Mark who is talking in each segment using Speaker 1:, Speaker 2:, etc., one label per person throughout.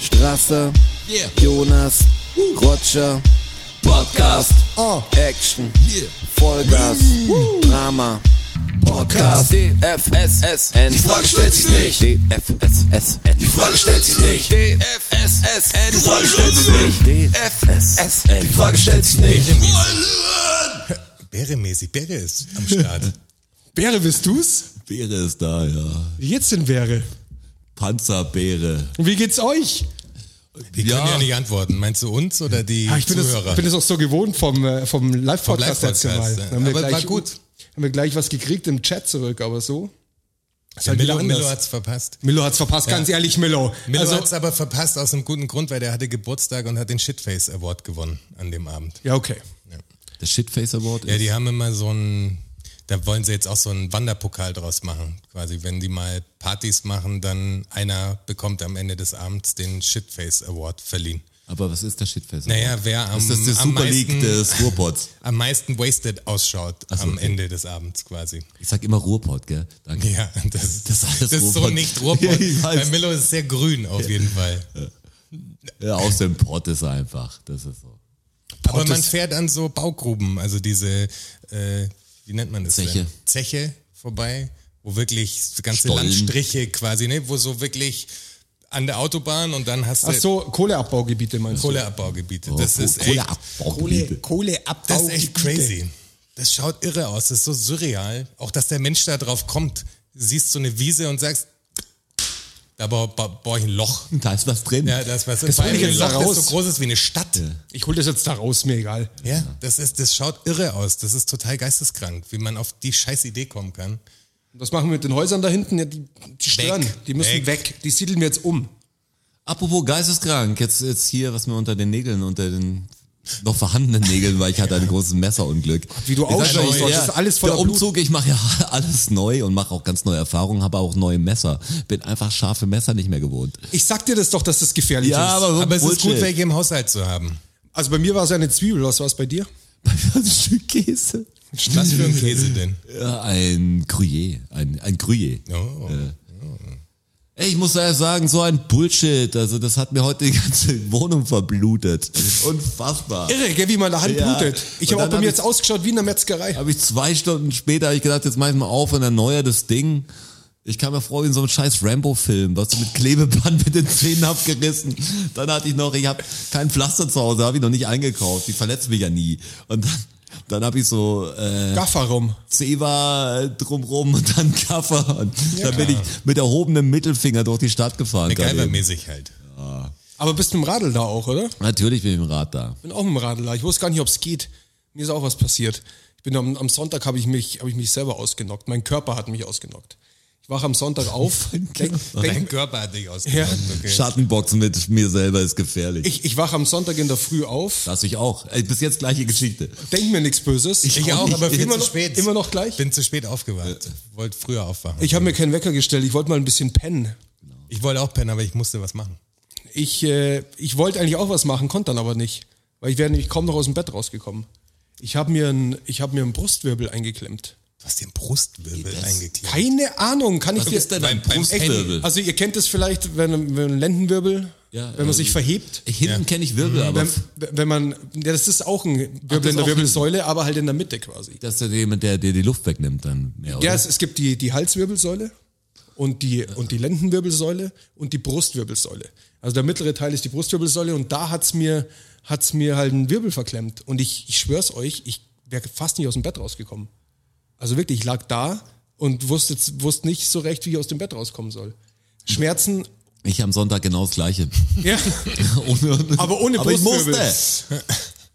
Speaker 1: Strasser,
Speaker 2: Yeah.
Speaker 1: Jonas, Roger,
Speaker 2: Podcast.
Speaker 1: Oh. Action,
Speaker 2: Yeah.
Speaker 1: Vollgas, Drama,
Speaker 2: Podcast.
Speaker 1: DFSSN.
Speaker 2: Die Frage stellt sich nicht.
Speaker 1: DFSSN.
Speaker 2: Die Frage stellt sich nicht.
Speaker 1: DFSSN.
Speaker 2: Die Frage stellt sich nicht.
Speaker 1: DFSSN.
Speaker 2: Die Frage stellt sich nicht.
Speaker 3: Bäremäßig. Bäre ist am Start.
Speaker 4: Bäre bist du's?
Speaker 2: Beere ist da, ja.
Speaker 4: Wie geht's denn, Bäre?
Speaker 2: Panzerbeere.
Speaker 4: Und wie geht's euch?
Speaker 3: Die können ja nicht antworten. Meinst du uns oder die
Speaker 4: Ja, ich bin
Speaker 3: Ah, Zuhörer?
Speaker 4: das, bin das auch so gewohnt vom, äh, vom Live-Podcast
Speaker 3: Live-Podcast,
Speaker 4: letztes Mal.
Speaker 3: ja.
Speaker 4: Da Haben wir
Speaker 3: Aber war
Speaker 4: gleich,
Speaker 3: gut.
Speaker 4: Haben wir gleich was gekriegt im Chat zurück, aber so. Ist
Speaker 3: Der
Speaker 4: halt wieder
Speaker 3: Milo,
Speaker 4: anders.
Speaker 3: Milo Also hat's verpasst.
Speaker 4: Milo hat's verpasst, ganz ehrlich, Milo.
Speaker 3: Milo
Speaker 4: also,
Speaker 3: hat's aber verpasst aus einem guten Grund, weil der hatte Geburtstag und hat den Shitface Award gewonnen an dem Abend.
Speaker 4: ja, okay.
Speaker 2: Der Shitface Award
Speaker 3: Ja, die haben immer so ein, da wollen sie jetzt auch so einen Wanderpokal draus machen. Quasi, wenn die mal Partys machen, dann einer bekommt am Ende des Abends den Shitface Award verliehen.
Speaker 2: Aber was ist der Shitface Award?
Speaker 3: Naja, wer am,
Speaker 2: Ist das die
Speaker 3: am,
Speaker 2: Super League
Speaker 3: meisten,
Speaker 2: des Ruhrpots?
Speaker 3: am meisten wasted ausschaut
Speaker 2: Ach so,
Speaker 3: am
Speaker 2: okay.
Speaker 3: Ende des Abends quasi.
Speaker 2: Ich sag immer Ruhrpott, gell? Danke.
Speaker 3: Ja,
Speaker 2: Das
Speaker 3: das, das,
Speaker 2: ist alles
Speaker 3: ist so
Speaker 2: Ruhrpott.
Speaker 3: nicht Ruhrpott.
Speaker 2: Ich weiß.
Speaker 3: Bei Milo ist es sehr grün auf jeden Fall.
Speaker 2: Ja, aus dem Pott ist er einfach. Das ist so.
Speaker 3: Aber man fährt an so Baugruben, also diese, äh, wie nennt man das?
Speaker 2: Zeche.
Speaker 3: Denn? Zeche vorbei, wo wirklich so ganze
Speaker 2: Stollen.
Speaker 3: Landstriche quasi, ne, wo so wirklich an der Autobahn und dann hast du
Speaker 4: Ach so, Oh, Kohleabbaugebiete meinst du?
Speaker 3: Kohleabbaugebiete. das ist echt,
Speaker 2: Kohleabbaugebiete.
Speaker 4: Kohleabbau.
Speaker 3: das ist echt crazy. Das schaut irre aus, das ist so surreal. Auch, dass der Mensch da drauf kommt. Siehst so eine Wiese und sagst, da ba- ba- bohr ich ein Loch.
Speaker 2: Da ist was drin.
Speaker 3: Ja, das, was
Speaker 4: Das
Speaker 3: vor allem
Speaker 4: hol ich
Speaker 3: ein
Speaker 4: jetzt
Speaker 3: Loch,
Speaker 4: da
Speaker 3: das so
Speaker 4: raus.
Speaker 3: groß ist wie eine Stadt.
Speaker 4: Ich hol das jetzt da raus, mir egal.
Speaker 3: Ja, das ist, das schaut irre aus. Das ist total geisteskrank, wie man auf die scheiß Idee kommen kann.
Speaker 4: Und Was machen wir mit den Häusern da hinten? Ja, die, die stören.
Speaker 3: Weg.
Speaker 4: Die müssen
Speaker 3: Weg.
Speaker 4: weg. Die siedeln wir jetzt um.
Speaker 2: Apropos geisteskrank, jetzt, jetzt hier, was mir unter den Nägeln, unter den noch vorhandenen Nägeln, weil ich hatte ein großes Messerunglück.
Speaker 4: Wie du
Speaker 2: Ich sag
Speaker 4: ausschaust,
Speaker 2: euch,
Speaker 4: das
Speaker 2: ja,
Speaker 4: ist alles voller
Speaker 2: Der
Speaker 4: Blut.
Speaker 2: Umzug, ich mache ja alles neu und mache auch ganz neue Erfahrungen, habe auch neue Messer. Bin einfach scharfe Messer nicht mehr gewohnt.
Speaker 4: Ich sag dir das doch, dass das gefährlich
Speaker 2: Ja,
Speaker 4: ist.
Speaker 2: aber-
Speaker 3: Aber es ist gut,
Speaker 2: Bullshit.
Speaker 3: welche im Haushalt zu haben.
Speaker 4: Also bei mir war es ja eine Zwiebel. Was war es bei dir?
Speaker 2: Ein Stück Käse.
Speaker 3: Was für ein Käse denn?
Speaker 2: Ja, ein Gruyère, ein, ein Gruyère.
Speaker 3: Oh.
Speaker 2: Ey, Ich muss ehrlich sagen, so ein Bullshit. Also das hat mir heute die ganze Wohnung verblutet. Unfassbar.
Speaker 4: Irre, gell, wie man da Hand
Speaker 2: Ja.
Speaker 4: blutet. Ich
Speaker 2: Und
Speaker 4: habe auch
Speaker 2: dann
Speaker 4: bei
Speaker 2: hab
Speaker 4: mir
Speaker 2: ich-
Speaker 4: jetzt ausgeschaut wie in der Metzgerei.
Speaker 2: Habe ich zwei Stunden später, hab ich gedacht, jetzt mach ich mal auf und erneuere das Ding. Ich kam mir vor wie in so einem scheiß Rambo-Film, was du mit Klebeband mit den Zähnen abgerissen. Dann hatte ich noch, ich habe kein Pflaster zu Hause, habe ich noch nicht eingekauft. Die verletzt mich ja nie. Und dann, dann habe ich so äh,
Speaker 4: Gafferum.
Speaker 2: Zewa äh, drumrum und dann Kaffer. Und dann bin ich mit erhobenem Mittelfinger durch die Stadt gefahren. daneben.
Speaker 3: MacGyver-mäßig halt.
Speaker 4: Aber bist mit dem Radl da auch, oder?
Speaker 2: Natürlich bin ich im Rad da.
Speaker 4: Bin auch mit dem Radl da. Ich wusste gar nicht, ob es geht. Mir ist auch was passiert. Ich bin am, am Sonntag habe ich mich habe ich mich selber ausgenockt. Mein Körper hat mich ausgenockt. Ich wache am Sonntag auf. denk, denk,
Speaker 3: Dein Körper hat dich
Speaker 4: ja,
Speaker 3: ausgenommen. Okay.
Speaker 2: Schattenboxen mit mir selber ist gefährlich.
Speaker 4: ich, ich wache am Sonntag in der Früh auf.
Speaker 2: das ich auch. Ey, Bis jetzt gleiche Geschichte.
Speaker 4: Denk mir nichts Böses.
Speaker 3: Ich auch, aber viel
Speaker 4: immer
Speaker 3: zu
Speaker 4: noch,
Speaker 3: spät.
Speaker 4: Immer noch gleich.
Speaker 3: Bin zu spät aufgewacht. Wollte früher aufwachen.
Speaker 4: Ich habe mir keinen Wecker gestellt. Ich wollte mal ein bisschen pennen.
Speaker 3: Ich wollte auch pennen, aber ich musste was machen.
Speaker 4: Ich, äh, ich wollte eigentlich auch was machen, konnte dann aber nicht. Weil ich wäre nämlich kaum noch aus dem Bett rausgekommen. Ich habe mir, einen- ich hab mir einen Brustwirbel eingeklemmt.
Speaker 3: Du hast den Brustwirbel eingeklemmt.
Speaker 4: Keine Ahnung, kann ich dir...
Speaker 2: ist denn ein
Speaker 4: Beim- beim-
Speaker 2: Brustwirbel?
Speaker 4: Echt, Also ihr kennt es vielleicht, wenn, wenn Lendenwirbel,
Speaker 2: Ja,
Speaker 4: wenn man
Speaker 2: äh,
Speaker 4: sich verhebt.
Speaker 2: Hinten kenne ich Wirbel, aber
Speaker 4: Wenn, wenn man, ja, das ist auch ein
Speaker 2: das
Speaker 4: Wirbel
Speaker 2: ist
Speaker 4: in der
Speaker 2: auch-
Speaker 4: Wirbelsäule, aber halt in der Mitte quasi.
Speaker 2: das ist ja jemand, der dir die Luft wegnimmt dann mehr, oder?
Speaker 4: Ja, es, es gibt die, die Halswirbelsäule und die, und die Lendenwirbelsäule und die Brustwirbelsäule. Also der mittlere Teil ist die Brustwirbelsäule und da hat's mir, hat's mir halt einen Wirbel verklemmt. Und ich, ich schwör's euch, ich wäre fast nicht aus dem Bett rausgekommen. Also wirklich, ich lag da und wusste, jetzt- wusste nicht so recht, wie ich aus dem Bett rauskommen soll. Schmerzen,
Speaker 2: Ich am Sonntag genau das gleiche.
Speaker 4: ja.
Speaker 2: ohne,
Speaker 4: Aber ohne
Speaker 2: aber ich
Speaker 4: Brustwirbel.
Speaker 2: musste.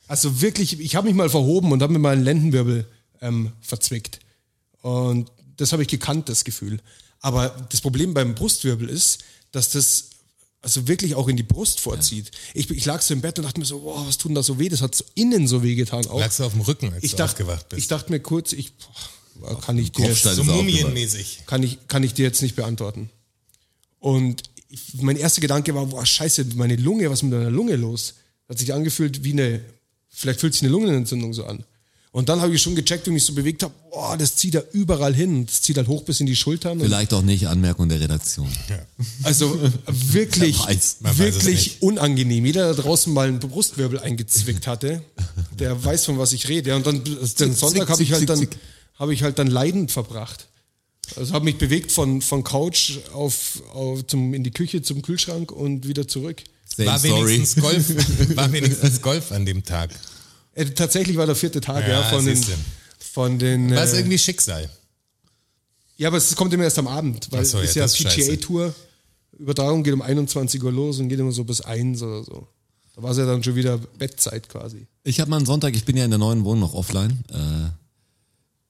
Speaker 4: Also wirklich, ich habe mich mal verhoben und habe mir meinen Lendenwirbel ähm, verzwickt. Und das habe ich gekannt, das Gefühl. Aber das Problem beim Brustwirbel ist, dass das also wirklich auch in die Brust vorzieht. Ich, ich lag so im Bett und dachte mir so, wow, was tut denn da so weh? Das hat so innen so weh getan. Auch.
Speaker 3: Lagst du auf dem Rücken, als
Speaker 4: ich,
Speaker 3: du
Speaker 4: dachte,
Speaker 3: aufgewacht
Speaker 4: ich
Speaker 3: bist.
Speaker 4: dachte mir kurz, ich boah, kann ich dir
Speaker 2: Kopfstein.
Speaker 4: jetzt,
Speaker 3: so
Speaker 2: ist auch
Speaker 3: mumienmäßig.
Speaker 4: kann ich, kann ich dir jetzt nicht beantworten. Und ich, mein erster Gedanke war, boah, scheiße, meine Lunge, was ist mit meiner Lunge los? Hat sich angefühlt wie eine, vielleicht fühlt sich eine Lungenentzündung so an. Und Und dann habe ich schon gecheckt, wenn ich so bewegt habe, boah, das zieht ja überall hin. Das zieht halt hoch bis in die Schultern. Und
Speaker 2: Vielleicht auch nicht, Anmerkung der Redaktion.
Speaker 4: also wirklich,
Speaker 2: Wer weiß,
Speaker 3: man weiß es
Speaker 4: wirklich
Speaker 3: nicht.
Speaker 4: unangenehm. Jeder, der draußen mal einen Brustwirbel eingezwickt hatte, der weiß, von was ich rede. Ja, Und dann den Sonntag habe ich halt
Speaker 2: zick,
Speaker 4: dann
Speaker 2: zick.
Speaker 4: habe ich halt dann leidend verbracht. Also habe mich bewegt von, von Couch auf, auf zum, in die Küche zum Kühlschrank und wieder zurück.
Speaker 2: Same
Speaker 3: War
Speaker 2: story.
Speaker 3: wenigstens, Golf, war wenigstens Golf an dem Tag.
Speaker 4: Äh, tatsächlich war der vierte Tag, ja,
Speaker 3: Ja,
Speaker 4: von den.
Speaker 3: siehste.
Speaker 4: Von den
Speaker 3: War es
Speaker 4: äh,
Speaker 3: irgendwie Schicksal?
Speaker 4: ja, aber es kommt immer erst am Abend, weil
Speaker 3: Ach so,
Speaker 4: es ist
Speaker 3: ja,
Speaker 4: ja
Speaker 3: das ist scheiße.
Speaker 4: PGA-Tour. Übertragung geht um 21 Uhr los und geht immer so bis 1 oder so. Da war es ja dann schon wieder Bettzeit quasi.
Speaker 2: Ich habe mal einen Sonntag, ich bin ja in der neuen Wohnung noch offline. Äh,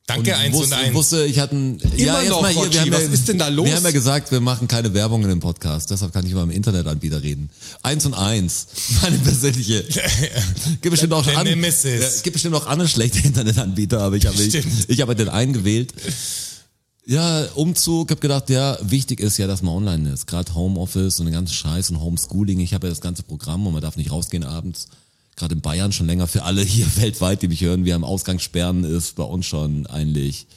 Speaker 3: Danke, eins
Speaker 2: wusste,
Speaker 3: und eins.
Speaker 2: wusste, ich hatte einen, ja,
Speaker 4: noch,
Speaker 2: erstmal hier,
Speaker 4: Rotschi,
Speaker 2: wir haben
Speaker 4: was
Speaker 2: ja,
Speaker 4: ist denn da los?
Speaker 2: Wir haben ja gesagt, wir machen keine Werbung in dem Podcast, deshalb kann ich über einen Internetanbieter reden. Eins und eins, meine persönliche. Gibt bestimmt auch
Speaker 3: Der
Speaker 2: an,
Speaker 3: Nemesis.
Speaker 2: Ja, gibt bestimmt auch andere schlechte Internetanbieter, aber ich habe ich,
Speaker 3: Stimmt.
Speaker 2: ich habe den einen gewählt. Ja, Umzug, habe gedacht, ja, wichtig ist ja, dass man online ist. Gerade Homeoffice und den ganzen Scheiß und Homeschooling. Ich habe ja das ganze Programm und man darf nicht rausgehen abends. Gerade in Bayern schon länger für alle hier weltweit, die mich hören. Wir haben Ausgangssperren, ist bei uns schon eigentlich,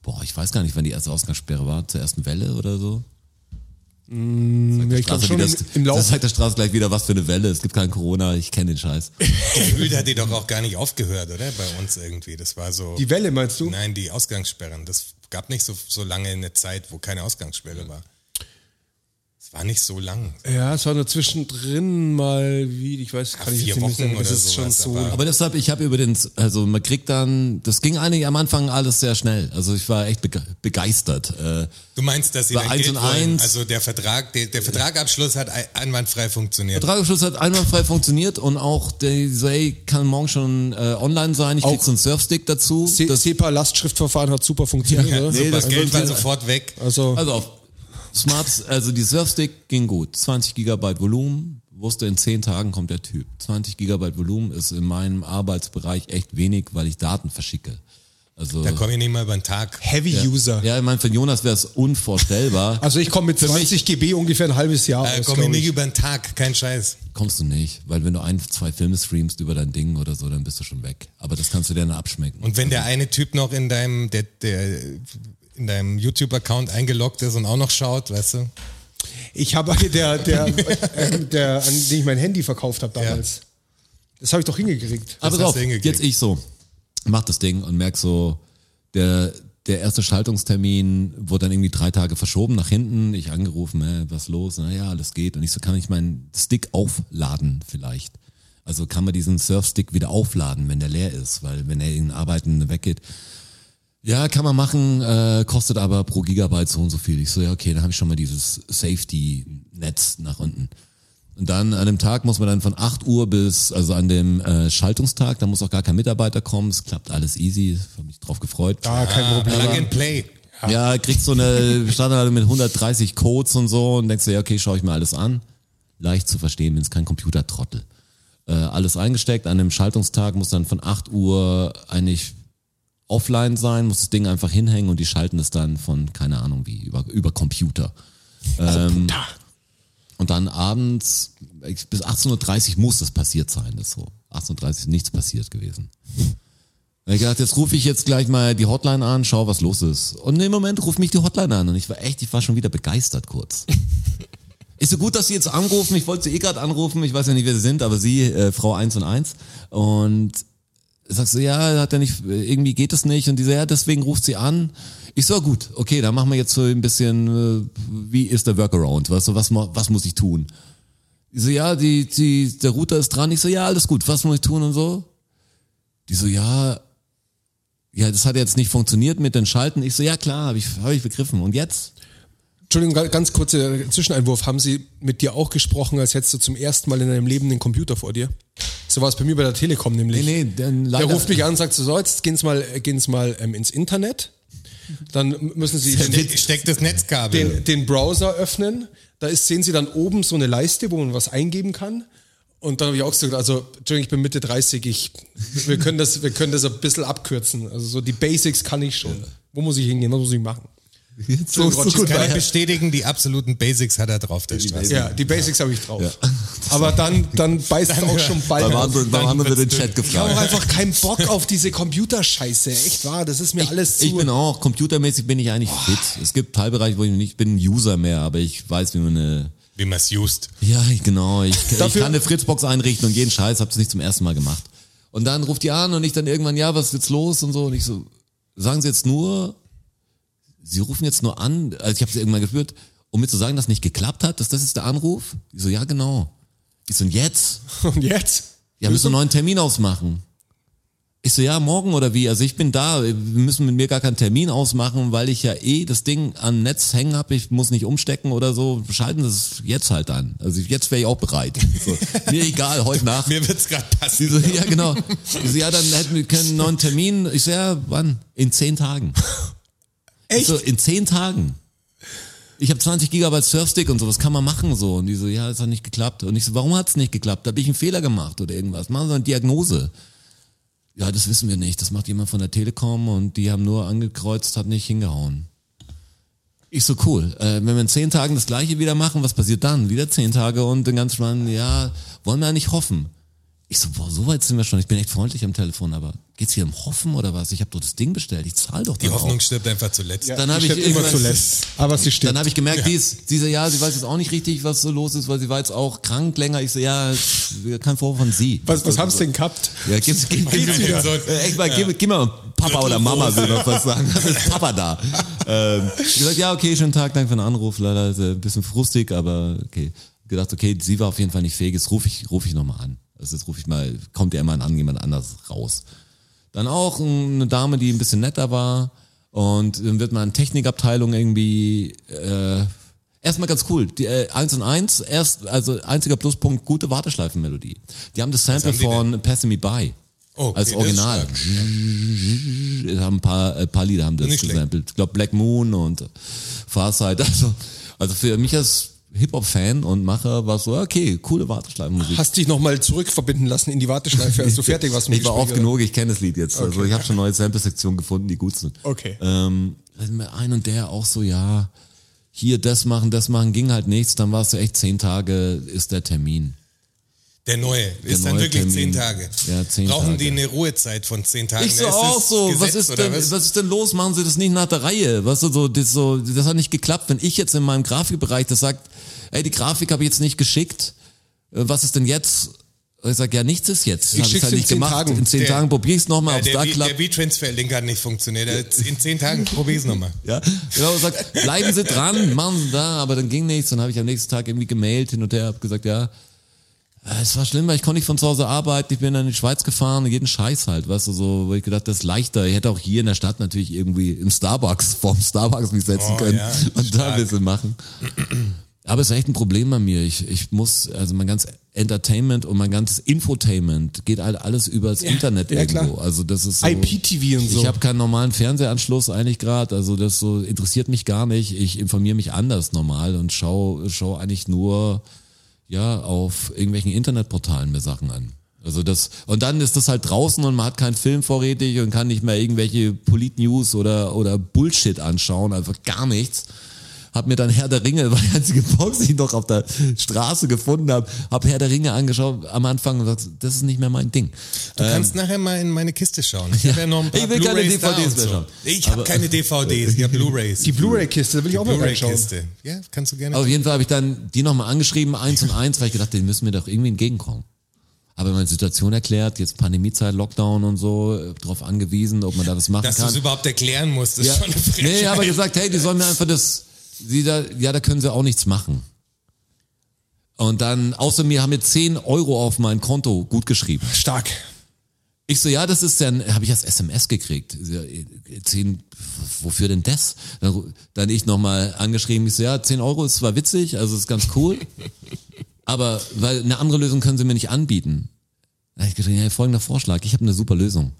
Speaker 2: boah, ich weiß gar nicht, wann die erste Ausgangssperre war, zur ersten Welle oder so.
Speaker 3: Hm,
Speaker 4: Ja, ich glaube
Speaker 2: Straße,
Speaker 4: schon
Speaker 2: wie
Speaker 4: im,
Speaker 2: das,
Speaker 4: im
Speaker 2: das
Speaker 4: Laufe.
Speaker 2: sagt der Straße gleich wieder, was für eine Welle. Es gibt keinen Corona, ich kenne den Scheiß.
Speaker 3: Gefühlt hat die doch auch gar nicht aufgehört, oder? Bei uns irgendwie. Das war so.
Speaker 4: Die Welle meinst du?
Speaker 3: Nein, die Ausgangssperren. Das gab nicht so, so lange eine Zeit, wo keine Ausgangssperre war. Es war nicht so lang.
Speaker 4: Ja, es war nur zwischendrin mal wie, ich weiß, kann ich
Speaker 3: vier
Speaker 4: jetzt nicht
Speaker 3: Wochen
Speaker 4: sagen, das
Speaker 3: oder
Speaker 4: ist schon
Speaker 3: sowas,
Speaker 4: so.
Speaker 3: aber-
Speaker 2: Aber deshalb, ich habe über den, also man kriegt dann, das ging eigentlich am Anfang alles sehr schnell. Also ich war echt bege begeistert. Äh,
Speaker 3: Du meinst, dass sie
Speaker 2: Bei
Speaker 3: dann
Speaker 2: eins
Speaker 3: Geld
Speaker 2: und
Speaker 3: wollen?
Speaker 2: eins.
Speaker 3: Also der Vertrag, der, der Vertragabschluss hat ei- einwandfrei funktioniert.
Speaker 2: Vertragsschluss hat einwandfrei funktioniert und auch der so, hey, kann morgen schon äh, online sein. Ich krieg
Speaker 4: Auch-
Speaker 2: so einen Surfstick dazu.
Speaker 4: Se- SEPA Lastschriftverfahren hat super funktioniert,
Speaker 2: Ja,
Speaker 4: oder?
Speaker 2: nee,
Speaker 3: das
Speaker 2: das
Speaker 3: Geld
Speaker 2: wird
Speaker 3: war
Speaker 2: halt-
Speaker 3: sofort weg.
Speaker 4: Also,
Speaker 2: Also auf Smart, also die Surfstick ging gut. 20 Gigabyte Volumen, wusste in 10 Tagen kommt der Typ. 20 Gigabyte Volumen ist in meinem Arbeitsbereich echt wenig, weil ich Daten verschicke. Also
Speaker 3: Da komme ich nicht mal über den Tag.
Speaker 4: Heavy User.
Speaker 2: ja, ich meine, für Jonas wäre es unvorstellbar.
Speaker 4: Also ich komme mit 20 GB ungefähr ein halbes Jahr
Speaker 3: Da
Speaker 4: aus,
Speaker 3: komme ich
Speaker 4: glaub
Speaker 3: nicht
Speaker 4: ich.
Speaker 3: über den Tag, kein Scheiß.
Speaker 2: Kommst du nicht, weil wenn du ein, zwei Filme streamst über dein Ding oder so, dann bist du schon weg. Aber das kannst du dir dann abschmecken.
Speaker 3: Und wenn der eine Typ noch in deinem, der, der in deinem YouTube-Account eingeloggt ist und auch noch schaut, weißt du?
Speaker 4: Ich habe der, der, äh, der, an den ich mein Handy verkauft habe damals. Das habe ich doch hingekriegt.
Speaker 2: Aber
Speaker 3: hast du
Speaker 2: drauf,
Speaker 3: hingekriegt.
Speaker 2: jetzt ich so, mach das Ding und merk so, der, der erste Schaltungstermin wurde dann irgendwie drei Tage verschoben nach hinten. Ich angerufen, hey, was los? Naja, alles geht. Und ich so, kann ich meinen Stick aufladen vielleicht? Also kann man diesen Surfstick wieder aufladen, wenn der leer ist, weil wenn er in Arbeiten weggeht. Ja, kann man machen, äh, kostet aber pro Gigabyte so und so viel. Ich so, ja, okay, dann habe ich schon mal dieses Safety-Netz nach unten. Und dann an dem Tag muss man dann von 8 Uhr bis, also an dem äh, Schaltungstag, da muss auch gar kein Mitarbeiter kommen, es klappt alles easy, habe mich drauf gefreut.
Speaker 4: Ah, kein Problem.
Speaker 3: Plug and Play.
Speaker 2: Ja, kriegst so eine Standard mit 130 Codes und so und denkst dir, ja, okay, schaue ich mir alles an. Leicht zu verstehen, wenn es kein Computertrottel. Äh, alles eingesteckt, an einem Schaltungstag muss dann von 8 Uhr eigentlich offline sein, muss das Ding einfach hinhängen und die schalten es dann von, keine Ahnung wie, über, über Computer. Ähm,
Speaker 4: Da.
Speaker 2: Und dann abends, ich- bis 18.30 Uhr muss das passiert sein, das so. 18.30 Uhr nichts passiert gewesen. Und ich gedacht, jetzt rufe ich jetzt gleich mal die Hotline an, schau, was los ist. Und im Moment ruft mich die Hotline an und ich war echt, ich war schon wieder begeistert kurz. Ist so gut, dass Sie jetzt anrufen. Ich wollte Sie eh gerade anrufen. Ich weiß ja nicht, wer Sie sind, aber Sie, äh, Frau 1 und 1. Und sagst du, ja, hat er nicht, irgendwie geht es nicht. Und die so, ja, deswegen ruft sie an. Ich so, gut, okay, dann machen wir jetzt so ein bisschen, äh, wie ist der Workaround? Weißt du, was, mo- was muss ich tun? Die so, ja, die, die, der Router ist dran. Ich so, ja, alles gut, was muss ich tun und so? Die so, ja, ja, das hat jetzt nicht funktioniert mit den Schalten. Ich so, ja klar, habe ich, hab ich begriffen. Und jetzt?
Speaker 4: Entschuldigung, ga- ganz kurzer Zwischeneinwurf. Haben Sie mit dir auch gesprochen, als hättest du zum ersten Mal in deinem Leben den Computer vor dir? So war es bei mir bei der Telekom nämlich.
Speaker 2: Nee, nee, dann
Speaker 4: Der
Speaker 2: leider-
Speaker 4: ruft mich an und sagt so, so jetzt gehen Sie mal, gehen Sie mal ähm, ins Internet. Dann müssen Sie den,
Speaker 3: Steck, steck das Netzkabel.
Speaker 4: den, den Browser öffnen. Da ist, sehen Sie dann oben so eine Leiste, wo man was eingeben kann. Und dann habe ich auch gesagt, also, Entschuldigung, ich bin Mitte 30, ich, wir, können das, wir können das ein bisschen abkürzen. Also so die Basics kann ich schon. Wo muss ich hingehen, was muss ich machen?
Speaker 2: Jetzt
Speaker 4: So ist so gut.
Speaker 3: Kann ich bestätigen, die absoluten Basics hat er drauf, der Straße.
Speaker 4: Ja, die Basics habe ich drauf. Aber dann, dann beißt es auch schon bald.
Speaker 2: Beim
Speaker 4: aus.
Speaker 2: anderen, beim
Speaker 3: dann
Speaker 2: anderen wird den
Speaker 3: wird's
Speaker 2: Chat
Speaker 4: Ich habe auch
Speaker 2: gefragt.
Speaker 4: einfach keinen Bock auf diese Computerscheiße. Echt wahr, das ist mir alles zu.
Speaker 2: Ich bin auch, computermäßig bin ich eigentlich fit. Es gibt Teilbereiche, wo ich nicht bin, User mehr, aber ich weiß, wie man eine...
Speaker 3: Wie man es used.
Speaker 2: Ja, genau. Ich, ich
Speaker 4: Dafür-
Speaker 2: kann eine Fritzbox einrichten und jeden Scheiß, hab's nicht zum ersten Mal gemacht. Und dann ruft die an und ich dann irgendwann, ja, was ist jetzt los und so. Und ich so, sagen Sie jetzt nur, Sie rufen jetzt nur an, also ich habe es irgendwann gespürt, um mir zu sagen, dass nicht geklappt hat, dass das ist der Anruf. Ich so, ja, genau. Ich so, und jetzt?
Speaker 4: Und jetzt?
Speaker 2: Ja, müssen wir einen neuen Termin ausmachen. Ich so, ja, morgen oder wie? Also ich bin da, wir müssen mit mir gar keinen Termin ausmachen, weil ich ja eh das Ding am Netz hängen hab. ich muss nicht umstecken oder so. Schalten das jetzt halt an. Also jetzt wäre ich auch bereit. So, mir egal, heute Nacht.
Speaker 3: Mir wird's gerade
Speaker 2: Die
Speaker 3: passen.
Speaker 2: so, ja, genau. Die so, ja, dann hätten wir keinen neuen Termin. Ich so, ja, wann? In zehn Tagen.
Speaker 4: Echt?
Speaker 2: So, in zehn Tagen. Ich habe 20 Gigabyte Surfstick und so, was kann man machen so? Und die so, ja, das hat nicht geklappt. Und ich so, warum hat's nicht geklappt? Habe ich einen Fehler gemacht oder irgendwas? Machen Sie eine Diagnose. Ja, das wissen wir nicht. Das macht jemand von der Telekom und die haben nur angekreuzt, hat nicht hingehauen. Ich so, cool. Äh, wenn wir in zehn Tagen das gleiche wieder machen, was passiert dann? Wieder zehn Tage und den ganzen Mann, ja, wollen wir ja nicht hoffen. Ich so, boah, so weit sind wir schon. Ich bin echt freundlich am Telefon, aber geht's hier um Hoffen oder was? Ich habe doch das Ding bestellt. Ich zahle doch
Speaker 3: Die
Speaker 2: dann
Speaker 3: Hoffnung stirbt einfach zuletzt.
Speaker 2: dann habe
Speaker 4: Die
Speaker 2: ich
Speaker 4: stirbt immer
Speaker 2: irgendwann-
Speaker 4: zuletzt. Aber sie
Speaker 2: Dann
Speaker 4: stirbt.
Speaker 2: habe ich gemerkt, die ist, diese, ja, sie weiß jetzt auch nicht richtig, was so los ist, weil sie war jetzt auch krank länger. Ich so, ja, kein Vorwurf von sie.
Speaker 4: Was, was haben sie denn gehabt?
Speaker 2: Ja, gib, gib, gib,
Speaker 3: wieder.
Speaker 2: gib, äh, echt mal, gib, gib mal Papa oder Mama, will man fast sagen. Das ist Papa da. Ähm, ich gesagt, ja, okay, schönen Tag, danke für den Anruf. Leider ist er ein bisschen frustig, aber okay. Gedacht, okay, sie war auf jeden Fall nicht fähig, jetzt rufe ich, ruf ich nochmal an. Also jetzt rufe ich mal, kommt ja immer an jemand anders raus. Dann auch eine Dame, die ein bisschen netter war. Und dann wird man in Technikabteilung irgendwie äh, erstmal ganz cool. Die, äh, eins und eins, erst, also einziger Pluspunkt, gute Warteschleifenmelodie. Die haben das Sample
Speaker 3: haben die
Speaker 2: von Pass Me By.
Speaker 3: Oh, okay,
Speaker 2: als
Speaker 3: das
Speaker 2: Original.
Speaker 3: ist
Speaker 2: Es haben ein paar, äh, paar Lieder haben das
Speaker 3: Nicht schlecht.
Speaker 2: gesampelt. Ich glaube Black Moon und Farside. Also, also für mich als Hip-Hop-Fan und Macher war es so, okay, coole Warteschleifenmusik.
Speaker 4: Hast dich nochmal zurückverbinden lassen in die Warteschleife, als du fertig warst mit
Speaker 2: Ich
Speaker 4: dem
Speaker 2: war oft
Speaker 4: Gespräch,
Speaker 2: genug, ich kenne das Lied jetzt. Also ich habe schon neue Sample-Sektionen gefunden, die gut sind.
Speaker 4: Okay.
Speaker 2: Ähm, ein und der auch so, ja, hier das machen, das machen, ging halt nichts. Dann warst du echt zehn Tage, ist der Termin.
Speaker 3: Der neue. ist dann
Speaker 2: neue
Speaker 3: wirklich
Speaker 2: Termin.
Speaker 3: zehn Tage.
Speaker 2: Ja, zehn
Speaker 3: Brauchen
Speaker 2: Tage.
Speaker 3: die eine Ruhezeit von zehn Tagen?
Speaker 2: Ich so
Speaker 3: Ist das
Speaker 2: auch so, was
Speaker 3: Gesetz
Speaker 2: ist
Speaker 3: oder
Speaker 2: denn, was?
Speaker 3: was?
Speaker 2: ist denn los? Machen Sie das nicht nach der Reihe? Was so, das so, das hat nicht geklappt. Wenn ich jetzt in meinem Grafikbereich das sagt, ey, die Grafik habe ich jetzt nicht geschickt, äh, was ist denn jetzt? Und Ich sag ja, nichts ist jetzt. Das
Speaker 4: Ich
Speaker 2: hab
Speaker 4: schick's
Speaker 2: halt
Speaker 4: in
Speaker 2: nicht
Speaker 4: zehn
Speaker 2: gemacht.
Speaker 4: Tagen.
Speaker 2: In zehn
Speaker 3: Der-
Speaker 2: Tagen probiere ich's nochmal,
Speaker 3: Ja,
Speaker 2: ob's
Speaker 3: der
Speaker 2: da
Speaker 3: Be-
Speaker 2: klappt.
Speaker 3: der V-Transfer-Link hat nicht funktioniert. Der- In zehn Tagen probier's nochmal.
Speaker 2: Ja, genau, sagt, bleiben Sie dran, machen Sie da, aber dann ging nichts. Dann habe ich am nächsten Tag irgendwie gemailt hin und her, habe gesagt, ja, äh, es war schlimm, weil ich konnte nicht von zu Hause arbeiten, ich bin dann in die Schweiz gefahren, jeden Scheiß halt, weißt du, so, wo ich gedacht, das ist leichter. Ich hätte auch hier in der Stadt natürlich irgendwie im Starbucks, vorm Starbucks mich setzen
Speaker 3: Oh,
Speaker 2: können
Speaker 3: ja,
Speaker 2: und da
Speaker 3: stark.
Speaker 2: ein bisschen machen. Aber es ist echt ein Problem bei mir. Ich, ich muss, also mein ganzes Entertainment und mein ganzes Infotainment geht halt alles übers Internet
Speaker 4: ja, klar.
Speaker 2: irgendwo. Also das ist so,
Speaker 4: IPTV und so.
Speaker 2: ich habe keinen normalen Fernsehanschluss eigentlich gerade, also das so interessiert mich gar nicht. Ich informiere mich anders normal und schau schau eigentlich nur ja auf irgendwelchen Internetportalen mir Sachen an. Also das und dann ist das halt draußen und man hat keinen Film vorrätig und kann nicht mehr irgendwelche Polit-News oder oder Bullshit anschauen, einfach gar nichts. Hab mir dann Herr der Ringe, war die einzige Box, die ich noch auf der Straße gefunden habe, hab Herr der Ringe angeschaut am Anfang und gesagt, das ist nicht mehr mein Ding.
Speaker 3: Du kannst nachher mal in meine Kiste schauen. Ich, hab ja noch ein paar
Speaker 2: Ähm. Ich will keine
Speaker 3: Blu-rays da
Speaker 2: DVDs
Speaker 3: und
Speaker 2: mehr schauen.
Speaker 3: Ich habe keine DVDs, ich habe Blu-rays.
Speaker 4: Die Blu-ray-Kiste, da will ich auch mal reinschauen.
Speaker 3: Blu-ray-Kiste. Ja, kannst du gerne.
Speaker 2: Auf jeden Fall habe ich dann die nochmal angeschrieben, eins und eins, weil ich gedacht, den müssen wir doch irgendwie entgegenkommen. Aber meine Situation erklärt, jetzt Pandemiezeit, Lockdown und so, äh, drauf angewiesen, ob man da was machen
Speaker 3: Dass du es
Speaker 2: kann.
Speaker 3: überhaupt erklären musst, ist
Speaker 2: Ja.
Speaker 3: schon eine Frechheit.
Speaker 2: Nee, aber gesagt, hey, die sollen mir einfach das, sie da, ja, da können sie auch nichts machen. Und dann, außer mir haben mir 10 Euro auf mein Konto gut geschrieben.
Speaker 4: Stark.
Speaker 2: Ich so, ja, das ist dann, habe ich als SMS gekriegt. Sie, äh, Zehn, wofür denn das? Dann, ru- dann ich nochmal angeschrieben, ich so, ja, 10 Euro ist zwar witzig, also ist ganz cool, aber weil eine andere Lösung können sie mir nicht anbieten. Da hab ich geschrieben, ja, folgender Vorschlag, ich habe eine super Lösung.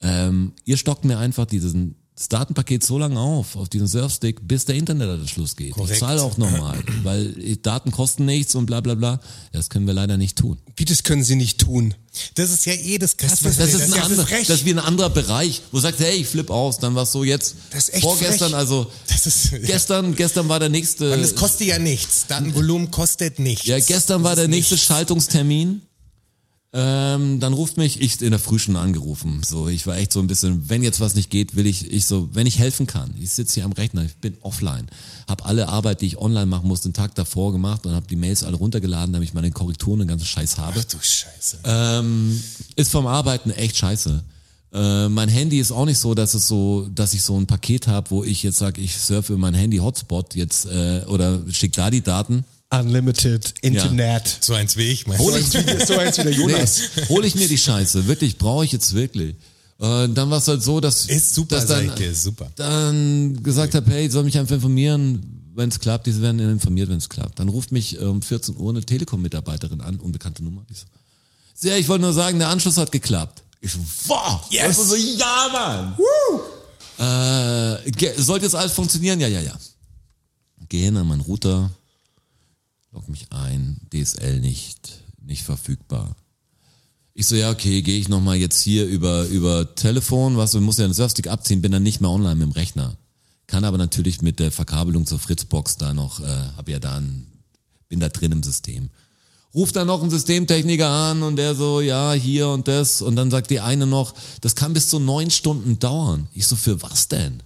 Speaker 2: Ähm, ihr stockt mir einfach diesen das Datenpaket so lange auf, auf diesen Surfstick, bis der Internetanschluss geht.
Speaker 3: Korrekt.
Speaker 2: Ich zahle auch normal, weil Daten kosten nichts und bla bla bla. Das können wir leider nicht tun.
Speaker 4: Wie, das können sie nicht tun.
Speaker 3: Das ist ja eh das
Speaker 2: Das,
Speaker 3: Christmas.
Speaker 2: ist, ein anderer,
Speaker 3: frech.
Speaker 2: das ist wie ein anderer Bereich, wo du sagst, hey, ich flipp aus, dann war's so jetzt.
Speaker 3: Das ist echt
Speaker 2: Vorgestern,
Speaker 3: frech.
Speaker 2: also
Speaker 3: Das ist- ja.
Speaker 2: gestern, gestern war der nächste.
Speaker 3: Und es kostet ja nichts. Datenvolumen kostet nichts.
Speaker 2: Ja, gestern war
Speaker 3: Das
Speaker 2: der
Speaker 3: ist
Speaker 2: nächste
Speaker 3: nichts.
Speaker 2: Schaltungstermin. Ähm, dann ruft mich, ich in der Früh schon angerufen. So, ich war echt so ein bisschen, wenn jetzt was nicht geht, will ich, ich so, wenn ich helfen kann. Ich sitze hier am Rechner, ich bin offline. Hab alle Arbeit, die ich online machen musste, den Tag davor gemacht und hab die Mails alle runtergeladen, damit ich meine Korrekturen und den ganzen Scheiß habe.
Speaker 3: Ach du Scheiße.
Speaker 2: Ähm, ist vom Arbeiten echt scheiße. Äh, mein Handy ist auch nicht so, dass es so, dass ich so ein Paket habe, wo ich jetzt sage, ich surfe über mein Handy Hotspot jetzt äh, oder schick da die Daten.
Speaker 4: Unlimited Internet.
Speaker 3: so eins wie ich, mein
Speaker 4: So eins wie- So eins wie der Jonas.
Speaker 2: Nee, hol ich mir die Scheiße. Wirklich, brauche ich jetzt wirklich. Äh, dann war es halt so, dass,
Speaker 3: Ist super,
Speaker 2: dass dann,
Speaker 3: sag ich dir, ist super.
Speaker 2: dann gesagt habe, hey, ich soll mich einfach informieren, wenn es klappt. Diese werden informiert, wenn es klappt. Dann ruft mich äh, um 14 Uhr eine Telekom-Mitarbeiterin an, unbekannte Nummer. Ich so, sehr, ich wollte nur sagen, der Anschluss hat geklappt. Ich so, wow, yes. so, ja, Mann. Äh, ge- sollte jetzt alles funktionieren? Ja, ja, ja. Geh hin an meinen Router, log mich ein, DSL nicht, nicht verfügbar. Ich so, ja, okay, gehe ich nochmal jetzt hier über, über Telefon, was, und muss ja den Surfstick abziehen, bin dann nicht mehr online mit dem Rechner. Kann aber natürlich mit der Verkabelung zur Fritzbox da noch, äh, hab ja da ein, bin da drin im System. Ruft dann noch einen Systemtechniker an und der so, ja, hier und das. Und dann sagt die eine noch, das kann bis zu neun Stunden dauern. Ich so, für was denn?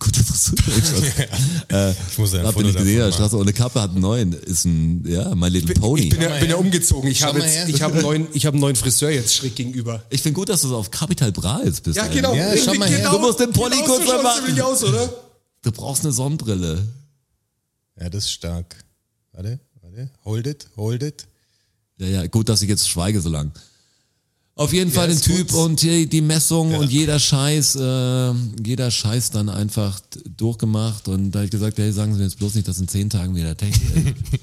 Speaker 2: Gute Frisur.
Speaker 3: Ich muss ja ein
Speaker 2: Habt ihr
Speaker 3: Foto
Speaker 2: nicht gesehen,
Speaker 3: davon
Speaker 2: der
Speaker 3: machen.
Speaker 2: Straße ohne Kappe hat einen neuen, ist ein, ja, My Little Pony.
Speaker 4: Ich bin ja, bin ja umgezogen. Ich
Speaker 3: Schau
Speaker 4: habe
Speaker 3: mal her.
Speaker 4: jetzt- ich habe einen, neuen- ich habe einen neuen Friseur jetzt schräg gegenüber.
Speaker 2: Ich finde gut, dass du so auf Capital Bra jetzt bist. Alter.
Speaker 3: Ja, schau mal her.
Speaker 2: Du musst den Pony
Speaker 4: genau
Speaker 2: kurz
Speaker 4: so schaut's
Speaker 2: erwarten.
Speaker 4: nämlich aus, oder?
Speaker 2: Du brauchst eine Sonnenbrille.
Speaker 3: Ja, das ist stark. Warte, warte. Hold it, hold it.
Speaker 2: Ja, ja, gut, dass ich jetzt schweige so lang. Auf jeden Fall den
Speaker 3: ist
Speaker 2: Typ
Speaker 3: gut.
Speaker 2: und die, die Messung
Speaker 3: Ja.
Speaker 2: und jeder Scheiß, äh, jeder Scheiß dann einfach t- durchgemacht und da hab ich gesagt, hey, sagen Sie mir jetzt bloß nicht, dass in zehn Tagen wieder Technik ist.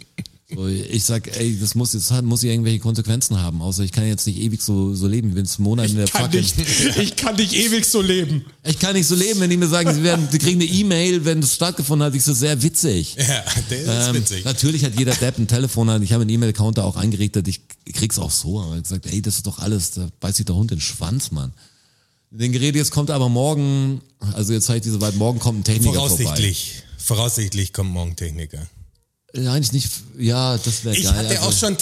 Speaker 2: So, ich sag, ey, das muss jetzt muss ich irgendwelche Konsequenzen haben, außer ich kann jetzt nicht ewig so, so leben, ich bin jetzt einen Monat in der
Speaker 4: Kann
Speaker 2: fucking-
Speaker 4: nicht, ich kann nicht ewig so leben.
Speaker 2: Ich kann nicht so leben, wenn die mir sagen, sie, werden, sie kriegen eine E-Mail, wenn es stattgefunden hat. Ich so, sehr witzig.
Speaker 3: Ja, der ist
Speaker 2: Ähm,
Speaker 3: witzig.
Speaker 2: natürlich hat jeder Depp ein Telefon an. Ich habe einen E-Mail-Counter auch eingerichtet. Ich krieg's auch so. Aber ich hab gesagt, ey, das ist doch alles. Da beißt sich der Hund den Schwanz, Mann. Den Gerät jetzt kommt aber morgen. Also jetzt halt diese weit morgen kommt ein Techniker vorbei.
Speaker 3: Voraussichtlich. Voraussichtlich kommt morgen Techniker.
Speaker 2: Äh, Eigentlich nicht. Ja, das wäre geil.
Speaker 3: Ich hatte
Speaker 2: Also-
Speaker 3: auch schon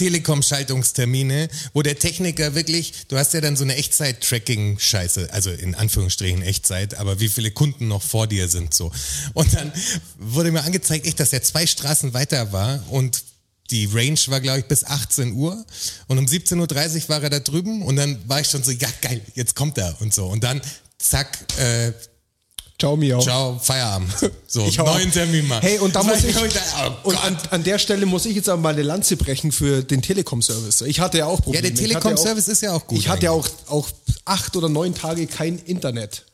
Speaker 3: Telekom-Schaltungstermine, wo der Techniker wirklich, du hast ja dann so eine Echtzeit-Tracking-Scheiße, also in Anführungsstrichen Echtzeit, aber wie viele Kunden noch vor dir sind so. Und dann wurde mir angezeigt, echt, dass er zwei Straßen weiter war und die Range war, glaube ich, bis 18 Uhr und um 17.30 Uhr war er da drüben und dann war ich schon so, ja geil, jetzt kommt er und so. Und dann, zack, äh,
Speaker 4: Ciao, Miau.
Speaker 3: ciao, Feierabend. So,
Speaker 4: Ich hau ab.
Speaker 3: neuen Termin mal.
Speaker 4: Hey, und da
Speaker 3: Das
Speaker 4: muss
Speaker 3: war,
Speaker 4: ich,
Speaker 3: glaub da, oh
Speaker 4: und an, an der Stelle muss ich jetzt aber mal eine Lanze brechen für den Telekom-Service. Ich hatte ja auch
Speaker 3: Ja,
Speaker 4: Probleme.
Speaker 3: der
Speaker 4: Ich hatte
Speaker 3: Telekom-Service ist ja auch gut.
Speaker 4: Ich hatte ja auch, auch acht oder neun Tage kein Internet.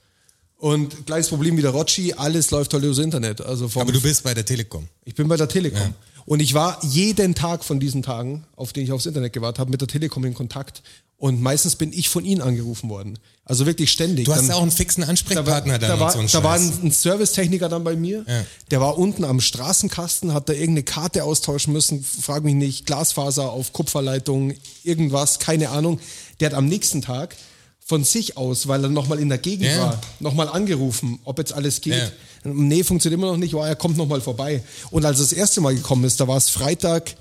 Speaker 4: Und gleiches Problem wie der Rocci, alles läuft halt übers Internet. Also vom,
Speaker 3: Aber du bist bei der Telekom.
Speaker 4: ich bin bei der Telekom. Und ich war jeden Tag von diesen Tagen, auf den ich aufs Internet gewartet habe, mit der Telekom in Kontakt. Und meistens bin ich von ihnen angerufen worden. Also wirklich ständig.
Speaker 3: Du hast
Speaker 4: Dann-
Speaker 3: ja auch einen fixen
Speaker 4: da war,
Speaker 3: Ansprechpartner dann
Speaker 4: da war,
Speaker 3: und so
Speaker 4: da
Speaker 3: einen
Speaker 4: war
Speaker 3: Scheiß.
Speaker 4: ein, ein Servicetechniker dann bei mir,
Speaker 3: Ja.
Speaker 4: der war unten am Straßenkasten, hat da irgendeine Karte austauschen müssen, frag mich nicht, Glasfaser auf Kupferleitung, irgendwas, keine Ahnung. Der hat am nächsten Tag von sich aus, weil er nochmal in der Gegend
Speaker 3: Ja.
Speaker 4: war, nochmal angerufen, ob jetzt alles geht.
Speaker 3: Ja.
Speaker 4: Nee, funktioniert immer noch nicht, war er kommt nochmal vorbei. Und als er das erste Mal gekommen ist, da war es Freitag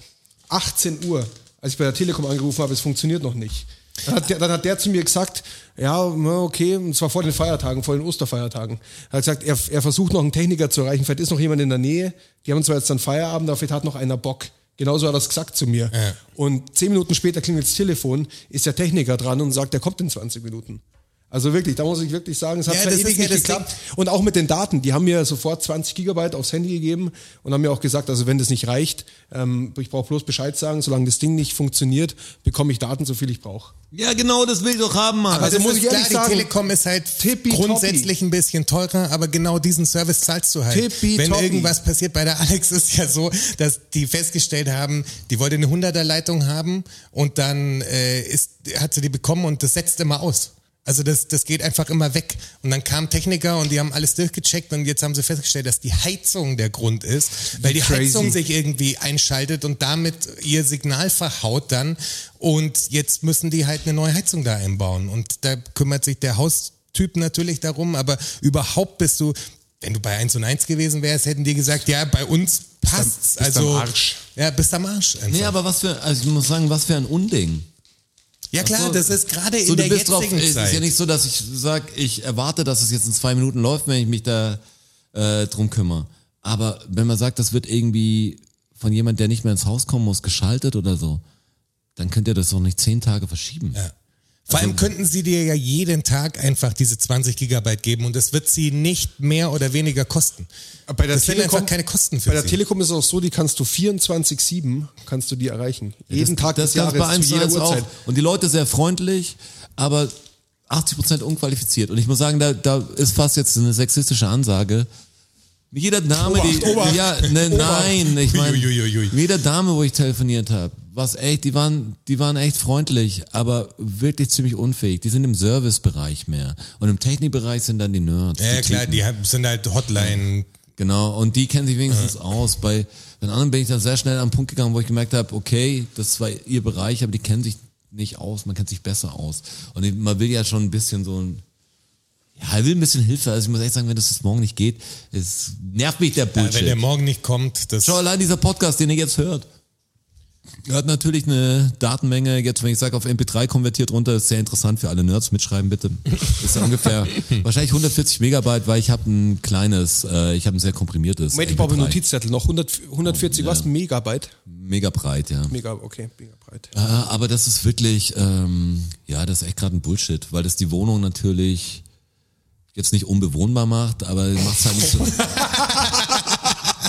Speaker 4: 18 Uhr, als ich bei der Telekom angerufen habe, es funktioniert noch nicht. Dann hat, der, dann hat der zu mir gesagt, ja, na, okay, und zwar vor den Feiertagen, vor den Osterfeiertagen. Er hat gesagt, er, er versucht noch einen Techniker zu erreichen, vielleicht ist noch jemand in der Nähe, die haben zwar jetzt dann Feierabend, aber vielleicht hat noch einer Bock. Genauso hat er es gesagt zu mir.
Speaker 3: Ja.
Speaker 4: Und zehn Minuten später klingelt das Telefon, ist der Techniker dran und sagt, der kommt in 20 Minuten. Also wirklich, da muss ich wirklich sagen, es hat
Speaker 3: Ja,
Speaker 4: ja,
Speaker 3: das
Speaker 4: ewig
Speaker 3: ist ja
Speaker 4: nicht
Speaker 3: das
Speaker 4: geklappt. Und auch mit den Daten, die haben mir sofort 20 Gigabyte aufs Handy gegeben und haben mir auch gesagt, also wenn das nicht reicht, ähm, ich brauche bloß Bescheid sagen, solange das Ding nicht funktioniert, bekomme ich Daten, so viel ich brauche.
Speaker 2: ja, genau, das will ich doch haben, Mann.
Speaker 4: Also
Speaker 3: Das
Speaker 4: muss
Speaker 3: ist
Speaker 4: ich ehrlich
Speaker 3: klar,
Speaker 4: sagen,
Speaker 3: die Telekom ist halt
Speaker 4: tippitoppi.
Speaker 3: grundsätzlich ein bisschen teurer, aber genau diesen Service zahlst du halt.
Speaker 4: Tippitoppi.
Speaker 3: Wenn irgendwas passiert bei der Alex ist ja so, dass die festgestellt haben, die wollte eine 100er Leitung haben und dann äh, ist, hat sie die bekommen und das setzt immer aus. Also das, das geht einfach immer weg. Und dann kamen Techniker und die haben alles durchgecheckt und jetzt haben sie festgestellt, dass die Heizung der Grund ist, weil die
Speaker 4: Crazy.
Speaker 3: Heizung sich irgendwie einschaltet und damit ihr Signal verhaut dann. Und jetzt müssen die halt eine neue Heizung da einbauen. Und da kümmert sich der Haustyp natürlich darum, aber überhaupt bist du, wenn du bei 1 und 1 gewesen wärst, hätten die gesagt, ja, bei uns passt's.
Speaker 4: bist
Speaker 3: also,
Speaker 4: am Arsch.
Speaker 3: Ja, bist am Arsch. Einfach.
Speaker 2: Nee, aber was für, also ich muss sagen, was für ein Unding.
Speaker 3: ja klar,
Speaker 2: so.
Speaker 3: das ist gerade
Speaker 2: So, du
Speaker 3: in der
Speaker 2: bist drauf,
Speaker 3: jetzigen
Speaker 2: es
Speaker 3: Zeit.
Speaker 2: ist ja nicht so, dass ich sage, ich erwarte, dass es jetzt in zwei Minuten läuft, wenn ich mich da äh, drum kümmere. Aber wenn man sagt, das wird irgendwie von jemand, der nicht mehr ins Haus kommen muss, geschaltet oder so, dann könnt ihr das doch nicht zehn Tage verschieben.
Speaker 3: Vor allem könnten sie dir ja jeden Tag einfach diese 20 Gigabyte geben und das wird sie nicht mehr oder weniger kosten.
Speaker 4: Bei der
Speaker 3: das sind einfach keine Kosten für
Speaker 4: Bei der
Speaker 3: sie.
Speaker 4: Telekom ist es auch so, die kannst du 24-7 kannst du die erreichen. Jeden Tag
Speaker 2: das
Speaker 4: des
Speaker 2: ganz
Speaker 4: Jahres,
Speaker 2: bei
Speaker 4: zu
Speaker 2: 1
Speaker 4: jeder
Speaker 2: auch.
Speaker 4: Uhrzeit.
Speaker 2: Und die Leute sehr freundlich, aber 80% unqualifiziert. Und ich muss sagen, da, da ist fast jetzt eine sexistische Ansage. Jeder Dame, die.
Speaker 4: Obacht, Obacht.
Speaker 2: ja, ne, nein, ich meine.
Speaker 3: Uiuiuiui.
Speaker 2: Jeder Dame, wo ich telefoniert habe, was echt, die waren, die waren echt freundlich, aber wirklich ziemlich unfähig. Die sind im Servicebereich mehr. Und im Technikbereich sind dann die Nerds.
Speaker 3: Ja,
Speaker 2: die
Speaker 3: ja klar,
Speaker 2: Typen.
Speaker 3: die haben- sind halt Hotline.
Speaker 2: Genau, und die kennen sich wenigstens aus. Bei den anderen bin ich dann sehr schnell am Punkt gegangen, wo ich gemerkt habe, okay, das war ihr Bereich, aber die kennen sich nicht aus, man kennt sich besser aus. Und ich- man will ja schon ein bisschen so ein, ja, ich will ein bisschen Hilfe. Also ich muss echt sagen, wenn das jetzt morgen nicht geht, es nervt mich der
Speaker 3: Ja, wenn
Speaker 2: Bullshit.
Speaker 3: der morgen nicht kommt, das
Speaker 2: Schau, allein dieser Podcast, den ihr jetzt hört, der hat natürlich eine Datenmenge, jetzt wenn ich sage, auf MP3 konvertiert runter, ist sehr interessant für alle Nerds, mitschreiben bitte. Ist ja ungefähr, wahrscheinlich 140 Megabyte, weil ich habe ein kleines, äh, ich habe ein sehr komprimiertes
Speaker 4: Moment, ich brauche einen
Speaker 2: MP3.
Speaker 4: Notizzettel noch. 100, 140 was? Megabyte?
Speaker 2: Mega breit, ja.
Speaker 4: Mega, okay, mega breit.
Speaker 2: Äh, aber das ist wirklich, ähm, ja, das ist echt gerade ein Bullshit, weil das die Wohnung natürlich jetzt nicht unbewohnbar macht, aber macht's halt nicht so...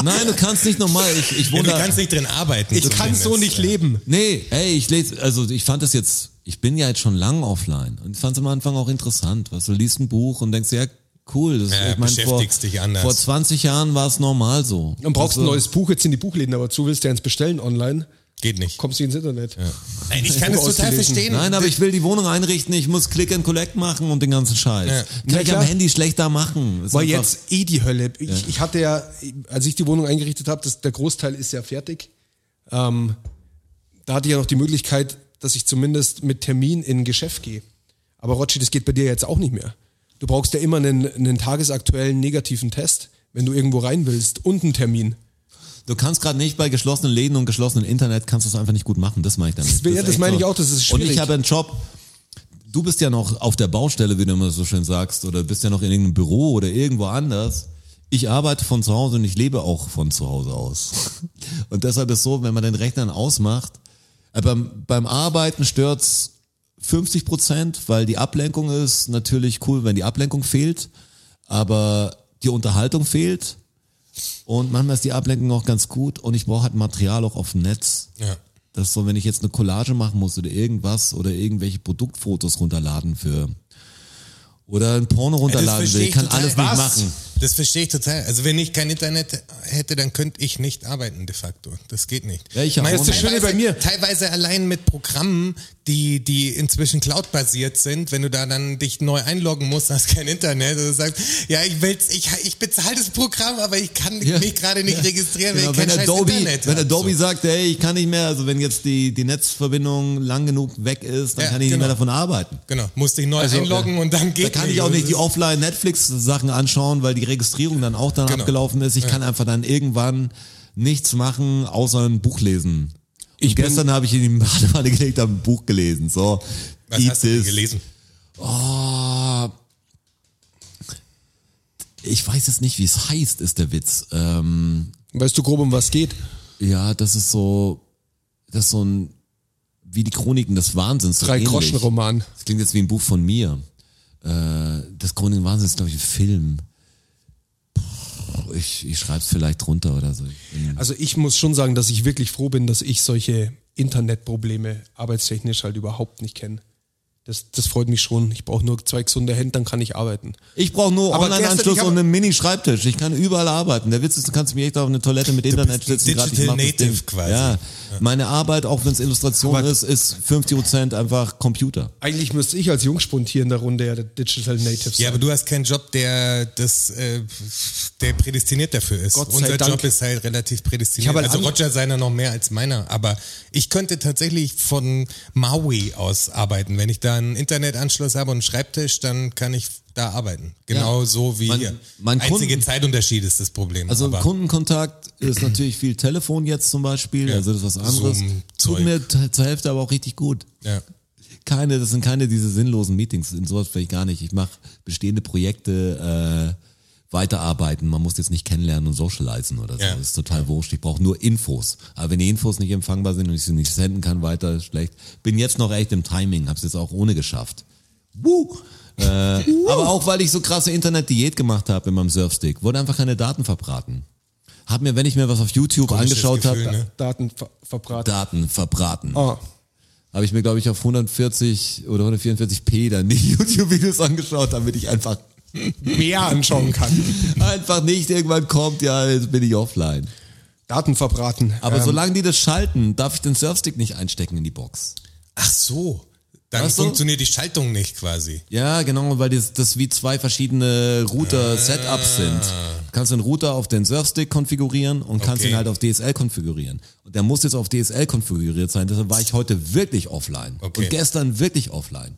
Speaker 2: Nein, du kannst nicht normal, ich, ich
Speaker 3: ja,
Speaker 2: wohne
Speaker 3: du
Speaker 2: da-
Speaker 3: kannst nicht drin arbeiten.
Speaker 4: Ich kann so
Speaker 3: zumindest.
Speaker 4: nicht leben.
Speaker 2: äh, Nee, ey, ich lese, also ich fand das jetzt, ich bin ja jetzt schon lang offline und ich fand es am Anfang auch interessant. Was du liest ein Buch und denkst, ja, cool, das
Speaker 3: Ja,
Speaker 2: ich mein, vor,
Speaker 3: beschäftigst dich anders.
Speaker 2: Vor 20 Jahren war es normal so.
Speaker 4: Dann brauchst du ein
Speaker 2: Also,
Speaker 4: neues Buch, jetzt sind die Buchläden aber zu, willst du eins bestellen online,
Speaker 3: Geht nicht.
Speaker 4: kommst du ins Internet.
Speaker 3: Nein, ich kann es total
Speaker 4: Ausgelesen.
Speaker 3: verstehen.
Speaker 2: Nein, aber ich will die Wohnung einrichten, ich muss Click and Collect machen und den ganzen Scheiß.
Speaker 3: Ja.
Speaker 2: Kann
Speaker 4: Ja,
Speaker 2: ich
Speaker 4: klar.
Speaker 2: am Handy schlechter machen. Ist
Speaker 4: War
Speaker 2: einfach-
Speaker 4: jetzt eh die Hölle. Ich, ich hatte ja, als ich die Wohnung eingerichtet habe, das, der Großteil ist ja fertig. Ähm, da hatte ich ja noch die Möglichkeit, dass ich zumindest mit Termin in ein Geschäft gehe. Aber Rotschi, das geht bei dir jetzt auch nicht mehr. Du brauchst ja immer einen, einen tagesaktuellen negativen Test, wenn du irgendwo rein willst und einen Termin.
Speaker 2: Du kannst gerade nicht bei geschlossenen Läden und geschlossenen Internet kannst du es einfach nicht gut machen. Das meine ich damit.
Speaker 4: Das- ja,
Speaker 2: ist
Speaker 4: das
Speaker 2: echt
Speaker 4: meine ich auch, das ist schwierig.
Speaker 2: Und ich habe einen Job. Du bist ja noch auf der Baustelle, wie du immer so schön sagst, oder bist ja noch in irgendeinem Büro oder irgendwo anders. Ich arbeite von zu Hause und ich lebe auch von zu Hause aus. Und deshalb ist so, wenn man den Rechner dann ausmacht, äh, beim, beim Arbeiten stört's 50 Prozent, weil die Ablenkung ist natürlich cool, wenn die Ablenkung fehlt, aber die Unterhaltung fehlt. Und manchmal ist die Ablenkung auch ganz gut und ich brauche halt Material auch auf dem Netz.
Speaker 3: Ja.
Speaker 2: Das ist so, wenn ich jetzt eine Collage machen muss oder irgendwas oder irgendwelche Produktfotos runterladen für oder ein Porno
Speaker 3: Ja, das
Speaker 2: runterladen
Speaker 3: verstehe
Speaker 2: will, ich kann
Speaker 3: total.
Speaker 2: alles
Speaker 3: Was?
Speaker 2: nicht machen.
Speaker 3: Das verstehe ich total. Also wenn ich kein Internet hätte, dann könnte ich nicht arbeiten de facto. Das geht nicht.
Speaker 2: Ja, ich auch
Speaker 3: Meine,
Speaker 2: nicht.
Speaker 3: teilweise-
Speaker 4: Das Schöne bei mir-
Speaker 3: Teilweise allein mit Programmen, die, die inzwischen Cloud-basiert sind, wenn du da dann dich neu einloggen musst, hast kein Internet und du sagst, ja, ich will's, ich, ich bezahle das Programm, aber ich kann
Speaker 2: Ja.
Speaker 3: mich gerade nicht registrieren,
Speaker 2: Genau,
Speaker 3: weil ich
Speaker 2: wenn
Speaker 3: kein scheiß
Speaker 2: Adobe,
Speaker 3: Internet
Speaker 2: wenn
Speaker 3: hab.
Speaker 2: Adobe
Speaker 3: So.
Speaker 2: sagt, hey, ich kann nicht mehr, also wenn jetzt die, die Netzverbindung lang genug weg ist, dann
Speaker 3: Ja,
Speaker 2: kann ich nicht
Speaker 3: genau.
Speaker 2: mehr davon arbeiten.
Speaker 3: Genau, musst dich neu einloggen und dann geht
Speaker 2: Also, Da kann ich auch nicht die
Speaker 3: Das ist-
Speaker 2: Offline-Netflix-Sachen anschauen, weil die Registrierung dann auch dann
Speaker 3: Genau.
Speaker 2: abgelaufen ist. Ich kann einfach dann irgendwann nichts machen, außer ein Buch lesen. Ich
Speaker 4: bin-
Speaker 2: gestern habe ich in die Badewanne gelegt, habe ein Buch gelesen. So,
Speaker 3: Was
Speaker 2: eat
Speaker 3: hast du denn
Speaker 2: this.
Speaker 3: gelesen?
Speaker 2: Oh, ich weiß jetzt nicht, wie es heißt, ist der Witz. Ähm,
Speaker 4: Weißt du grob, um was geht?
Speaker 2: ja, das ist so, das ist so ein, wie die Chroniken des Wahnsinns. so ähnlich.
Speaker 4: Drei-Groschen-Roman.
Speaker 2: Das klingt jetzt wie ein Buch von mir. Äh, das Chroniken Wahnsinn ist, glaube ich, ein Film. Puh, Ich, ich schreib's vielleicht drunter oder so. Ich ähm, bin-
Speaker 4: Also ich muss schon sagen, dass ich wirklich froh bin, dass ich solche Internetprobleme arbeitstechnisch halt überhaupt nicht kenne. Das, das freut mich schon. Ich brauche nur zwei gesunde Hände, dann kann ich arbeiten.
Speaker 2: Ich brauche nur
Speaker 4: Aber gestern,
Speaker 2: Online-Anschluss
Speaker 4: ich hab-
Speaker 2: und einen Mini-Schreibtisch. Ich kann überall arbeiten. Der Witz ist, du kannst mich echt auf eine Toilette mit Internet
Speaker 3: bist ein
Speaker 2: sitzen. grad, ich
Speaker 3: Digital
Speaker 2: mach das
Speaker 3: Native
Speaker 2: Ding.
Speaker 3: quasi.
Speaker 2: Ja. Meine Arbeit, auch wenn es Illustration
Speaker 4: Aber-
Speaker 2: ist, ist 50 Prozent einfach Computer.
Speaker 4: Eigentlich müsste ich als Jungspund hier in der Runde ja der Digital Native sein.
Speaker 3: Ja, aber du hast keinen Job, der das, äh, der prädestiniert dafür ist.
Speaker 4: Gott sei
Speaker 3: Unser
Speaker 4: Dank.
Speaker 3: Job ist halt relativ
Speaker 4: Ich
Speaker 3: prädestiniert.
Speaker 4: hab halt
Speaker 3: Also
Speaker 4: andere-
Speaker 3: Roger seiner noch mehr als meiner. Aber ich könnte tatsächlich von Maui aus arbeiten. Wenn ich da einen Internetanschluss habe und einen Schreibtisch, dann kann ich da arbeiten. Genau
Speaker 2: Ja.
Speaker 3: so wie
Speaker 2: Mein-
Speaker 3: hier.
Speaker 2: mein
Speaker 3: Einzige
Speaker 2: Kunden-
Speaker 3: Zeitunterschied ist das Problem.
Speaker 2: Also
Speaker 3: aber
Speaker 2: Kundenkontakt ist natürlich viel Telefon jetzt zum Beispiel,
Speaker 3: Ja.
Speaker 2: also das ist was anderes.
Speaker 3: Zoom-Zeug.
Speaker 2: Tut mir t- zur Hälfte aber auch richtig gut.
Speaker 3: ja.
Speaker 2: Keine, das sind keine diese sinnlosen Meetings, in sowas vielleicht gar nicht. Ich mache bestehende Projekte äh, weiterarbeiten. Man muss jetzt nicht kennenlernen und socializen oder so.
Speaker 3: Ja.
Speaker 2: Das ist total wurscht. Ich brauche nur Infos. Aber wenn die Infos nicht empfangbar sind und ich sie nicht senden kann, weiter ist schlecht. Bin jetzt noch echt im Timing, hab's jetzt auch ohne geschafft. Woo! Äh, aber auch weil ich so krasse Internetdiät gemacht habe in meinem Surfstick, wurde einfach keine Daten verbraten. Hab mir, wenn ich mir was auf YouTube
Speaker 3: Komisches
Speaker 2: angeschaut habe,
Speaker 3: Gefühl, ne?
Speaker 4: Daten ver verbraten.
Speaker 2: Daten verbraten
Speaker 4: Ah,
Speaker 2: habe ich mir, glaube ich, auf 140 oder 144p dann die YouTube-Videos angeschaut, damit ich einfach,
Speaker 4: mehr anschauen kann.
Speaker 2: einfach nicht irgendwann kommt, ja, jetzt bin ich offline.
Speaker 4: Daten verbraten.
Speaker 2: Aber
Speaker 4: Ähm,
Speaker 2: solange die das schalten, darf ich den Surfstick nicht einstecken in die Box.
Speaker 3: Ach so. Dann
Speaker 2: Weißt du?
Speaker 3: funktioniert die Schaltung nicht quasi.
Speaker 2: Ja, genau, weil das, das wie zwei verschiedene Router-Setups sind. Du kannst den Router auf den Surfstick konfigurieren und kannst
Speaker 3: Okay.
Speaker 2: ihn halt auf DSL konfigurieren. Und der muss jetzt auf DSL konfiguriert sein, deshalb war ich heute wirklich offline.
Speaker 3: Okay.
Speaker 2: Und gestern wirklich offline.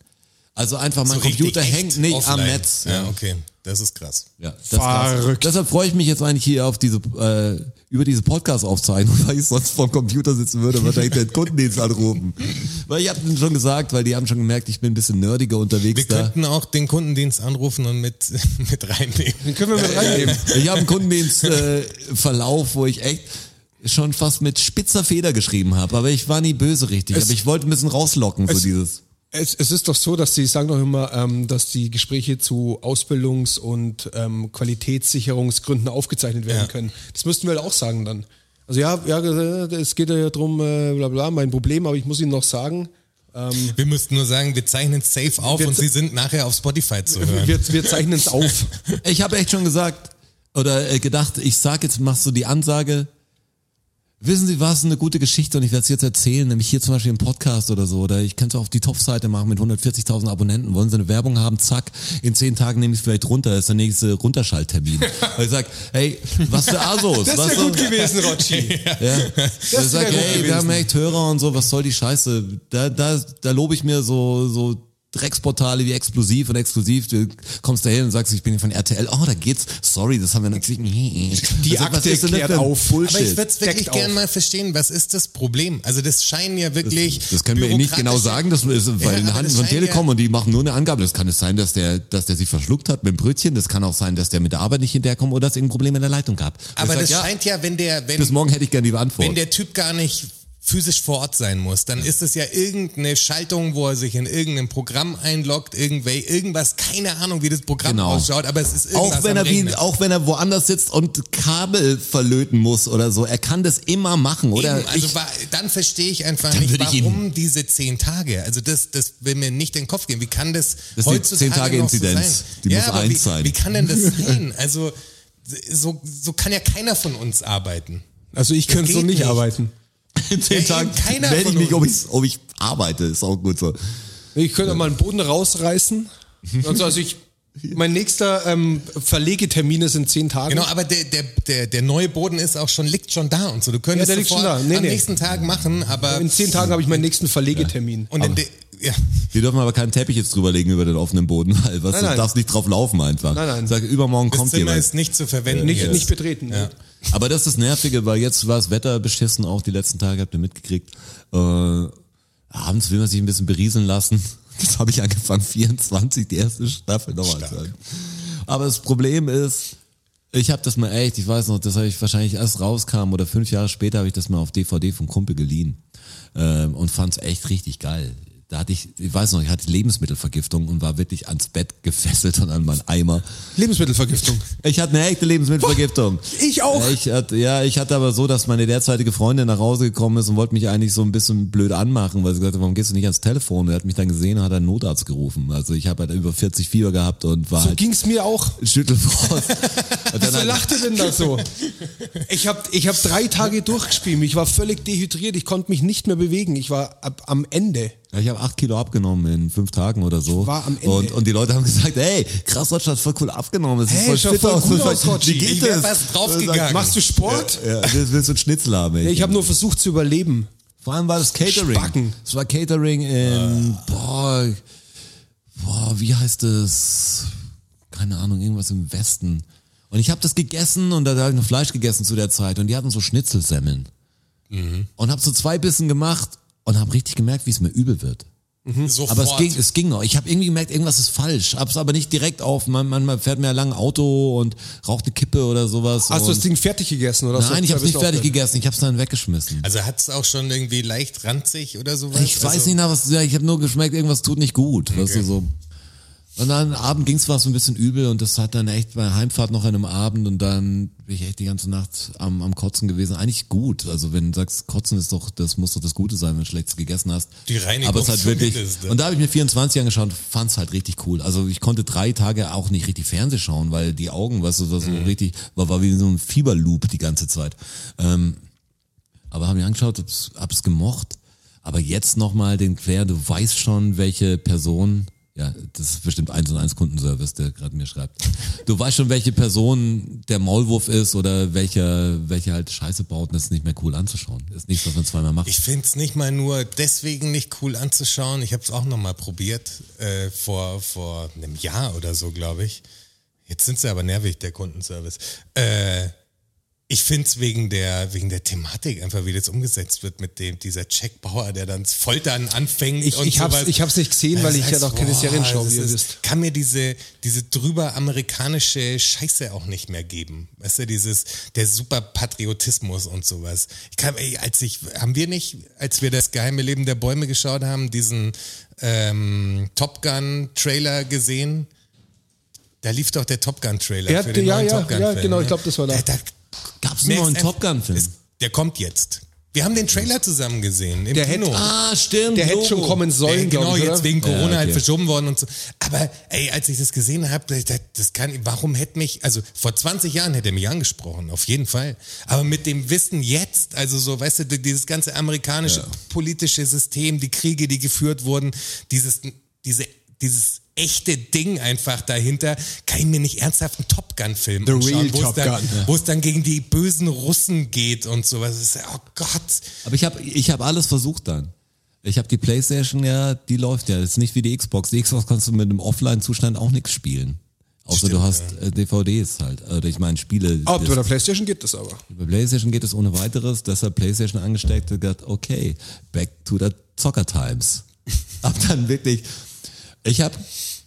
Speaker 2: Also einfach, mein
Speaker 3: So richtig
Speaker 2: Computer
Speaker 3: echt
Speaker 2: hängt nicht am
Speaker 3: offline.
Speaker 2: Netz.
Speaker 3: Ja, okay. Das ist krass.
Speaker 2: Ja, das Verrückt. Deshalb freue ich mich jetzt eigentlich hier auf diese, äh, über diese Podcast-Aufzeichnung, weil ich sonst vorm Computer sitzen würde, und wahrscheinlich den Kundendienst anrufen. Weil ich habe schon gesagt, weil die haben schon gemerkt, ich bin ein bisschen nerdiger unterwegs
Speaker 3: Wir
Speaker 2: da.
Speaker 3: könnten auch den Kundendienst anrufen und mit, mit reinnehmen.
Speaker 4: den können wir mit reinnehmen.
Speaker 2: Ich habe einen Kundendienstverlauf, äh, Verlauf, wo ich echt schon fast mit spitzer Feder geschrieben habe, aber ich war nie böse richtig. aber ich wollte ein bisschen rauslocken, so dieses.
Speaker 4: Es, es ist doch so, dass sie sagen doch immer, ähm, dass die Gespräche zu Ausbildungs- und ähm, Qualitätssicherungsgründen aufgezeichnet werden
Speaker 3: Ja.
Speaker 4: können. Das müssten wir halt auch sagen dann. Also ja, ja äh, es geht ja drum, äh, bla bla, mein Problem, aber ich muss Ihnen noch sagen,
Speaker 3: Wir müssten nur sagen, wir zeichnen safe auf
Speaker 4: Wir
Speaker 3: und
Speaker 4: ze-
Speaker 3: sie sind nachher auf Spotify zu hören.
Speaker 4: wir, wir zeichnen es auf.
Speaker 2: Ich habe echt schon gesagt oder äh, gedacht, ich sag jetzt, machst du die Ansage. Wissen Sie was, eine gute Geschichte und ich werde es jetzt erzählen, nämlich hier zum Beispiel im Podcast oder so, oder ich könnte es auf die Top-Seite machen mit 140.000 Abonnenten, wollen Sie eine Werbung haben, zack, in zehn Tagen nehme ich es vielleicht runter, ist der nächste Runterschalttermin. Weil ich sag, hey, was für Asos,
Speaker 4: Das
Speaker 2: was
Speaker 4: wäre
Speaker 2: für-
Speaker 4: gut gewesen, Rotschi.
Speaker 2: ja. Das
Speaker 4: wär
Speaker 2: sagt,
Speaker 4: gut
Speaker 2: hey, wir haben echt Hörer und so, was soll die Scheiße? Da, da, da lobe ich mir so, so Drecksportale wie Explosiv und Exklusiv. Du kommst da hin und sagst, ich bin hier von RTL. Oh, da geht's. Sorry, das haben wir natürlich nicht.
Speaker 4: Die
Speaker 2: was
Speaker 4: Akte
Speaker 2: ist denn das
Speaker 4: klärt
Speaker 2: für ein
Speaker 4: auf.
Speaker 2: Bullshit.
Speaker 3: Aber ich würde es
Speaker 4: Deckt
Speaker 3: wirklich
Speaker 4: auf.
Speaker 3: gern mal verstehen, was ist das Problem? Also das scheinen ja wirklich...
Speaker 2: das können wir Ihnen nicht genau
Speaker 3: bürokratische-
Speaker 2: sagen, das ist, weil
Speaker 3: Ja,
Speaker 2: in der
Speaker 3: aber
Speaker 2: Hand
Speaker 3: das
Speaker 2: von
Speaker 3: scheinen
Speaker 2: Telekom
Speaker 3: ja-
Speaker 2: und die machen nur eine Angabe. Das kann es sein, dass der, dass der sich verschluckt hat mit dem Brötchen. Das kann auch sein, dass der mit der Arbeit nicht hinterherkommt oder dass es irgendein Problem in der Leitung gab. Und
Speaker 3: Aber
Speaker 2: ich
Speaker 3: das
Speaker 2: sag, ja,
Speaker 3: scheint ja, wenn der, wenn,
Speaker 2: bis morgen hätte ich gerne die Antwort.
Speaker 3: wenn der Typ gar nicht physisch vor Ort sein muss, dann ist es ja irgendeine Schaltung, wo er sich in irgendein Programm einloggt, irgendwel, irgendwas, keine Ahnung, wie das Programm
Speaker 2: Genau.
Speaker 3: ausschaut, aber es ist irgendwas
Speaker 2: Auch wenn,
Speaker 3: am
Speaker 2: er wie,
Speaker 3: Rechner.
Speaker 2: auch wenn er woanders sitzt und Kabel verlöten muss oder so, er kann das immer machen, oder?
Speaker 3: Eben, also
Speaker 2: ich,
Speaker 3: wa- dann verstehe ich einfach
Speaker 2: Dann
Speaker 3: nicht,
Speaker 2: würde ich ihn-
Speaker 3: warum diese zehn Tage. Also das, das will mir nicht in den Kopf gehen. Wie kann das,
Speaker 2: Das ist die
Speaker 3: heutzutage
Speaker 2: 10 Tage
Speaker 3: noch so
Speaker 2: Inzidenz.
Speaker 3: sein?
Speaker 2: Die
Speaker 3: ja,
Speaker 2: muss
Speaker 3: aber wie,
Speaker 2: eins sein.
Speaker 3: Wie kann denn das sein? Also so, so kann ja keiner von uns arbeiten.
Speaker 4: Also ich könnte
Speaker 3: Das
Speaker 4: so
Speaker 3: geht
Speaker 4: nicht,
Speaker 3: nicht.
Speaker 4: arbeiten.
Speaker 2: in zehn
Speaker 3: eben,
Speaker 2: Tagen
Speaker 3: keiner
Speaker 2: melde ich
Speaker 3: von
Speaker 2: mich, ob ich, ob ich arbeite, ist auch gut so.
Speaker 4: Ich könnte auch mal einen Boden rausreißen. Also, also ich, mein nächster ähm, Verlegetermin ist in zehn Tagen.
Speaker 3: Genau, aber der, der, der, der neue Boden ist auch schon, liegt schon da und so. Du könntest
Speaker 4: der
Speaker 3: es
Speaker 4: liegt schon
Speaker 3: sofort
Speaker 4: da. Nee,
Speaker 3: am
Speaker 4: nee.
Speaker 3: nächsten Tag machen, aber
Speaker 4: In zehn Tagen habe ich meinen nächsten Verlegetermin.
Speaker 3: und in de, ja.
Speaker 2: Wir dürfen aber keinen Teppich jetzt drüberlegen über den offenen Boden, weil was,
Speaker 4: Nein,
Speaker 2: du
Speaker 4: nein.
Speaker 2: darfst nicht drauf laufen einfach.
Speaker 4: Nein, nein.
Speaker 2: Sag, übermorgen
Speaker 3: das
Speaker 2: kommt
Speaker 3: Zimmer
Speaker 2: jemand.
Speaker 3: ist nicht zu verwenden.
Speaker 4: Nicht,
Speaker 3: jetzt.
Speaker 4: nicht betreten. ne?
Speaker 2: Aber das ist das Nervige, weil jetzt war das Wetter beschissen, auch die letzten Tage habt ihr mitgekriegt. Äh, abends will man sich ein bisschen berieseln lassen. Jetzt habe ich angefangen, 24, die erste Staffel nochmal zu hören. Aber das Problem ist, ich habe das mal echt, ich weiß noch, das habe ich wahrscheinlich erst rauskam oder fünf Jahre später habe ich das mal auf DVD vom Kumpel geliehen ähm, und fand's echt richtig geil. Da hatte ich, ich weiß noch, ich hatte Lebensmittelvergiftung und war wirklich ans Bett gefesselt und an meinen Eimer.
Speaker 4: Lebensmittelvergiftung.
Speaker 2: Ich hatte eine echte Lebensmittelvergiftung.
Speaker 4: Ich auch.
Speaker 2: Ich hatte, ja, ich hatte aber so, dass meine derzeitige Freundin nach Hause gekommen ist und wollte mich eigentlich so ein bisschen blöd anmachen, weil sie gesagt hat, warum gehst du nicht ans Telefon? Er hat mich dann gesehen und hat einen Notarzt gerufen. Also ich habe halt über 40 Fieber gehabt und war
Speaker 4: So
Speaker 2: halt
Speaker 4: ging es mir auch.
Speaker 2: Schüttelfrost.
Speaker 4: Wieso lacht ihr denn da so? halt. Ich habe ich hab drei Tage durchgespielt. Ich war völlig dehydriert. Ich konnte mich nicht mehr bewegen. Ich war ab, am Ende.
Speaker 2: Ja, Ich habe acht Kilo abgenommen in fünf Tagen oder so.
Speaker 4: War am Ende.
Speaker 2: Und, und die Leute haben gesagt, ey, krass, Deutschland hat voll cool abgenommen. Es ist
Speaker 4: Hey,
Speaker 2: voll
Speaker 4: schau
Speaker 2: fit
Speaker 4: voll
Speaker 2: aus.
Speaker 4: gut
Speaker 2: Und
Speaker 4: aus,
Speaker 2: sagt,
Speaker 4: Rotschi.
Speaker 2: Wie geht
Speaker 3: Ich wär
Speaker 2: das?
Speaker 3: fast
Speaker 2: Und sagt,
Speaker 3: draufgegangen.
Speaker 4: Machst du Sport?
Speaker 2: Ja, willst, willst du einen Schnitzel haben? Ey?
Speaker 4: Ich habe nur versucht zu überleben.
Speaker 2: Vor allem war das Catering.
Speaker 4: Spacken. Ah.
Speaker 2: Es war Catering in, boah, boah, wie heißt es? Keine Ahnung, irgendwas im Westen. Und ich habe das gegessen und da, da habe ich noch Fleisch gegessen zu der Zeit und die hatten so Schnitzelsemmeln.
Speaker 4: Mhm.
Speaker 2: Und habe so zwei Bissen gemacht und habe richtig gemerkt, wie es mir übel wird. Hm?
Speaker 3: Sofort.
Speaker 2: Aber es ging, es ging noch. Ich habe irgendwie gemerkt, irgendwas ist falsch. Hab's aber nicht direkt auf. Man, man, man fährt mir ja lang Auto und raucht eine Kippe oder sowas.
Speaker 4: Hast du
Speaker 2: und
Speaker 4: das Ding fertig gegessen? Oder hast du
Speaker 2: Nein, ich
Speaker 4: zwei
Speaker 2: habe nicht
Speaker 4: Bissen
Speaker 2: fertig
Speaker 4: aufgehört?
Speaker 2: gegessen. Ich habe es dann weggeschmissen.
Speaker 3: also hat's auch schon irgendwie leicht ranzig oder sowas?
Speaker 2: Ich weiß
Speaker 3: also,
Speaker 2: nicht, nach was. Ja, ich habe nur geschmeckt, irgendwas tut nicht gut. Weißt du, so. Und dann am Abend ging's war es ein bisschen übel und das hat dann echt bei Heimfahrt noch an einem Abend und dann bin ich echt die ganze Nacht am, am Kotzen gewesen. Eigentlich gut. Also wenn du sagst, Kotzen ist doch, das muss doch das Gute sein, wenn du schlechtes gegessen hast.
Speaker 3: Die Reinigung
Speaker 2: Aber es hat wirklich.
Speaker 3: zumindest, ne?
Speaker 2: Und da habe ich mir 24 angeschaut, fand's halt richtig cool. Also ich konnte drei Tage auch nicht richtig Fernseh schauen, weil die Augen, weißt du, war
Speaker 3: Mhm.
Speaker 2: so richtig, war, war wie so ein Fieberloop die ganze Zeit. Ähm, aber habe mir angeschaut, hab's, hab's gemocht. Aber jetzt nochmal den Claire, du weißt schon, welche Person, ja, das ist bestimmt eins und eins Kundenservice, der gerade mir schreibt. Du weißt schon, welche Person der Maulwurf ist oder welcher, welcher halt Scheiße baut und das ist nicht mehr cool anzuschauen. Das ist nichts, was man zweimal macht.
Speaker 3: Ich finde es nicht mal nur deswegen nicht cool anzuschauen. Ich habe es auch nochmal probiert, äh, vor, vor einem Jahr oder so, glaube ich. Jetzt sind sie aber nervig, der Kundenservice. Äh, ich finde es wegen der, wegen der Thematik einfach, wie das umgesetzt wird mit dem, dieser Checkbauer, der dann das Foltern anfängt
Speaker 4: Ich-
Speaker 3: und
Speaker 4: ich hab's-
Speaker 3: sowas.
Speaker 4: ich hab's nicht gesehen, weil
Speaker 3: das
Speaker 4: ich ja
Speaker 3: heißt,
Speaker 4: doch keine
Speaker 3: boah,
Speaker 4: Serien schaue,
Speaker 3: das
Speaker 4: wie ihr
Speaker 3: ist-
Speaker 4: wisst.
Speaker 3: Kann mir diese, diese drüber amerikanische Scheiße auch nicht mehr geben. Weißt du, dieses, der Superpatriotismus und sowas. Ich kann, ey, als ich, haben wir nicht, als wir das geheime Leben der Bäume geschaut haben, diesen ähm, Top Gun Trailer gesehen? Da lief doch der Top Gun Trailer.
Speaker 4: Ja,
Speaker 3: für den
Speaker 4: ja,
Speaker 3: neuen
Speaker 4: ja,
Speaker 3: Top Gun
Speaker 4: ja,
Speaker 3: Film,
Speaker 4: genau,
Speaker 3: ne?
Speaker 4: ich glaub, das war da.
Speaker 3: Da,
Speaker 2: Gab's einen neuen
Speaker 3: merkst
Speaker 2: Top Gun-Film?
Speaker 3: es- Der kommt jetzt. Wir haben den Trailer zusammen gesehen im
Speaker 4: Der hätte-
Speaker 3: Kino.
Speaker 2: Ah, stimmt.
Speaker 4: Der hätte schon
Speaker 2: Logo.
Speaker 4: kommen
Speaker 3: Äh,
Speaker 4: sollen,
Speaker 3: genau,
Speaker 4: glaub ich,
Speaker 3: jetzt
Speaker 4: oder?
Speaker 3: wegen Corona
Speaker 2: Ja, okay.
Speaker 3: halt verschoben worden und so. Aber ey, als ich das gesehen habe, da- da- das kann, warum hätte mich, also vor 20 Jahren hätte er mich angesprochen, auf jeden Fall. Aber mit dem Wissen jetzt, also so, weißt du, die- dieses ganze amerikanische politische System, die Kriege, die geführt wurden, dieses, diese, dieses echte Ding einfach dahinter, kann ich mir nicht ernsthaft einen Top Gun-Film
Speaker 4: The
Speaker 3: anschauen,
Speaker 4: real
Speaker 3: wo es
Speaker 4: Top
Speaker 3: dann,
Speaker 4: Gun, ja.
Speaker 3: wo es dann gegen die bösen Russen geht und sowas. Das ist, oh Gott.
Speaker 2: Aber ich habe ich hab alles versucht dann. Ich habe die Playstation ja, die läuft ja. Das ist nicht wie die Xbox. Die Xbox kannst du mit einem Offline-Zustand auch nichts spielen. Außer du hast äh, DVDs halt. Oder ich meine Spiele.
Speaker 4: Ah,
Speaker 2: das-
Speaker 4: bei der Playstation geht das aber.
Speaker 2: bei Playstation geht es ohne weiteres, deshalb Playstation angesteckt und gesagt, okay, back to the Zocker Times. Hab dann wirklich, ich habe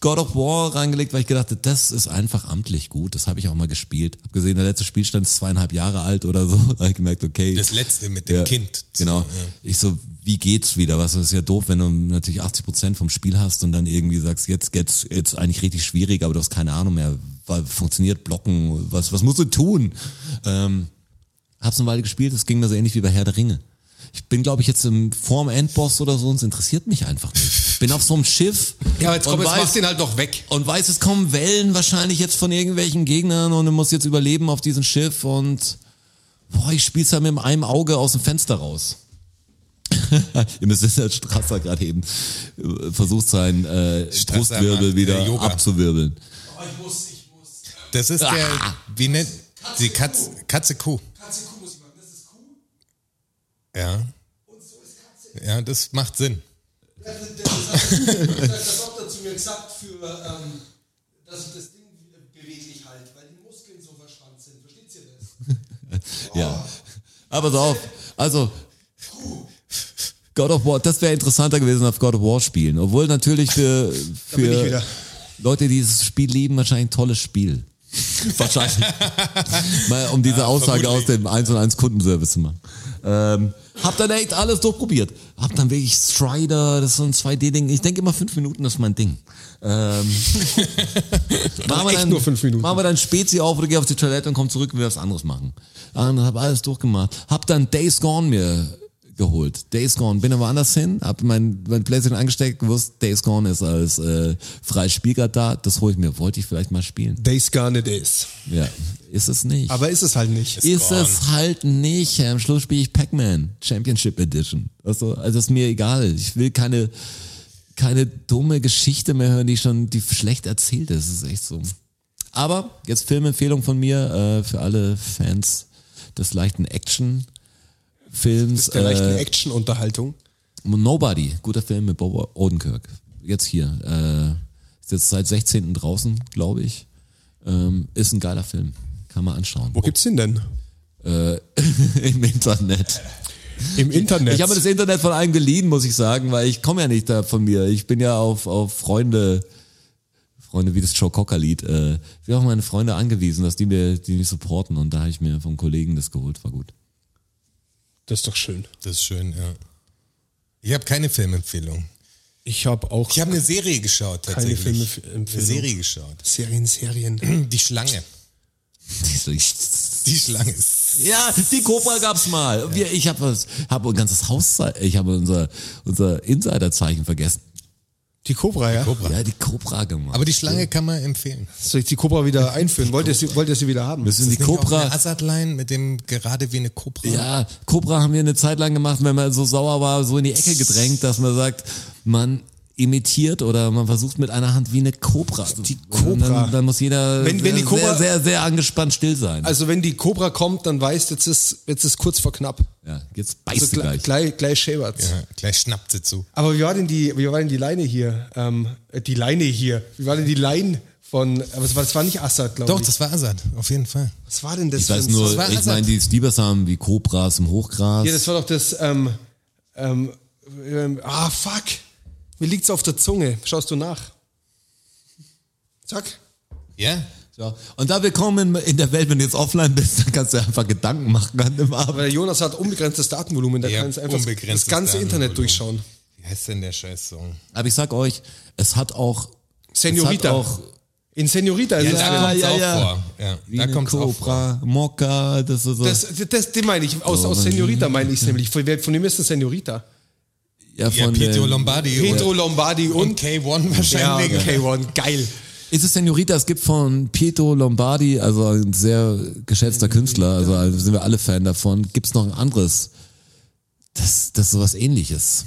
Speaker 2: God of War reingelegt, weil ich gedacht habe, das ist einfach amtlich gut, das habe ich auch mal gespielt. Hab gesehen, der letzte Spielstand ist zweieinhalb Jahre alt oder so, da hab ich gemerkt, okay.
Speaker 3: Das letzte mit dem Kind.
Speaker 2: Genau. Ich so, wie geht's wieder? Was ist ja doof, wenn du natürlich 80 Prozent vom Spiel hast und dann irgendwie sagst, jetzt geht's jetzt eigentlich richtig schwierig, aber du hast keine Ahnung mehr, weil funktioniert Blocken, was, was musst du tun? Ähm, hab's eine Weile gespielt, es ging mir so ähnlich wie bei Herr der Ringe. Ich bin, glaube ich, jetzt im vorm Endboss oder so und es interessiert mich einfach nicht. Bin auf so einem Schiff. und weiß-
Speaker 4: den halt doch weg.
Speaker 2: und weiß, es kommen Wellen wahrscheinlich jetzt von irgendwelchen Gegnern und er muss jetzt überleben auf diesem Schiff und boah, ich spiel's ja mit einem Auge aus dem Fenster raus. Ihr müsst es als Strasser gerade eben äh, versucht sein, äh,
Speaker 3: Strasser
Speaker 2: Brustwirbel
Speaker 3: macht,
Speaker 2: wieder
Speaker 3: äh, Yoga.
Speaker 2: abzuwirbeln.
Speaker 3: Das ist
Speaker 2: Ah.
Speaker 3: der, wie nennt, die Katze, Katze Kuh. Ja. Ja, das macht Sinn.
Speaker 5: Der Doktor zu mir gesagt, für, ähm, dass ich das Ding beweglich halte, weil die Muskeln so verspannt sind. Versteht ihr das?
Speaker 2: Ja.
Speaker 3: Oh.
Speaker 2: Aber so auf. Also. God of War, das wäre interessanter gewesen auf God of War spielen. Obwohl natürlich für,
Speaker 4: ich
Speaker 2: für
Speaker 4: wieder.
Speaker 2: Leute, die dieses Spiel lieben, wahrscheinlich ein tolles Spiel. wahrscheinlich. Mal, um diese Aussage aus
Speaker 3: vermutlich.
Speaker 2: dem 1 und 1 Kundenservice zu machen. Ähm, hab dann echt alles durchprobiert. Hab dann wirklich Strider, das ist so ein 2D-Ding. Ich denke immer fünf Minuten ist mein Ding. Ähm, Machen wir
Speaker 4: echt
Speaker 2: dann,
Speaker 4: nur fünf Minuten.
Speaker 2: Machen wir dann Spezi auf oder geh auf die Toilette und komm zurück und will was anderes machen. Und hab alles durchgemacht. Hab dann Days Gone mir geholt. Days Gone. Bin aber anders hin, hab mein, mein Playstation angesteckt, gewusst, Days Gone ist als äh, freies Spielgrad da. Das hole ich mir. Wollte ich vielleicht mal spielen.
Speaker 4: Days Gone it is.
Speaker 2: Ja. Ist es nicht.
Speaker 4: Aber ist es halt nicht.
Speaker 2: ist es halt nicht. Am Schluss spiele ich Pac-Man Championship Edition. Also, also ist mir egal. Ich will keine, keine dumme Geschichte mehr hören, die schon die schlecht erzählt ist. Das ist echt so. Aber jetzt Filmempfehlung von mir äh, für alle Fans des leichten Action. Films,
Speaker 4: der leichten
Speaker 2: äh,
Speaker 4: Action-Unterhaltung.
Speaker 2: Nobody, guter Film mit Bob Odenkirk. Jetzt hier, äh, ist jetzt seit 16. draußen, glaube ich. Ähm, ist ein geiler Film, kann man anschauen.
Speaker 4: Wo gibt's den denn?
Speaker 2: Äh, Im Internet.
Speaker 4: Im Internet.
Speaker 2: Ich habe das Internet von einem geliehen, muss ich sagen, weil ich komme ja nicht da von mir. Ich bin ja auf, auf Freunde, Freunde wie das Joe Cocker Lied. Äh, ich bin auf meine Freunde angewiesen, dass die mir, die mich supporten und da habe ich mir vom Kollegen das geholt, war gut.
Speaker 4: das ist doch schön.
Speaker 3: Das ist schön, ja. Ich habe keine Filmempfehlung.
Speaker 4: Ich habe auch
Speaker 3: Ich habe eine Serie geschaut, tatsächlich.
Speaker 4: Filmempfehlung.
Speaker 3: Eine Serie geschaut.
Speaker 4: Serien, Serien.
Speaker 3: Die Schlange. Die Schlange.
Speaker 2: Ja, die Cobra gab's mal. Wir, ich habe was, habe ein ganzes Haus, ich habe unser unser Insiderzeichen vergessen.
Speaker 4: Die Cobra, ja.
Speaker 2: Ja, die Cobra gemacht.
Speaker 3: Aber die Schlange kann man empfehlen.
Speaker 4: Soll ich die Cobra wieder einführen? Wollt ihr, sie, wollt ihr sie wieder haben?
Speaker 2: müssen die
Speaker 3: Nicht auch
Speaker 2: Cobra.
Speaker 3: Eine Azad-Line mit dem gerade wie eine Cobra.
Speaker 2: Ja, Cobra haben wir eine Zeit lang gemacht, wenn man so sauer war, so in die Ecke gedrängt, dass man sagt, man imitiert oder man versucht mit einer Hand wie eine Cobra. Die
Speaker 4: Cobra.
Speaker 2: Dann, dann muss jeder
Speaker 4: Wenn- wenn die Cobra-
Speaker 2: sehr, sehr, sehr angespannt still sein.
Speaker 4: Also wenn die Cobra kommt, dann weißt jetzt ist jetzt ist kurz vor knapp.
Speaker 2: ja, jetzt
Speaker 4: Also
Speaker 2: beißt du gleich.
Speaker 4: gleich gleich, gleich schäbert's.
Speaker 3: Ja, gleich schnappt sie zu.
Speaker 4: Aber wie war denn die wie war denn die Leine hier? Ähm, äh, die Leine hier. Wie war denn die Line von aber es war, das war nicht Assad, glaube
Speaker 3: Doch,
Speaker 4: ich.
Speaker 3: das war Azad, auf jeden Fall.
Speaker 4: Was war denn das?
Speaker 2: Ich weiß
Speaker 4: für ein-
Speaker 2: nur,
Speaker 4: das war,
Speaker 3: war
Speaker 4: also
Speaker 2: ich
Speaker 3: Ansatz.
Speaker 2: meine, die Stiebers haben wie Cobras im Hochgras.
Speaker 4: ja, das war doch das ähm, ähm, ähm, ah fuck. Mir liegt's auf der Zunge. Schaust du nach? Zack.
Speaker 3: Ja?
Speaker 2: So. Und da willkommen in der Welt, wenn du jetzt offline bist, dann kannst du einfach Gedanken machen an dem
Speaker 4: Aber
Speaker 2: Abend.
Speaker 4: der Jonas hat unbegrenztes Datenvolumen, der
Speaker 3: Ja,
Speaker 4: kann jetzt einfach das
Speaker 3: unbegrenztes
Speaker 4: ganze Internet
Speaker 3: Datenvolumen.
Speaker 4: durchschauen.
Speaker 3: Wie heißt denn der Scheiß-Song?
Speaker 2: Aber ich sag euch, es hat auch,
Speaker 4: Senorita.
Speaker 2: es hat auch
Speaker 4: In Senorita also ist es
Speaker 3: da
Speaker 2: ja,
Speaker 3: kommt's
Speaker 2: ja,
Speaker 3: auch
Speaker 2: ja.
Speaker 3: vor. Ja,
Speaker 2: wie
Speaker 3: da
Speaker 2: eine
Speaker 3: kommt's auch vor.
Speaker 2: Cobra, Mokka, das ist so.
Speaker 4: Das, das, den meine ich. Aus,
Speaker 2: Oh,
Speaker 4: aus Senorita meine ich es nämlich. Von, wer- von dem ist ein Senorita.
Speaker 2: ja,
Speaker 3: Ja,
Speaker 2: den-
Speaker 3: Pietro Lombardi.
Speaker 4: Pedro Lombardi
Speaker 3: und,
Speaker 4: und,
Speaker 3: und K1
Speaker 4: ja,
Speaker 3: wahrscheinlich.
Speaker 4: K1. Geil.
Speaker 2: Ist es Senorita? Es gibt von Pietro Lombardi, also ein sehr geschätzter Künstler, also also sind wir alle Fan davon. Gibt es noch ein anderes? Das, das ist sowas ähnliches.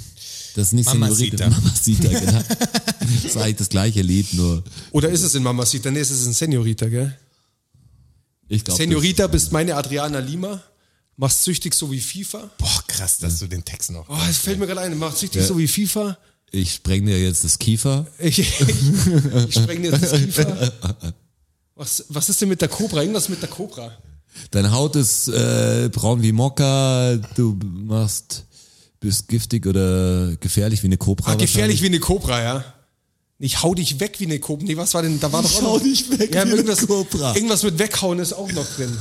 Speaker 2: Das ist nicht
Speaker 3: Mamacita.
Speaker 2: Senorita. Mamacita, genau. das ist eigentlich das gleiche Lied, nur
Speaker 4: Oder ist es in Mamacita? Nee, es ist in Senorita, gell?
Speaker 2: ich glaube.
Speaker 4: Senorita bist meine Adriana Lima. Machst süchtig so wie FIFA.
Speaker 3: Boah, krass, dass du den Text noch.
Speaker 4: Oh, es fällt mir gerade ein. Machst süchtig
Speaker 2: Ja.
Speaker 4: so wie FIFA.
Speaker 2: Ich spreng dir jetzt das Kiefer.
Speaker 4: Ich, ich spreng jetzt das FIFA. Was, was ist denn mit der Cobra? Irgendwas mit der Cobra.
Speaker 2: Deine Haut ist äh, braun wie Mokka. Du machst, bist giftig oder gefährlich wie eine Kobra.
Speaker 4: Ah,
Speaker 2: wahrscheinlich.
Speaker 4: gefährlich wie eine Cobra, ja. Ich hau dich weg wie eine Cobra. Nee, was war denn? Da war doch
Speaker 2: Ich
Speaker 4: auch noch-
Speaker 2: hau dich weg
Speaker 4: ja,
Speaker 2: wie eine
Speaker 4: irgendwas,
Speaker 2: Cobra.
Speaker 4: Irgendwas mit weghauen ist auch noch drin.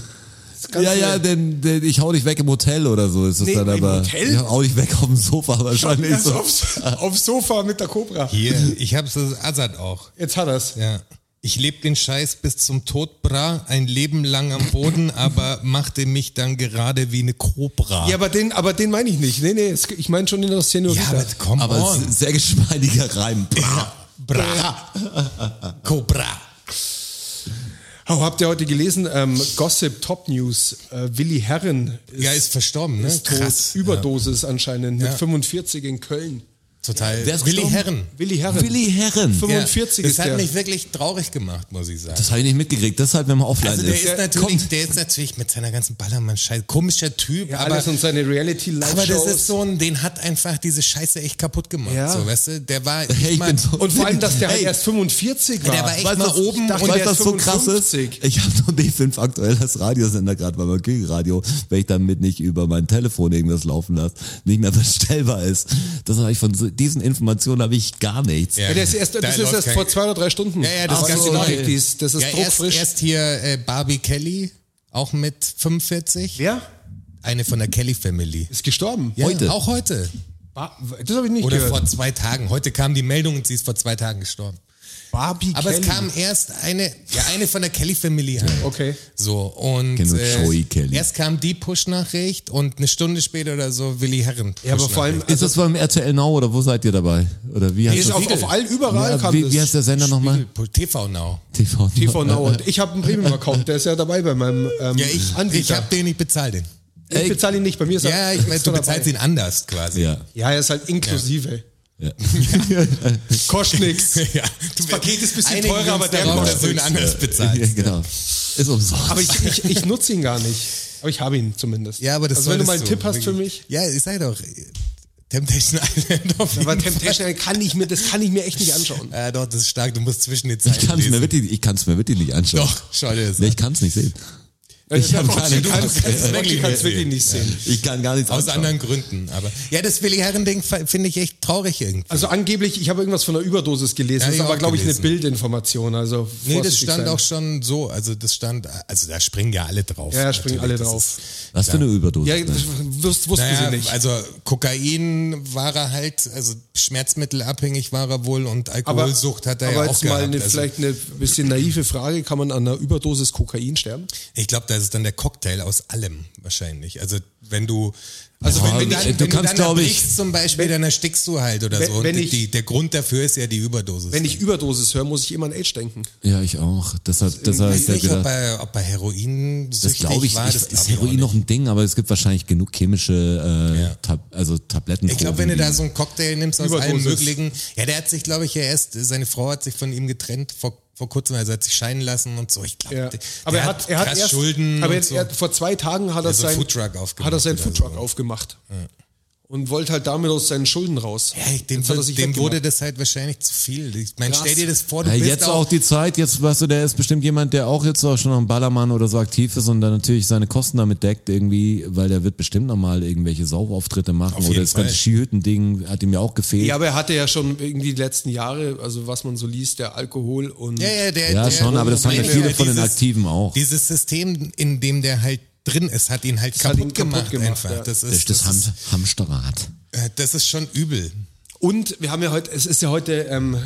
Speaker 4: Das Ganze-
Speaker 2: Ja, ja, denn, denn ich hau dich weg im Hotel oder so ist es
Speaker 4: Nee,
Speaker 2: dann
Speaker 4: im
Speaker 2: aber.
Speaker 4: Hotel?
Speaker 2: Ich hau dich weg auf dem Sofa wahrscheinlich.
Speaker 4: Ja, so
Speaker 2: so.
Speaker 4: aufs, aufs Sofa mit der Cobra.
Speaker 3: Hier, ich hab's das Azad auch.
Speaker 4: Jetzt hat er's.
Speaker 3: Ja. Ich leb den Scheiß bis zum Tod, bra, ein Leben lang am Boden, aber machte mich dann gerade wie ne eine Cobra.
Speaker 4: Ja, aber den, aber den meine ich nicht. Nee, nee, es, ich meine schon den aus
Speaker 3: ja
Speaker 4: Senorita.
Speaker 3: aber komm
Speaker 2: Aber es ist
Speaker 3: on.
Speaker 2: ein sehr geschmeidiger Reim.
Speaker 3: Bra. Cobra.
Speaker 4: oh, habt ihr heute gelesen? Ähm, Gossip Top News. Äh, Willi Herren ist,
Speaker 3: Ja, ist verstorben, ne?
Speaker 4: tot. Überdosis anscheinend mit
Speaker 3: Ja. Hm.
Speaker 4: 45 in Köln.
Speaker 3: Total.
Speaker 2: Wer ist
Speaker 3: Willi
Speaker 2: gestorben?
Speaker 3: Herren.
Speaker 4: Willi Herren.
Speaker 2: Ah, Willi Herren.
Speaker 4: Fünf- 45
Speaker 3: ja.
Speaker 4: ist
Speaker 3: Das hat
Speaker 4: der.
Speaker 3: mich wirklich traurig gemacht, muss ich sagen.
Speaker 2: Das habe ich nicht mitgekriegt. Das ist halt, wenn man offline
Speaker 3: Also der
Speaker 2: ist.
Speaker 3: ist, natürlich, der ist natürlich mit seiner ganzen Ballermann-Scheiß komischer Typ,
Speaker 4: Ja,
Speaker 3: aber
Speaker 4: alles und seine reality live
Speaker 3: Aber das ist so ein, den hat einfach diese Scheiße echt kaputt gemacht.
Speaker 4: Ja.
Speaker 3: So, weißt du, der war.
Speaker 2: Hey, ich
Speaker 3: mal-
Speaker 2: bin so
Speaker 4: Und vor allem, dass der halt
Speaker 2: Hey.
Speaker 4: erst 45 war.
Speaker 3: Der war echt
Speaker 2: Weißt du,
Speaker 3: mal
Speaker 2: was-
Speaker 3: oben
Speaker 2: ich dachte,
Speaker 4: und
Speaker 2: weißt du,
Speaker 4: der
Speaker 2: was
Speaker 4: ist
Speaker 2: so krass ist?
Speaker 4: 55.
Speaker 2: Ich habe noch D5 aktuell als Radiosender gerade, weil mein Küchenradio, wenn ich damit nicht über mein Telefon irgendwas laufen lasse, nicht mehr verstellbar ist. Das habe ich von so- diesen Informationen habe ich gar nichts.
Speaker 3: Ja.
Speaker 4: Ja, der ist erst,
Speaker 3: Da
Speaker 4: das ist
Speaker 3: läuft
Speaker 4: erst
Speaker 3: kein-
Speaker 4: vor zwei oder drei Stunden.
Speaker 3: Ja, ja, das
Speaker 4: Ach
Speaker 3: ganze
Speaker 4: so,
Speaker 3: Neue.
Speaker 4: die ist- Das ist
Speaker 3: ja, erst,
Speaker 4: druckfrisch.
Speaker 3: erst hier äh, Barbie Kelly, auch mit 45.
Speaker 4: Wer?
Speaker 3: Eine von der Kelly Family.
Speaker 4: Ist gestorben.
Speaker 3: Ja,
Speaker 2: Heute?
Speaker 3: Auch heute.
Speaker 4: Ba- Das habe ich nicht
Speaker 3: Oder
Speaker 4: gehört.
Speaker 3: vor zwei Tagen. Heute kam die Meldung und sie ist vor zwei Tagen gestorben.
Speaker 4: Barbie
Speaker 3: Aber
Speaker 4: Kelly.
Speaker 3: es kam erst eine, ja, eine von der Kelly Family an.
Speaker 4: Okay.
Speaker 3: So, und
Speaker 2: Kennen wir Genau, Joey
Speaker 3: äh,
Speaker 2: Kelly.
Speaker 3: erst kam die Push-Nachricht und eine Stunde später oder so Willi Herren.
Speaker 4: Ja, aber vor allem,
Speaker 2: Ist das beim RTL Now oder wo seid ihr dabei? Oder wie heißt
Speaker 4: Also- ist
Speaker 2: das?
Speaker 4: auf, auf all überall
Speaker 2: Ja,
Speaker 4: kam
Speaker 2: wie,
Speaker 4: das.
Speaker 2: wie heißt der Sender nochmal?
Speaker 3: TV Now.
Speaker 2: TV,
Speaker 4: TV Now. Und ich habe einen Premium-Account, der ist ja dabei bei meinem ähm,
Speaker 3: Ja, ich, ich
Speaker 4: Anbieter.
Speaker 3: hab den, ich bezahl den.
Speaker 4: Ich, bezahle ihn nicht, bei mir ist er
Speaker 3: Ja, ich meine,
Speaker 4: extra
Speaker 3: du bezahlst
Speaker 4: dabei.
Speaker 3: ihn anders quasi.
Speaker 2: Ja.
Speaker 4: Ja, er ist halt inklusive.
Speaker 2: ja.
Speaker 4: Kostet nichts.
Speaker 3: ja.
Speaker 4: Das Paket ist ein bisschen
Speaker 3: Einigen
Speaker 4: teurer,
Speaker 3: wir uns
Speaker 4: aber der
Speaker 3: darauf,
Speaker 4: kostet
Speaker 3: dass du ihn
Speaker 4: nichts.
Speaker 3: anders
Speaker 2: ja,
Speaker 3: bezahlst.
Speaker 2: genau. Ist umsonst.
Speaker 4: Aber ich, ich, ich nutze ihn gar nicht. Aber ich habe ihn zumindest.
Speaker 3: Ja, aber das
Speaker 4: also wenn du mal einen
Speaker 3: solltest
Speaker 4: Tipp hast für mich.
Speaker 3: Ja, ich sag doch, äh, Temptation Island auf jeden
Speaker 4: Aber
Speaker 3: Fall.
Speaker 4: Temptation Island kann ich mir, das kann ich mir echt nicht anschauen.
Speaker 3: Ja, doch, das ist stark, du musst zwischen den
Speaker 2: Ich kann
Speaker 3: Zeilen
Speaker 2: es mir
Speaker 3: lesen.
Speaker 2: wirklich, ich kann's mir wirklich nicht anschauen.
Speaker 3: Doch, schau dir das
Speaker 2: Nee,
Speaker 3: an.
Speaker 2: ich kann es nicht sehen.
Speaker 4: Ich
Speaker 2: hab keine
Speaker 4: du
Speaker 2: Ahnung.
Speaker 4: kannst es wirklich,
Speaker 3: Wirklich
Speaker 4: kannst
Speaker 3: nicht
Speaker 4: wirklich nicht sehen.
Speaker 2: Ich kann gar nichts
Speaker 3: Aus
Speaker 2: anschauen.
Speaker 3: anderen Gründen, aber. Ja, das Willi Herren-Ding fe- finde ich echt traurig irgendwie.
Speaker 4: Also angeblich, ich habe irgendwas von einer Überdosis gelesen.
Speaker 3: Ja,
Speaker 4: das
Speaker 3: ich
Speaker 4: ist aber,
Speaker 3: auch
Speaker 4: glaube ich, eine
Speaker 3: gelesen.
Speaker 4: Bildinformation. Also
Speaker 3: Nee, das
Speaker 4: vorsichtig
Speaker 3: stand
Speaker 4: sein.
Speaker 3: auch schon so. Also das stand, also da springen ja alle drauf.
Speaker 4: Ja, springen alle
Speaker 3: Natürlich, das
Speaker 4: drauf.
Speaker 2: Was für eine Überdosis.
Speaker 4: Ja,
Speaker 2: ne?
Speaker 4: das wus- wussten
Speaker 3: Naja,
Speaker 4: sie nicht.
Speaker 3: also Kokain war er halt, also schmerzmittelabhängig war er wohl und Alkoholsucht hat er
Speaker 4: aber
Speaker 3: ja auch
Speaker 4: jetzt
Speaker 3: gehabt.
Speaker 4: mal eine,
Speaker 3: also,
Speaker 4: vielleicht eine bisschen naive Frage, kann man an einer Überdosis Kokain sterben?
Speaker 3: ich glaube, da ist dann der Cocktail aus allem wahrscheinlich. Also wenn du, also
Speaker 2: Ja,
Speaker 3: wenn, wenn,
Speaker 2: du-
Speaker 3: dann,
Speaker 2: du
Speaker 3: wenn du
Speaker 2: kannst,
Speaker 3: dann
Speaker 2: glaub ich-
Speaker 3: erbrichst zum Beispiel, dann erstickst du halt oder
Speaker 4: wenn-
Speaker 3: so. Und
Speaker 4: wenn
Speaker 3: die,
Speaker 4: ich-
Speaker 3: die, der Grund dafür ist ja die Überdosis.
Speaker 4: Wenn ich Überdosis höre, muss ich immer an Age denken.
Speaker 2: ja, ich auch. Deshalb, deshalb
Speaker 3: weiß
Speaker 2: ist der
Speaker 3: nicht, ob
Speaker 2: gedacht.
Speaker 3: er, ob er Heroin
Speaker 2: Das
Speaker 3: süchtig
Speaker 2: glaube ich,
Speaker 3: war.
Speaker 2: ich
Speaker 3: das glaub
Speaker 2: ist
Speaker 3: ich auch
Speaker 2: Heroin
Speaker 3: nicht.
Speaker 2: noch ein Ding, aber es gibt wahrscheinlich genug chemische äh,
Speaker 3: Ja.
Speaker 2: Tab also Tabletten.
Speaker 3: Ich glaube, wenn du da so einen Cocktail nimmst aus
Speaker 4: Überdosis.
Speaker 3: allem Möglichen. Ja, der hat sich, glaube ich, ja erst, seine Frau hat sich von ihm getrennt vor, vor kurzem, also hat sich scheiden lassen und so. Ich glaube,
Speaker 4: Ja.
Speaker 3: der,
Speaker 4: Aber
Speaker 3: der
Speaker 4: er hat, er hat
Speaker 3: krass
Speaker 4: erst,
Speaker 3: Schulden
Speaker 4: aber
Speaker 3: und so.
Speaker 4: er, er, vor zwei Tagen hat er,
Speaker 3: so einen
Speaker 4: sein,
Speaker 3: Foodtruck aufgemacht
Speaker 4: hat er seinen
Speaker 3: oder
Speaker 4: Foodtruck
Speaker 3: so.
Speaker 4: aufgemacht. Und wollte halt damit aus seinen Schulden raus.
Speaker 3: ja, ich- dem,
Speaker 4: Jetzt hat er sich
Speaker 3: dem
Speaker 4: weggemacht.
Speaker 3: wurde das halt wahrscheinlich zu viel. Ich meine,
Speaker 4: Krass.
Speaker 3: stell dir das vor, du
Speaker 2: ja,
Speaker 3: bist
Speaker 2: jetzt auch die Zeit, jetzt weißt du, der ist bestimmt jemand, der auch jetzt auch schon am Ballermann oder so aktiv ist und dann natürlich seine Kosten damit deckt irgendwie, weil der wird bestimmt nochmal irgendwelche Saufauftritte machen
Speaker 3: Auf
Speaker 2: oder
Speaker 3: jeden
Speaker 2: das ganze
Speaker 3: Fall.
Speaker 2: Skihütten-Ding hat ihm ja auch gefehlt.
Speaker 4: Ja, aber er hatte ja schon irgendwie die letzten Jahre, also was man so liest, der Alkohol und
Speaker 3: ja, ja, der,
Speaker 2: Ja,
Speaker 3: der,
Speaker 2: schon, aber das haben ja
Speaker 3: Problem
Speaker 2: viele
Speaker 3: ist,
Speaker 2: von den
Speaker 3: dieses-
Speaker 2: Aktiven auch.
Speaker 3: Dieses System, in dem der halt drin ist, hat ihn halt
Speaker 4: hat
Speaker 3: kaputt,
Speaker 4: ihn kaputt
Speaker 3: gemacht,
Speaker 4: gemacht,
Speaker 3: einfach.
Speaker 4: ja.
Speaker 3: Das,
Speaker 2: Das
Speaker 3: ist,
Speaker 2: ist das,
Speaker 3: das, ist,
Speaker 2: Ham Hamsterrad.
Speaker 3: äh, das ist schon übel.
Speaker 4: Und wir haben ja heute, es ist ja heute ähm,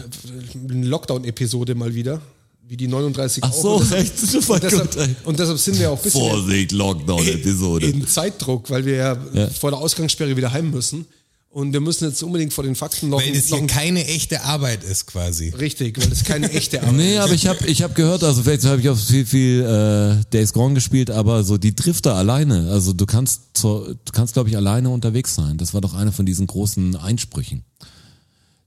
Speaker 4: eine Lockdown-Episode mal wieder, wie die 39
Speaker 2: Ach
Speaker 4: auch.
Speaker 2: so,
Speaker 4: Und deshalb-
Speaker 2: echt? Super
Speaker 4: Und
Speaker 2: gut, ey.
Speaker 4: deshalb, und deshalb sind wir auch ein bisschen
Speaker 2: Vorsicht, Lockdown-Episode.
Speaker 4: in Zeitdruck, weil wir ja,
Speaker 2: Ja.
Speaker 4: vor der Ausgangssperre wieder heim müssen. Und wir müssen jetzt unbedingt vor den Fakten noch,
Speaker 3: Weil das
Speaker 4: noch
Speaker 3: hier keine echte Arbeit ist, quasi.
Speaker 4: richtig, weil das keine echte Arbeit
Speaker 2: Nee, aber ich habe ich hab gehört, also vielleicht habe ich auch viel, viel äh, Days Gone gespielt, aber so die Drifter alleine, also du kannst, zur, du kannst glaube ich, alleine unterwegs sein. Das war doch einer von diesen großen Einsprüchen.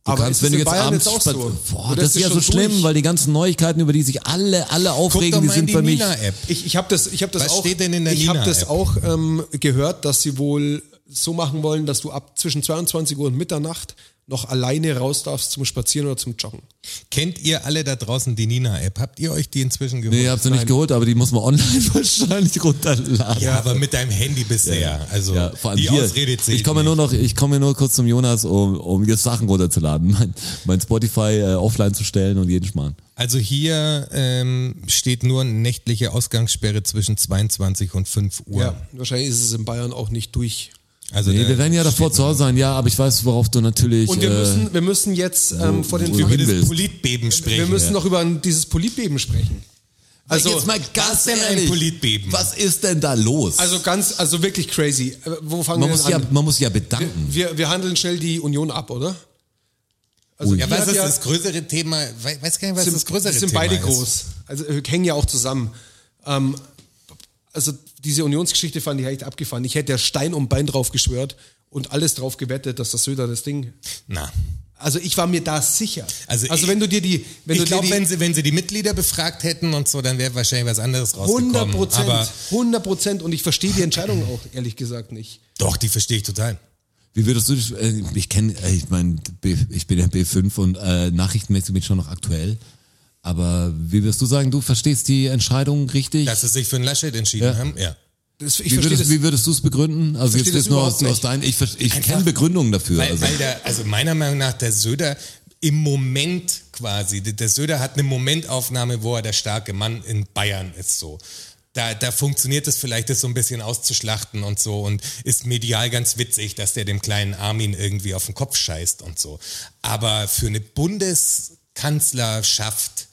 Speaker 2: Du
Speaker 4: Aber
Speaker 2: kannst,
Speaker 4: ist
Speaker 2: wenn
Speaker 4: es
Speaker 2: du
Speaker 4: in
Speaker 2: jetzt
Speaker 4: Bayern
Speaker 2: abends
Speaker 4: jetzt auch
Speaker 2: spaz-
Speaker 4: so?
Speaker 2: Boah,
Speaker 4: Oder
Speaker 2: das
Speaker 4: ist
Speaker 2: ist ja
Speaker 4: es
Speaker 2: so
Speaker 4: schon
Speaker 2: schlimm,
Speaker 4: durch?
Speaker 2: weil die ganzen Neuigkeiten, über die sich alle, alle
Speaker 3: Guck
Speaker 2: aufregen,
Speaker 3: doch
Speaker 2: die
Speaker 3: mal in
Speaker 2: sind
Speaker 3: die
Speaker 2: für mich.
Speaker 3: Nina-App.
Speaker 4: Ich, ich habe das, ich hab das
Speaker 3: Was
Speaker 4: auch.
Speaker 3: steht denn in der
Speaker 4: ich habe
Speaker 3: Nina-App?
Speaker 4: das auch ähm, gehört, dass sie wohl so machen wollen, dass du ab zwischen 22 Uhr und Mitternacht noch alleine raus darfst zum Spazieren oder zum Joggen.
Speaker 3: Kennt ihr alle da draußen die Nina-App? Habt ihr euch die inzwischen geholt?
Speaker 2: Nee, ich hab sie nicht geholt, aber die muss man online wahrscheinlich runterladen.
Speaker 3: Ja, aber mit deinem Handy bist du ja. Also
Speaker 2: Ja, vor allem
Speaker 3: die
Speaker 2: hier.
Speaker 3: Ausrede zählt
Speaker 2: ich komme nur
Speaker 3: nicht.
Speaker 2: noch, ich komme nur kurz zum Jonas, um, um jetzt Sachen runterzuladen, mein, mein Spotify äh, offline zu stellen und jeden Schmarrn.
Speaker 3: Also hier ähm, steht nur nächtliche Ausgangssperre zwischen 22 und 5 Uhr.
Speaker 4: Ja, wahrscheinlich ist es in Bayern auch nicht durch.
Speaker 3: Also
Speaker 2: Nee,
Speaker 3: da
Speaker 4: Äh,
Speaker 2: wir werden ja davor
Speaker 3: steht
Speaker 2: zu Hause sein, ja, aber ich weiß, worauf du natürlich.
Speaker 4: Und wir
Speaker 2: äh,
Speaker 4: müssen, wir müssen jetzt ähm, vor den
Speaker 2: wo-
Speaker 3: nur, Über
Speaker 4: Fakten,
Speaker 2: hin
Speaker 3: das
Speaker 2: willst.
Speaker 3: Politbeben sprechen.
Speaker 4: wir müssen
Speaker 3: ja.
Speaker 4: noch über ein- dieses Politbeben sprechen. Also
Speaker 2: jetzt mal ganz
Speaker 3: was denn ein
Speaker 2: ehrlich,
Speaker 3: Politbeben?
Speaker 2: Was ist denn da los?
Speaker 4: Also ganz, also wirklich crazy. Äh, Wo fangen
Speaker 2: man
Speaker 4: wir
Speaker 2: muss
Speaker 4: denn
Speaker 2: ja,
Speaker 4: an?
Speaker 2: man muss ja bedanken.
Speaker 4: Wir, wir handeln schnell die Union ab, oder? Also
Speaker 3: ja,
Speaker 4: die
Speaker 3: was
Speaker 4: hat
Speaker 3: ist das größere Thema? We- Weiß gar nicht, was
Speaker 4: sind,
Speaker 3: das größere
Speaker 4: sind
Speaker 3: Thema
Speaker 4: beide
Speaker 3: ist.
Speaker 4: groß. Also äh, hängen ja auch zusammen. Ähm, also diese Unionsgeschichte fand ich echt abgefahren. Ich hätte ja Stein um Bein drauf geschwört und alles drauf gewettet, dass das Söder das Ding.
Speaker 3: Na.
Speaker 4: Also ich war mir da sicher.
Speaker 3: Also ich-
Speaker 4: wenn du dir die, wenn
Speaker 3: ich
Speaker 4: du dir
Speaker 3: glaube,
Speaker 4: die
Speaker 3: wenn sie, wenn sie die Mitglieder befragt hätten und so, dann wäre wahrscheinlich was anderes rausgekommen.
Speaker 4: 100
Speaker 3: Aber
Speaker 4: Prozent, 100 Prozent und ich verstehe die Entscheidung auch ehrlich gesagt nicht.
Speaker 3: doch, die verstehe ich total.
Speaker 2: Wie würdest du dich, äh, ich kenne, äh, ich meine, ich bin ja B5 und äh, nachrichtenmäßig bin ich schon noch aktuell. Aber wie würdest du sagen, du verstehst die Entscheidung richtig?
Speaker 3: Dass sie sich für einen Laschet entschieden
Speaker 2: Ja.
Speaker 3: haben, ja.
Speaker 4: Das, ich
Speaker 2: wie,
Speaker 4: verstehe das.
Speaker 2: würdest, wie würdest du es begründen? Also
Speaker 4: Verstehe
Speaker 2: jetzt
Speaker 4: das
Speaker 2: ist nur
Speaker 4: überhaupt
Speaker 2: aus, aus
Speaker 4: nicht.
Speaker 2: deinen, ich, ver- ich kenne Begründungen dafür.
Speaker 3: Weil,
Speaker 2: also.
Speaker 3: weil der, also meiner Meinung nach, der Söder im Moment quasi, der- der Söder hat eine Momentaufnahme, wo er der starke Mann in Bayern ist, so. Da, da funktioniert es vielleicht, das so ein bisschen auszuschlachten und so und ist medial ganz witzig, dass der dem kleinen Armin irgendwie auf den Kopf scheißt und so. Aber für eine Bundes, Kanzlerschaft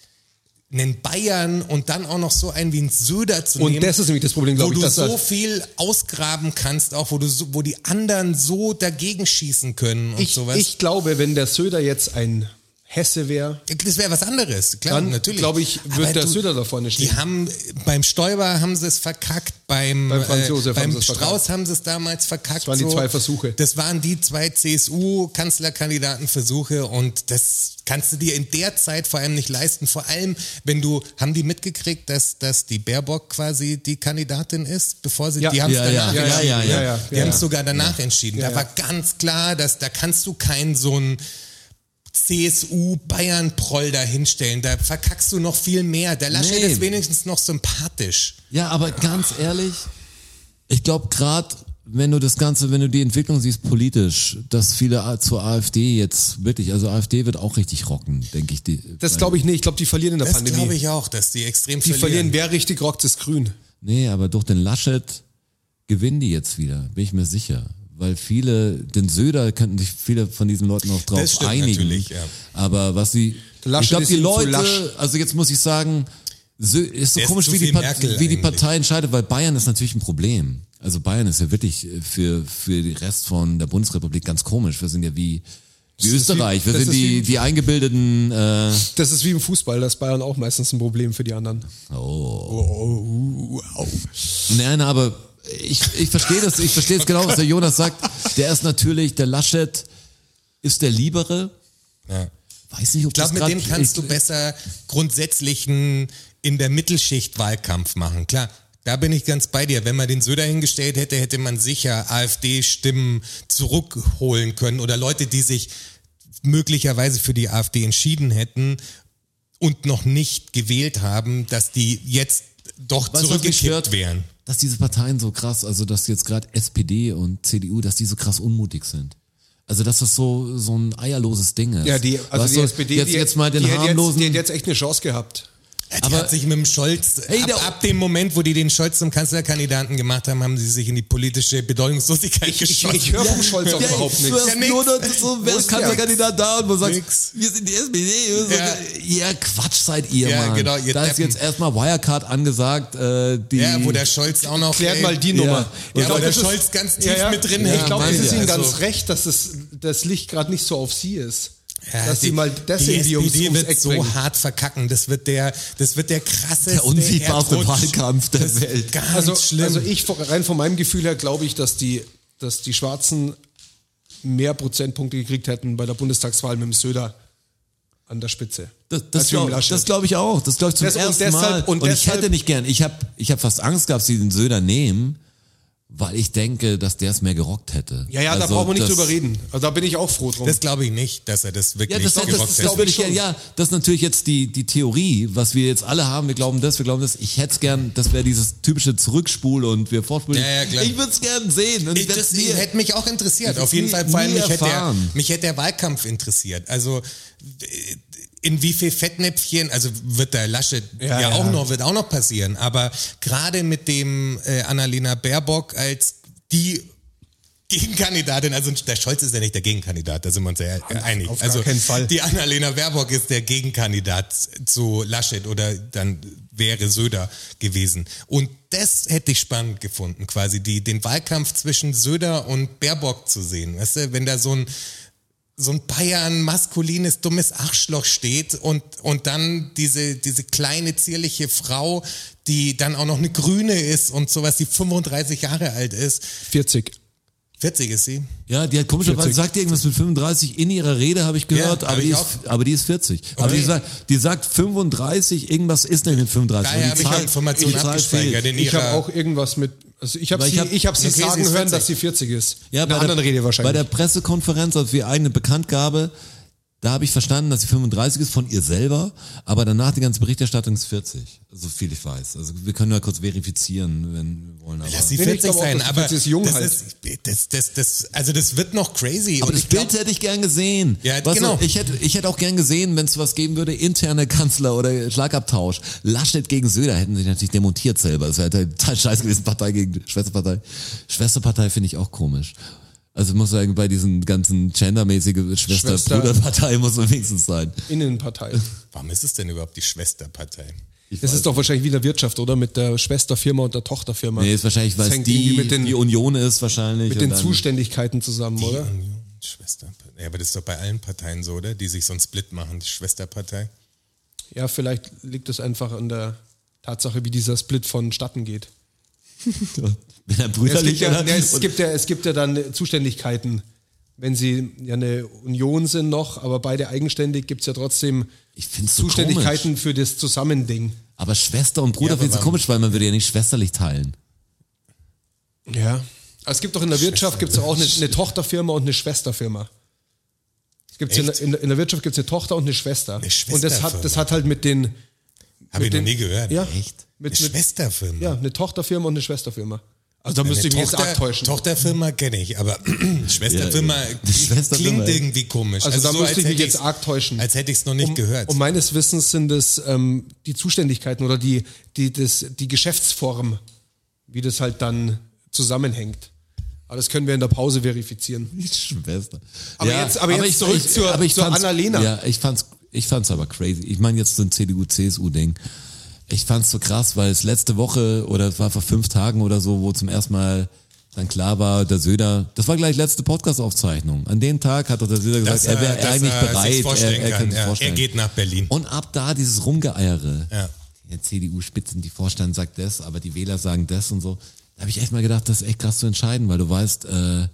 Speaker 3: einen Bayern und dann auch noch so einen wie einen Söder zu
Speaker 4: Und
Speaker 3: nehmen.
Speaker 4: das ist nämlich das Problem,
Speaker 3: wo
Speaker 4: glaube ich,
Speaker 3: du
Speaker 4: dass
Speaker 3: so
Speaker 4: das-
Speaker 3: viel ausgraben kannst, auch wo du so, wo die anderen so dagegen schießen können und
Speaker 4: ich,
Speaker 3: sowas.
Speaker 4: ich glaube, wenn der Söder jetzt ein Hesse wäre,
Speaker 3: Das wäre was anderes, klar,
Speaker 4: Dann,
Speaker 3: natürlich.
Speaker 4: glaub ich, wird
Speaker 3: Aber
Speaker 4: der
Speaker 3: du-
Speaker 4: Söder da vorne stehen.
Speaker 3: Die haben, beim Stoiber haben sie es verkackt, beim,
Speaker 4: Beim Franz Josef
Speaker 3: äh,
Speaker 4: haben
Speaker 3: beim
Speaker 4: sie es verkackt.
Speaker 3: Strauß haben sie es damals verkackt.
Speaker 4: Das waren die zwei Versuche.
Speaker 3: Das waren die zwei CSU-Kanzlerkandidatenversuche und das kannst du dir in der Zeit vor allem nicht leisten. Vor allem, wenn du, haben die mitgekriegt, dass, dass die Baerbock quasi die Kandidatin ist, bevor sie,
Speaker 4: Ja.
Speaker 3: die haben es
Speaker 2: Ja,
Speaker 3: danach
Speaker 2: ja,
Speaker 3: entschieden.
Speaker 2: ja, ja,
Speaker 4: ja.
Speaker 3: Die
Speaker 4: Ja,
Speaker 3: haben es
Speaker 4: ja.
Speaker 3: sogar danach entschieden.
Speaker 4: Ja,
Speaker 3: da
Speaker 4: ja.
Speaker 3: war ganz klar, dass da kannst du keinen so ein CSU-Bayern-Proll da hinstellen. Da verkackst du noch viel mehr. Der Laschet
Speaker 2: Nee.
Speaker 3: ist wenigstens noch sympathisch.
Speaker 2: Ja, aber ganz ehrlich, ich glaube gerade, wenn du das Ganze, wenn du die Entwicklung siehst politisch, dass viele A- zur AfD jetzt wirklich, also AfD wird auch richtig rocken, denke ich. Die,
Speaker 4: das glaube ich nicht. Ich glaube, die verlieren in der
Speaker 3: Das glaube
Speaker 4: Pandemie.
Speaker 3: ich auch, dass die extrem
Speaker 4: die verlieren,
Speaker 3: verlieren.
Speaker 4: wer richtig rockt, ist grün.
Speaker 2: Nee, aber durch den Laschet gewinnen die jetzt wieder, bin ich mir sicher. Weil viele, den Söder könnten sich viele von diesen Leuten auch drauf
Speaker 3: Das stimmt
Speaker 2: einigen.
Speaker 3: natürlich, ja.
Speaker 2: Aber was sie,
Speaker 4: Laschet
Speaker 2: ich glaube
Speaker 4: ist
Speaker 2: die
Speaker 4: ihm zu
Speaker 2: Leute,
Speaker 4: lasch.
Speaker 2: also jetzt muss ich sagen, Sö ist so
Speaker 3: Der ist
Speaker 2: komisch,
Speaker 3: zu
Speaker 2: wie, die,
Speaker 3: viel
Speaker 2: Part-
Speaker 3: Merkel
Speaker 2: wie die
Speaker 3: eigentlich.
Speaker 2: Partei entscheidet, weil Bayern ist natürlich ein Problem. Also Bayern ist ja wirklich für, für den Rest von der Bundesrepublik ganz komisch. Wir sind ja wie, wie
Speaker 4: ist
Speaker 2: Österreich,
Speaker 4: wie-
Speaker 2: wir
Speaker 4: das
Speaker 2: sind
Speaker 4: ist
Speaker 2: die,
Speaker 4: wie-
Speaker 2: die eingebildeten, äh,
Speaker 4: Das ist wie im Fußball, da ist Bayern auch meistens ein Problem für die anderen.
Speaker 2: Nein, aber ich, ich verstehe das, ich verstehe es genau, was der Jonas sagt. Der ist natürlich, der Laschet ist der Liebere. Weiß nicht, ob
Speaker 3: Ich glaube,
Speaker 2: das
Speaker 3: mit
Speaker 2: grad,
Speaker 3: dem kannst du besser grundsätzlichen in der Mittelschicht Wahlkampf machen. Klar, da bin ich ganz bei dir. Wenn man den Söder hingestellt hätte, hätte man sicher AfD-Stimmen zurückholen können oder Leute, die sich möglicherweise für die AfD entschieden hätten und noch nicht gewählt haben, dass die jetzt doch
Speaker 2: Weißt du, was mich
Speaker 3: zurückgekehrt
Speaker 2: stört?
Speaker 3: wären.
Speaker 2: Dass diese Parteien so krass, also dass jetzt gerade SPD und CDU, dass die so krass unmutig sind. Also dass das so so ein eierloses Ding ist.
Speaker 4: Ja, die, also
Speaker 2: Weißt
Speaker 4: die
Speaker 2: du,
Speaker 4: SPD,
Speaker 2: jetzt,
Speaker 4: die,
Speaker 2: jetzt mal den
Speaker 4: die, hätte jetzt,
Speaker 2: harmlosen.
Speaker 4: die hätte jetzt echt eine Chance gehabt.
Speaker 3: Die
Speaker 2: Aber-
Speaker 3: hat sich mit dem Scholz,
Speaker 2: Ey,
Speaker 3: ab,
Speaker 2: der-
Speaker 3: ab dem Moment, wo die den Scholz zum Kanzlerkandidaten gemacht haben, haben sie sich in die politische Bedeutungslosigkeit
Speaker 4: Ich,
Speaker 3: geschossen.
Speaker 4: ich höre vom Scholz auch
Speaker 2: Ja,
Speaker 4: überhaupt
Speaker 2: ich-
Speaker 4: nichts.
Speaker 2: Du
Speaker 3: Ja,
Speaker 2: hast
Speaker 3: nix.
Speaker 2: nur noch so, wer
Speaker 4: Wo
Speaker 2: ist
Speaker 4: ist der?
Speaker 2: Kanzlerkandidat da und man sagt,
Speaker 3: Nix.
Speaker 2: wir sind die SPD. Wir
Speaker 3: Ja.
Speaker 2: sind, ja, Quatsch seid ihr,
Speaker 3: Ja,
Speaker 2: Mann.
Speaker 3: genau, ihr
Speaker 2: da ist
Speaker 3: Deppen.
Speaker 2: jetzt erstmal Wirecard angesagt, äh, die...
Speaker 3: Ja, wo der Scholz auch noch.
Speaker 4: Klärt mal die
Speaker 2: Ja.
Speaker 4: Nummer.
Speaker 2: Ja,
Speaker 3: Ja,
Speaker 4: glaub,
Speaker 3: wo der
Speaker 4: das ist-
Speaker 3: Scholz ganz tief
Speaker 4: Ja, ja.
Speaker 3: mit drin
Speaker 4: Ja,
Speaker 3: hängt.
Speaker 4: ich glaube,
Speaker 2: meine
Speaker 4: es ist
Speaker 2: ja.
Speaker 4: ihnen
Speaker 3: Also,
Speaker 4: ganz recht, dass das, das Licht gerade nicht so auf sie ist.
Speaker 3: ja,
Speaker 4: dass sie mal das
Speaker 3: die
Speaker 4: irgendwie ums,
Speaker 3: SPD
Speaker 4: ums
Speaker 3: wird
Speaker 4: Eck
Speaker 3: so
Speaker 4: bringen.
Speaker 3: hart verkacken. Das wird der, das wird der krasseste.
Speaker 2: der unsichtbarste
Speaker 3: Erdrutsch.
Speaker 2: Wahlkampf der Welt.
Speaker 3: Ganz
Speaker 4: Also,
Speaker 3: schlimm.
Speaker 4: also ich vor- rein von meinem Gefühl her glaube ich, dass die, dass die Schwarzen mehr Prozentpunkte gekriegt hätten bei der Bundestagswahl mit dem Söder an der Spitze.
Speaker 2: Das,
Speaker 4: als
Speaker 2: das
Speaker 4: mit dem
Speaker 2: glaube
Speaker 4: Laschet.
Speaker 2: glaub ich auch. Das glaube ich zum
Speaker 4: Das- und
Speaker 2: ersten
Speaker 4: deshalb-
Speaker 2: Mal.
Speaker 4: und
Speaker 2: Und, ich
Speaker 4: deshalb-
Speaker 2: hätte nicht gern, ich habe ich hab fast Angst gehabt, dass sie den Söder nehmen, weil ich denke, dass der es mehr gerockt hätte.
Speaker 4: ja, ja, da
Speaker 2: Also
Speaker 4: brauchen wir nicht
Speaker 2: das-
Speaker 4: drüber reden. Also da bin ich auch froh drum.
Speaker 3: das glaube ich nicht, dass er das wirklich
Speaker 2: Ja, das, das, das,
Speaker 3: gerockt
Speaker 2: das,
Speaker 3: hätte.
Speaker 2: würde ich gerne, ja, das ist natürlich jetzt die, die Theorie, was wir jetzt alle haben, wir glauben das, wir glauben das. Ich hätte es gern, das wäre dieses typische Zurückspul und wir vorspulen.
Speaker 3: Ja, ja, klar.
Speaker 2: ich würde es gern sehen. Und
Speaker 3: Ich,
Speaker 2: ich, werd's
Speaker 3: das
Speaker 2: nie-
Speaker 3: hätte mich auch interessiert.
Speaker 2: Ich
Speaker 3: Auf jeden
Speaker 2: nie-
Speaker 3: Fall, vor allem
Speaker 2: nie
Speaker 3: mich hätte, der,
Speaker 2: erfahren.
Speaker 3: mich hätte der Wahlkampf interessiert. Also äh, in wie viel Fettnäpfchen, also wird der Laschet ja,
Speaker 4: Ja, ja.
Speaker 3: auch noch, wird auch noch passieren. Aber gerade mit dem äh, Annalena Baerbock als die Gegenkandidatin, also der Scholz ist ja nicht der Gegenkandidat, da sind wir uns ja äh, einig.
Speaker 4: auf gar
Speaker 3: also
Speaker 4: keinen Fall.
Speaker 3: die Annalena Baerbock ist der Gegenkandidat zu Laschet oder dann wäre Söder gewesen. Und das hätte ich spannend gefunden, quasi die, den Wahlkampf zwischen Söder und Baerbock zu sehen. Weißt du, wenn da so ein so ein Bayern maskulines dummes Arschloch steht und und dann diese diese kleine zierliche Frau, die dann auch noch eine Grüne ist und sowas, die 35 Jahre alt ist,
Speaker 4: 40.
Speaker 3: 40 ist sie.
Speaker 2: Ja, die hat komischerweise
Speaker 4: 40.
Speaker 2: sagt die irgendwas mit 35 in ihrer Rede, habe ich gehört,
Speaker 3: Ja, hab
Speaker 2: aber, die
Speaker 3: ich
Speaker 2: ist, aber die ist 40. Aber
Speaker 3: Okay.
Speaker 2: die sagt, die sagt 35, irgendwas ist nicht mit 35.
Speaker 3: Daher
Speaker 2: Und
Speaker 3: habe
Speaker 2: die
Speaker 3: ich
Speaker 2: Zahl-
Speaker 3: die Information
Speaker 2: die Zahl
Speaker 3: abgespeichert.
Speaker 2: fehlt.
Speaker 3: In
Speaker 4: Ich habe
Speaker 3: ihrer-
Speaker 4: auch irgendwas mit. Also ich habe
Speaker 2: Weil ich
Speaker 4: sie,
Speaker 2: hab-
Speaker 4: ich hab sie
Speaker 3: Okay, sie
Speaker 4: sagen
Speaker 3: ist
Speaker 4: hören,
Speaker 3: 40.
Speaker 4: dass sie 40 ist.
Speaker 2: Ja,
Speaker 4: In einer
Speaker 2: bei der,
Speaker 4: anderen Rede wahrscheinlich.
Speaker 2: Bei der Pressekonferenz, also für eigene Bekanntgabe, da habe ich verstanden, dass sie 35 ist von ihr selber, aber danach die ganze Berichterstattung ist 40, so viel ich weiß. Also wir können ja kurz verifizieren, wenn wir wollen. Aber,
Speaker 3: Lass sie
Speaker 4: Nee, nee, ich
Speaker 3: 40
Speaker 4: glaub auch,
Speaker 3: sein,
Speaker 4: dass
Speaker 3: aber
Speaker 4: 40 ist jung
Speaker 3: das,
Speaker 4: halt.
Speaker 3: ist, das, das, das, also das wird noch crazy.
Speaker 2: aber
Speaker 3: Und
Speaker 2: das
Speaker 3: ich glaub,
Speaker 2: Bild hätte ich gern gesehen.
Speaker 3: Ja,
Speaker 2: Weißt
Speaker 3: genau.
Speaker 2: Du, ich, hätte, ich hätte auch gern gesehen, wenn es was geben würde, interne Kanzler oder Schlagabtausch. Laschet gegen Söder hätten sie natürlich demontiert halt selber. Das wäre total scheiße gewesen, Partei gegen Schwesterpartei. Schwesterpartei finde ich auch komisch. Also muss sagen, bei diesen ganzen gendermäßigen
Speaker 4: Schwester-
Speaker 2: Schwester-Bruder-Partei muss man wenigstens sein.
Speaker 4: Innenpartei.
Speaker 3: Warum ist es denn überhaupt die Schwesterpartei?
Speaker 4: Das ist doch wahrscheinlich wieder Wirtschaft, oder? Mit der Schwesterfirma und der Tochterfirma.
Speaker 2: Nee, ist wahrscheinlich, weil
Speaker 4: Das
Speaker 2: es
Speaker 4: hängt
Speaker 2: die,
Speaker 4: irgendwie mit den-
Speaker 2: die Union ist wahrscheinlich.
Speaker 4: Mit
Speaker 2: und
Speaker 4: den
Speaker 2: dann-
Speaker 4: Zuständigkeiten zusammen,
Speaker 3: Die
Speaker 4: oder?
Speaker 3: Union, Schwesterpartei. Ja, aber das ist doch bei allen Parteien so, oder? Die sich so einen Split machen, die Schwesterpartei.
Speaker 4: Ja, vielleicht liegt es einfach an der Tatsache, wie dieser Split vonstatten geht.
Speaker 2: Wenn er
Speaker 4: Es
Speaker 2: brüderlich
Speaker 4: gibt, ja,
Speaker 2: oder-
Speaker 4: ja, es,
Speaker 2: und-
Speaker 4: gibt ja, es gibt ja dann Zuständigkeiten. Wenn sie ja eine Union sind noch, aber beide eigenständig, gibt es ja trotzdem
Speaker 2: Ich find's so
Speaker 4: Zuständigkeiten für das Zusammending.
Speaker 2: Aber Schwester und Bruder
Speaker 3: Ja,
Speaker 2: ja,
Speaker 3: aber
Speaker 2: finde ich so
Speaker 3: warum-
Speaker 2: komisch, weil man würde ja nicht schwesterlich teilen.
Speaker 4: Ja. Aber es gibt doch in der Wirtschaft gibt's doch auch eine, eine Tochterfirma und eine Schwesterfirma. Es gibt's in,
Speaker 3: Echt?
Speaker 4: in, in der Wirtschaft gibt es eine Tochter und eine Schwester. und das
Speaker 3: Schwesterfirma.
Speaker 4: hat, das hat halt mit den.
Speaker 3: Habe ich
Speaker 4: mit
Speaker 3: noch
Speaker 4: den-
Speaker 3: nie gehört.
Speaker 4: Ja,
Speaker 3: Echt?
Speaker 4: mit-
Speaker 3: eine
Speaker 4: mit-
Speaker 3: Schwesterfirma.
Speaker 4: Ja, eine Tochterfirma und eine Schwesterfirma. Also da müsste ich
Speaker 3: Eine
Speaker 4: mich jetzt arg täuschen.
Speaker 3: Tochterfirma kenne ich, aber Schwesterfirma
Speaker 2: Ja, ja.
Speaker 3: klingt-
Speaker 2: Schwesterfirma,
Speaker 3: klingt
Speaker 2: ja.
Speaker 3: irgendwie komisch.
Speaker 4: Also, da müsste ich mich
Speaker 3: hätte
Speaker 4: jetzt
Speaker 3: ich's-
Speaker 4: arg täuschen.
Speaker 3: Als hätte ich es noch nicht
Speaker 4: um,
Speaker 3: gehört.
Speaker 4: Um meines Wissens sind es ähm, die Zuständigkeiten oder die, die, das, die Geschäftsform, wie das halt dann zusammenhängt. Aber das können wir in der Pause verifizieren.
Speaker 2: Die Schwester.
Speaker 4: Aber jetzt- aber jetzt zurück zur- zur
Speaker 2: fand's-
Speaker 4: Annalena.
Speaker 2: Ja, ich fand's, ich fand's aber crazy. Ich meine jetzt so ein CDU-CSU-Ding. Ich fand's so krass, weil es letzte Woche oder es war vor fünf Tagen oder so, wo zum ersten Mal dann klar war, der Söder, das war gleich letzte Podcast-Aufzeichnung. An dem Tag hat doch der Söder gesagt,
Speaker 3: Dass
Speaker 2: er wäre
Speaker 3: dass
Speaker 2: eigentlich
Speaker 3: er sich's
Speaker 2: bereit, er,
Speaker 3: vorstellen
Speaker 2: er
Speaker 3: kann.
Speaker 2: könnte es
Speaker 3: ja.
Speaker 2: vorstellen.
Speaker 3: er geht nach Berlin.
Speaker 2: Und ab da dieses Rumgeeiere.
Speaker 3: Ja.
Speaker 2: Der CDU-Spitzen, die Vorstand sagt das, aber die Wähler sagen das und so. Da habe ich echt mal gedacht, das ist echt krass zu entscheiden, weil du weißt, äh,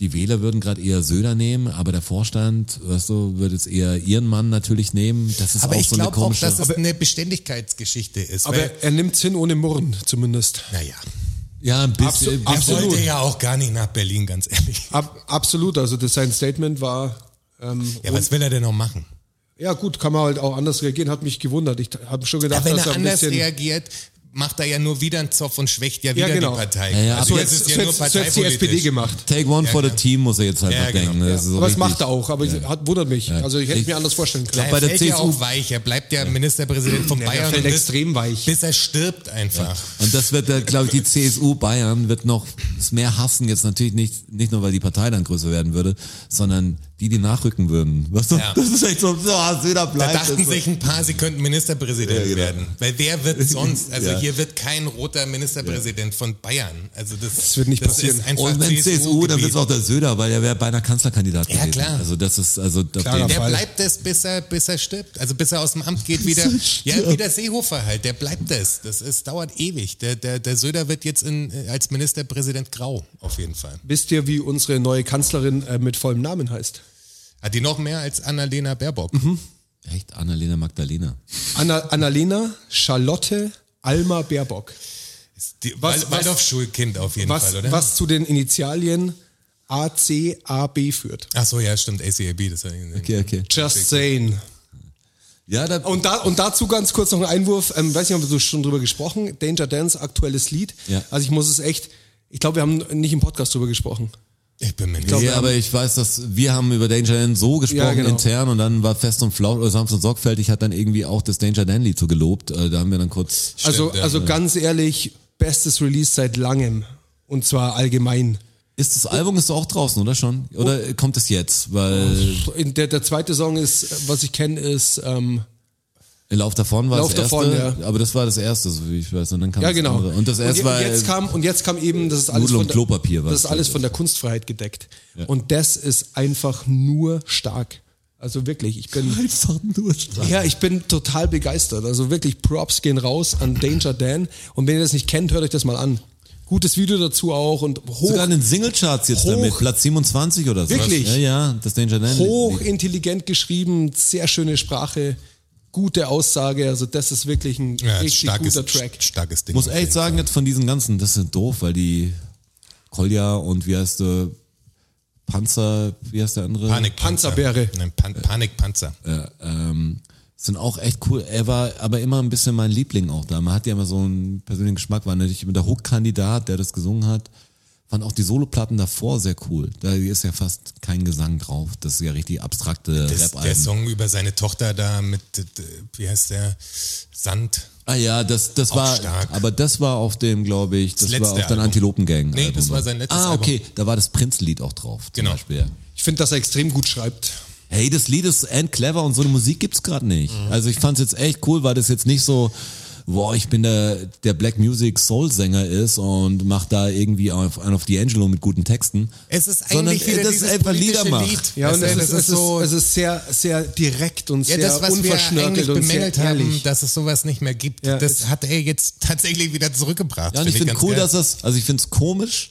Speaker 2: die Wähler würden gerade eher Söder nehmen, aber der Vorstand, weißt du, würde jetzt eher ihren Mann natürlich nehmen. Das ist
Speaker 3: aber
Speaker 2: auch
Speaker 3: ich
Speaker 2: so eine
Speaker 3: glaube auch,
Speaker 2: komische.
Speaker 3: dass es eine Beständigkeitsgeschichte ist.
Speaker 4: Aber
Speaker 3: weil,
Speaker 4: er nimmt es hin ohne Murren, zumindest.
Speaker 3: naja,
Speaker 2: ja, ein bisschen.
Speaker 4: Absolut.
Speaker 3: er
Speaker 2: bisschen-
Speaker 3: wollte ja auch gar nicht nach Berlin, ganz ehrlich.
Speaker 4: Ab, absolut, also das sein Statement war. Ähm,
Speaker 3: Ja, was will er denn noch machen?
Speaker 4: ja, gut, kann man halt auch anders reagieren, hat mich gewundert. Ich habe schon gedacht,
Speaker 3: Ja, wenn
Speaker 4: dass
Speaker 3: er
Speaker 4: er ein
Speaker 3: anders
Speaker 4: bisschen.
Speaker 3: reagiert, macht er ja nur wieder einen Zopf und schwächt ja wieder
Speaker 4: genau.
Speaker 3: die Partei.
Speaker 2: Ja, ja,
Speaker 3: also
Speaker 2: aber
Speaker 3: jetzt ist
Speaker 4: so
Speaker 3: ja nur
Speaker 4: hätt's- so hätt's die
Speaker 3: parteipolitisch.
Speaker 4: SPD gemacht.
Speaker 2: Take one for the
Speaker 3: ja.
Speaker 2: team muss er jetzt halt
Speaker 3: Ja,
Speaker 2: mal
Speaker 3: genau,
Speaker 2: denken.
Speaker 3: ja.
Speaker 2: Das ist so
Speaker 4: Aber es
Speaker 2: richtig-
Speaker 4: macht er auch, aber ich, hat, wundert mich. Also ich hätte
Speaker 2: Ich-
Speaker 4: mir anders vorstellen
Speaker 3: Ja,
Speaker 4: können.
Speaker 3: er
Speaker 2: bei der
Speaker 3: fällt ja
Speaker 2: CSU
Speaker 3: auch weich. Er bleibt ja Ministerpräsident von
Speaker 4: er
Speaker 3: Bayern
Speaker 4: fällt
Speaker 3: bis-
Speaker 4: extrem weich.
Speaker 3: bis er stirbt einfach.
Speaker 2: Und das wird, glaube ich, die CSU Bayern wird noch es mehr hassen, jetzt natürlich nicht, nicht nur, weil die Partei dann größer werden würde, sondern die, die nachrücken würden. Weißt du?
Speaker 3: Ja.
Speaker 2: Das ist echt so, so ah, Söder
Speaker 3: Da
Speaker 2: bleibt.
Speaker 3: dachten
Speaker 2: das so.
Speaker 3: sich ein paar, sie könnten Ministerpräsident
Speaker 2: Ja, genau.
Speaker 3: werden. Weil wer wird sonst? Also
Speaker 2: Ja.
Speaker 3: hier wird kein roter Ministerpräsident von Bayern. Also das, das
Speaker 4: wird nicht
Speaker 3: das
Speaker 4: passieren.
Speaker 3: Ist einfach
Speaker 2: Und wenn CSU, dann wird
Speaker 3: CSU-Gebiet.
Speaker 2: es auch der Söder, weil er wäre beinahe Kanzlerkandidat
Speaker 3: Ja,
Speaker 2: gewesen.
Speaker 3: klar.
Speaker 2: Also das ist, also auf
Speaker 4: Klarer
Speaker 2: den-
Speaker 3: der
Speaker 4: Fall.
Speaker 3: bleibt es, bis er, bis er stirbt. Also bis er aus dem Amt geht, wieder, ja, wieder Seehofer halt. Der bleibt es. Das ist, dauert ewig. Der, der, der Söder wird jetzt in, äh, als Ministerpräsident grau, auf jeden Fall.
Speaker 4: Wisst ihr, wie unsere neue Kanzlerin äh, mit vollem Namen heißt?
Speaker 3: Hat die noch mehr als Annalena Baerbock.
Speaker 4: Mhm.
Speaker 2: echt Annalena Magdalena.
Speaker 4: Anna, Annalena Charlotte Alma Baerbock.
Speaker 3: Die,
Speaker 4: Was-
Speaker 3: Wal- Waldorfschulkind auf jeden
Speaker 4: Was,
Speaker 3: Fall, oder?
Speaker 4: was zu den Initialien ACAB führt.
Speaker 3: Ach so, ja, stimmt, ACAB. Das hab ich gesehen.
Speaker 2: Okay, okay.
Speaker 4: Just saying.
Speaker 2: Ja, da,
Speaker 4: Und, da, und dazu ganz kurz noch ein Einwurf. Ähm, weiß nicht, haben wir so schon drüber gesprochen? Danger Dance, aktuelles Lied.
Speaker 2: Ja.
Speaker 4: Also ich muss es echt, ich glaube, wir haben nicht im Podcast drüber gesprochen.
Speaker 3: Ich bin mir nicht
Speaker 2: ja, aber ich weiß, dass wir haben über Danger Dan so gesprochen
Speaker 4: Ja, genau.
Speaker 2: intern und dann war fest und flaut oder sanft und sorgfältig hat dann irgendwie auch das Danger Dan Lied so gelobt. Äh, Da haben wir dann kurz
Speaker 4: also
Speaker 3: ja.
Speaker 4: also ganz ehrlich, bestes Release seit langem. Und zwar allgemein.
Speaker 2: Ist das Album ist auch draußen, oder schon? Oder
Speaker 4: Oh.
Speaker 2: kommt es jetzt? Weil
Speaker 4: In der, der zweite Song ist, äh, was ich kenne, ist ähm,
Speaker 2: Lauf davon war
Speaker 4: Lauf
Speaker 2: das erste,
Speaker 4: davon,
Speaker 2: aber das war das erste, so wie ich weiß. Und dann kam
Speaker 4: Ja,
Speaker 2: das
Speaker 4: genau.
Speaker 2: andere. Und das erste
Speaker 4: und, je-
Speaker 2: war
Speaker 4: und jetzt kam und jetzt kam eben, das ist alles
Speaker 2: Nudel
Speaker 4: von
Speaker 2: und
Speaker 4: der,
Speaker 2: Klopapier war
Speaker 4: das ist
Speaker 2: es
Speaker 4: alles
Speaker 2: halt.
Speaker 4: von der Kunstfreiheit gedeckt. Und das ist einfach nur stark. Also wirklich, ich bin
Speaker 2: einfach nur stark.
Speaker 4: ja, ich bin total begeistert. Also wirklich Props gehen raus an Danger Dan und wenn ihr das nicht kennt, hört euch das mal an. Gutes Video dazu auch und
Speaker 2: Sogar
Speaker 4: hoch
Speaker 2: in den Singlecharts jetzt
Speaker 4: Hoch.
Speaker 2: damit, Platz 27 oder so.
Speaker 4: Wirklich?
Speaker 2: Ja, ja, das Danger Dan.
Speaker 4: hochintelligent geschrieben, sehr schöne Sprache, gute Aussage, also das ist wirklich ein
Speaker 3: Ja,
Speaker 4: richtig
Speaker 3: starkes,
Speaker 4: guter Track.
Speaker 3: starkes Ding.
Speaker 2: Muss
Speaker 3: auf
Speaker 2: echt
Speaker 3: jeden
Speaker 2: sagen,
Speaker 3: Fall.
Speaker 2: jetzt von diesen ganzen, das sind doof, weil die Kolja und wie heißt der Panzer, wie heißt der andere?
Speaker 4: Panzerbeere.
Speaker 3: Nein, Pan Panikpanzer.
Speaker 2: ähm, sind auch echt cool. Er war aber immer ein bisschen mein Liebling auch da. Man hat ja immer so einen persönlichen Geschmack, war natürlich immer der Hook-Kandidat, der das gesungen hat. Fand auch die Soloplatten davor sehr cool. Da ist ja fast kein Gesang drauf. Das ist ja richtig abstrakte
Speaker 3: Das, der
Speaker 2: Rap-Alben.
Speaker 3: Song über seine Tochter da mit, äh, wie heißt der, Sand.
Speaker 2: Ah ja, das, das
Speaker 3: Auch
Speaker 2: war,
Speaker 3: stark.
Speaker 2: aber das war auf dem, glaube ich, das, war
Speaker 3: letzte
Speaker 2: auf den
Speaker 3: Album.
Speaker 2: Antilopen Gang.
Speaker 3: Nee, das war sein letztes
Speaker 2: Ah, okay, da war das Prinz-Lied auch drauf. Zum
Speaker 3: Genau.
Speaker 2: Beispiel.
Speaker 4: Ich finde, dass er extrem gut schreibt.
Speaker 2: Hey, das Lied ist end clever und so eine Musik gibt's gerade nicht.
Speaker 3: Mhm.
Speaker 2: Also ich fand's jetzt echt cool, weil das jetzt nicht so, boah, ich bin der, der Black Music Soul Sänger ist und mach da irgendwie auf, einen auf die Angelo mit guten Texten.
Speaker 3: Es ist
Speaker 2: Sondern,
Speaker 3: eigentlich wieder
Speaker 2: äh, das
Speaker 3: dieses
Speaker 2: ist einfach Lieder
Speaker 3: politische
Speaker 2: macht.
Speaker 3: Lied.
Speaker 4: Ja, und
Speaker 3: das,
Speaker 4: es
Speaker 3: das
Speaker 4: ist, es ist,
Speaker 3: so,
Speaker 4: es ist sehr, sehr direkt und
Speaker 3: ja,
Speaker 4: sehr
Speaker 3: das, was wir
Speaker 4: unverschnörkelt
Speaker 3: eigentlich
Speaker 4: und sehr
Speaker 3: bemängelt haben,
Speaker 4: ehrlich.
Speaker 3: dass es sowas nicht mehr gibt,
Speaker 4: Ja,
Speaker 3: das
Speaker 4: es-
Speaker 3: hat er jetzt tatsächlich wieder zurückgebracht.
Speaker 2: Ja, und ich
Speaker 3: Find
Speaker 2: finde
Speaker 3: ganz
Speaker 2: cool,
Speaker 3: geil.
Speaker 2: dass das, also ich finde es komisch,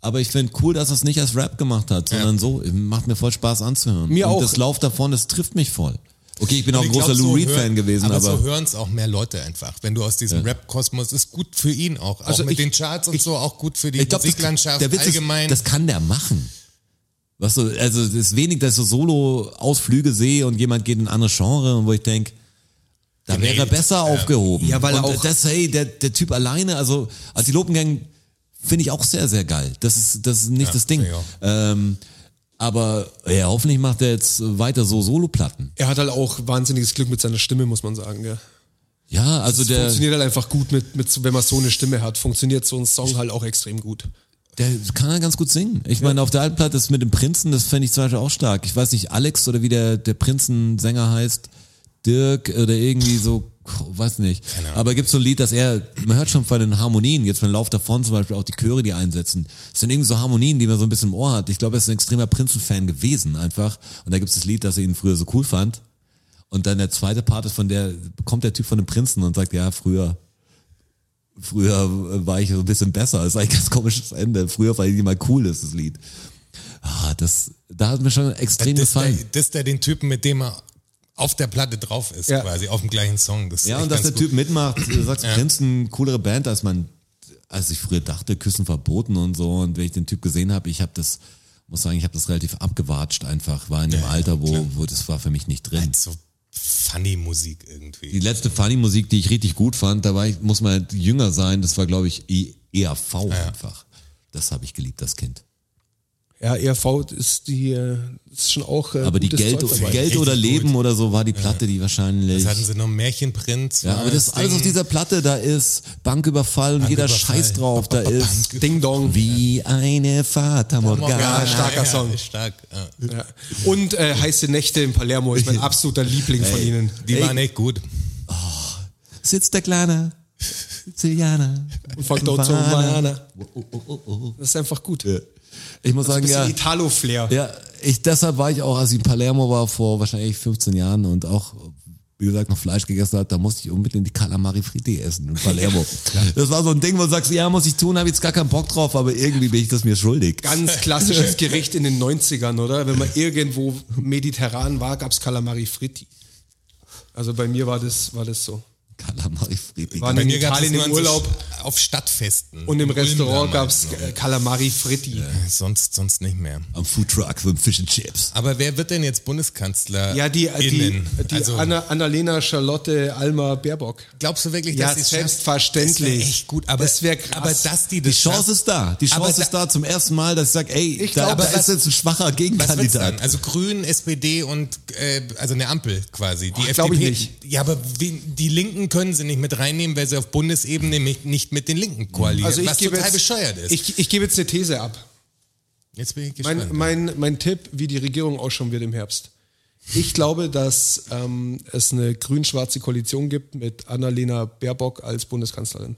Speaker 2: aber ich finde cool, dass das nicht als Rap gemacht hat, sondern so, macht mir voll Spaß anzuhören.
Speaker 4: Mir
Speaker 2: und
Speaker 4: auch.
Speaker 2: das Lauf davon, das trifft mich voll. Okay, ich bin auch
Speaker 3: Und
Speaker 2: ein
Speaker 3: ich
Speaker 2: großer
Speaker 3: glaub,
Speaker 2: Lou
Speaker 3: so
Speaker 2: Reed-Fan
Speaker 3: hören-
Speaker 2: gewesen, aber,
Speaker 3: so hören es auch mehr Leute einfach. Wenn du aus diesem Rap-Kosmos ist gut für ihn auch, auch
Speaker 4: Also
Speaker 3: mit
Speaker 4: ich-
Speaker 3: den Charts und so, auch gut für die
Speaker 2: ich glaube,
Speaker 3: Musiklandschaft
Speaker 2: der Witz
Speaker 3: allgemein.
Speaker 2: ist, das kann der machen. Was so, also es ist wenig, dass ich so Solo-Ausflüge sehe und jemand geht in ein anderes Genre und wo ich denk, da wäre er
Speaker 3: Genäht.
Speaker 2: besser aufgehoben.
Speaker 4: Ja, weil
Speaker 2: und
Speaker 4: er auch-
Speaker 2: das, hey, der, der Typ alleine, also Antilopengang finde ich auch sehr, sehr geil. Das ist, das ist nicht das Ding.
Speaker 3: ja.
Speaker 2: Ähm, aber ja, hoffentlich macht er jetzt weiter so Soloplatten.
Speaker 4: Er hat halt auch wahnsinniges Glück mit seiner Stimme, muss man sagen. Gell?
Speaker 2: Ja, also
Speaker 4: Es
Speaker 2: der,
Speaker 4: funktioniert halt einfach gut, mit, mit, wenn man so eine Stimme hat, funktioniert so ein Song halt auch extrem gut.
Speaker 2: der kann ja ganz gut singen. Ich meine, auf der alten Platte ist mit dem Prinzen, das fände ich zum Beispiel auch stark. Ich weiß nicht, Alex oder wie der, der Prinzensänger heißt, Dirk oder irgendwie so, weiß nicht. Aber gibt so ein Lied, dass er, man hört schon von den Harmonien, jetzt beim Lauf davon zum Beispiel auch die Chöre, die einsetzen. Das sind irgendwie so Harmonien, die man so ein bisschen im Ohr hat. Ich glaube, er ist ein extremer Prinzenfan gewesen einfach. Und da gibt es das Lied, dass er ihn früher so cool fand. Und dann der zweite Part ist von der, kommt der Typ von dem Prinzen und sagt, ja, früher, früher war ich so ein bisschen besser. Das ist eigentlich ein ganz komisches Ende. Früher war ich mal cool, ist das Lied. Ah, das, da hat mir schon extrem
Speaker 3: das, Äh, der,
Speaker 2: gefallen.
Speaker 3: das der den Typen, mit dem er auf der Platte drauf ist,
Speaker 4: Ja.
Speaker 3: quasi, auf dem gleichen Song. Das ist
Speaker 2: Ja,
Speaker 3: echt
Speaker 2: und dass
Speaker 3: ganz
Speaker 2: der
Speaker 3: gut.
Speaker 2: Typ mitmacht, du sagst, Prinzen, coolere Band, als man, als ich früher dachte, Küssen verboten und so. Und wenn ich den Typ gesehen habe, ich habe das, muss sagen, ich habe das relativ abgewatscht einfach, war in dem
Speaker 3: Ja,
Speaker 2: Alter,
Speaker 3: klar.
Speaker 2: wo, wo das war für mich nicht drin.
Speaker 3: so funny Musik
Speaker 2: Die
Speaker 3: irgendwie.
Speaker 2: letzte Funny-Musik, die ich richtig gut fand, da war ich, muss man halt jünger sein, das war, glaube ich, E- ERV einfach. Das habe ich geliebt, das Kind.
Speaker 4: Ja, ERV ist die, äh, ist schon auch. Äh,
Speaker 2: Aber die
Speaker 4: gutes
Speaker 2: Geld,
Speaker 4: Zeug dabei.
Speaker 2: Geld
Speaker 3: Richtig
Speaker 2: oder
Speaker 3: gut.
Speaker 2: Leben oder so war die Platte, die wahrscheinlich.
Speaker 3: Das hatten sie noch Märchenprinz. ne?
Speaker 2: Ja,
Speaker 3: war
Speaker 2: aber das ist alles
Speaker 3: Ding.
Speaker 2: auf dieser Platte, da ist Banküberfall und jeder
Speaker 3: Banküberfall.
Speaker 2: Scheiß drauf, da ist
Speaker 4: Ding Dong.
Speaker 2: wie eine Fata
Speaker 3: Ja,
Speaker 2: Morgana.
Speaker 4: starker
Speaker 3: ja,
Speaker 4: Song.
Speaker 3: ist Stark, ja.
Speaker 4: Ja. Und äh, Heiße Nächte in Palermo ist mein absoluter Liebling von ihnen.
Speaker 3: Die waren echt gut.
Speaker 2: Sitzt der kleine Sizilianer.
Speaker 4: Und Faktor zu Mariana.
Speaker 2: Oh,
Speaker 4: Das ist einfach gut.
Speaker 2: Ich muss
Speaker 4: Ein
Speaker 2: sagen,
Speaker 4: bisschen
Speaker 2: ja.
Speaker 4: Italo-Flair.
Speaker 2: Ja, ich, deshalb war ich auch, als ich in Palermo war, vor wahrscheinlich 15 Jahren und auch, wie gesagt, noch Fleisch gegessen hat, da musste ich unbedingt die Calamari Fritti essen in Palermo. das war so ein Ding, wo du sagst, ja, muss ich tun, habe jetzt gar keinen Bock drauf, aber irgendwie bin ich das mir schuldig.
Speaker 4: Ganz klassisches Gericht in den 90ern, oder? Wenn man irgendwo mediterran war, gab's Calamari Fritti. Also bei mir war das, war das so.
Speaker 2: Calamari Fritti.
Speaker 4: Waren
Speaker 3: Bei
Speaker 4: in
Speaker 3: mir gab es
Speaker 4: Italien
Speaker 3: nur
Speaker 4: im
Speaker 3: an so
Speaker 4: Urlaub
Speaker 3: Sch- auf Stadtfesten.
Speaker 4: und im
Speaker 3: In Ulm
Speaker 4: Restaurant
Speaker 3: damals
Speaker 4: gab's äh, Calamari Fritti.
Speaker 3: noch. Sonst, sonst nicht mehr.
Speaker 2: Am Foodtruck mit Fish and Chips.
Speaker 3: Aber wer wird denn jetzt Bundeskanzler?
Speaker 4: Ja, die, die,
Speaker 3: innen?
Speaker 4: die
Speaker 3: also,
Speaker 4: Anna, Annalena Charlotte Alma Baerbock.
Speaker 3: glaubst du wirklich,
Speaker 4: Ja,
Speaker 3: dass die
Speaker 4: selbstverständlich.
Speaker 3: Das wär echt gut, aber,
Speaker 4: Das wär krass.
Speaker 3: aber dass die
Speaker 2: Die
Speaker 3: das
Speaker 2: Chance ist da. Die
Speaker 3: Aber
Speaker 2: Chance
Speaker 3: da-
Speaker 2: ist da zum ersten Mal, dass ich sage, ey,
Speaker 4: Ich
Speaker 2: da,
Speaker 4: glaube,
Speaker 2: da ist
Speaker 4: was-
Speaker 2: jetzt ein schwacher
Speaker 3: Was wird's dann?
Speaker 2: Gegenkandidat.
Speaker 3: Also Grün, SPD und äh, also eine Ampel quasi. Die
Speaker 4: glaub ich
Speaker 3: FDP.
Speaker 4: nicht.
Speaker 3: Ja, aber wen, die Linken können sie nicht mit reinnehmen, weil sie auf Bundesebene mit- nicht mit den Linken koalieren.
Speaker 4: Also ich
Speaker 3: was
Speaker 4: gebe
Speaker 3: total
Speaker 4: jetzt,
Speaker 3: bescheuert ist.
Speaker 4: Ich, ich gebe jetzt eine These ab.
Speaker 3: jetzt bin ich gespannt.
Speaker 4: Mein, mein, mein Tipp, wie die Regierung ausschauen wird im Herbst. Ich glaube, dass ähm, es eine grün-schwarze Koalition gibt mit Annalena Baerbock als Bundeskanzlerin.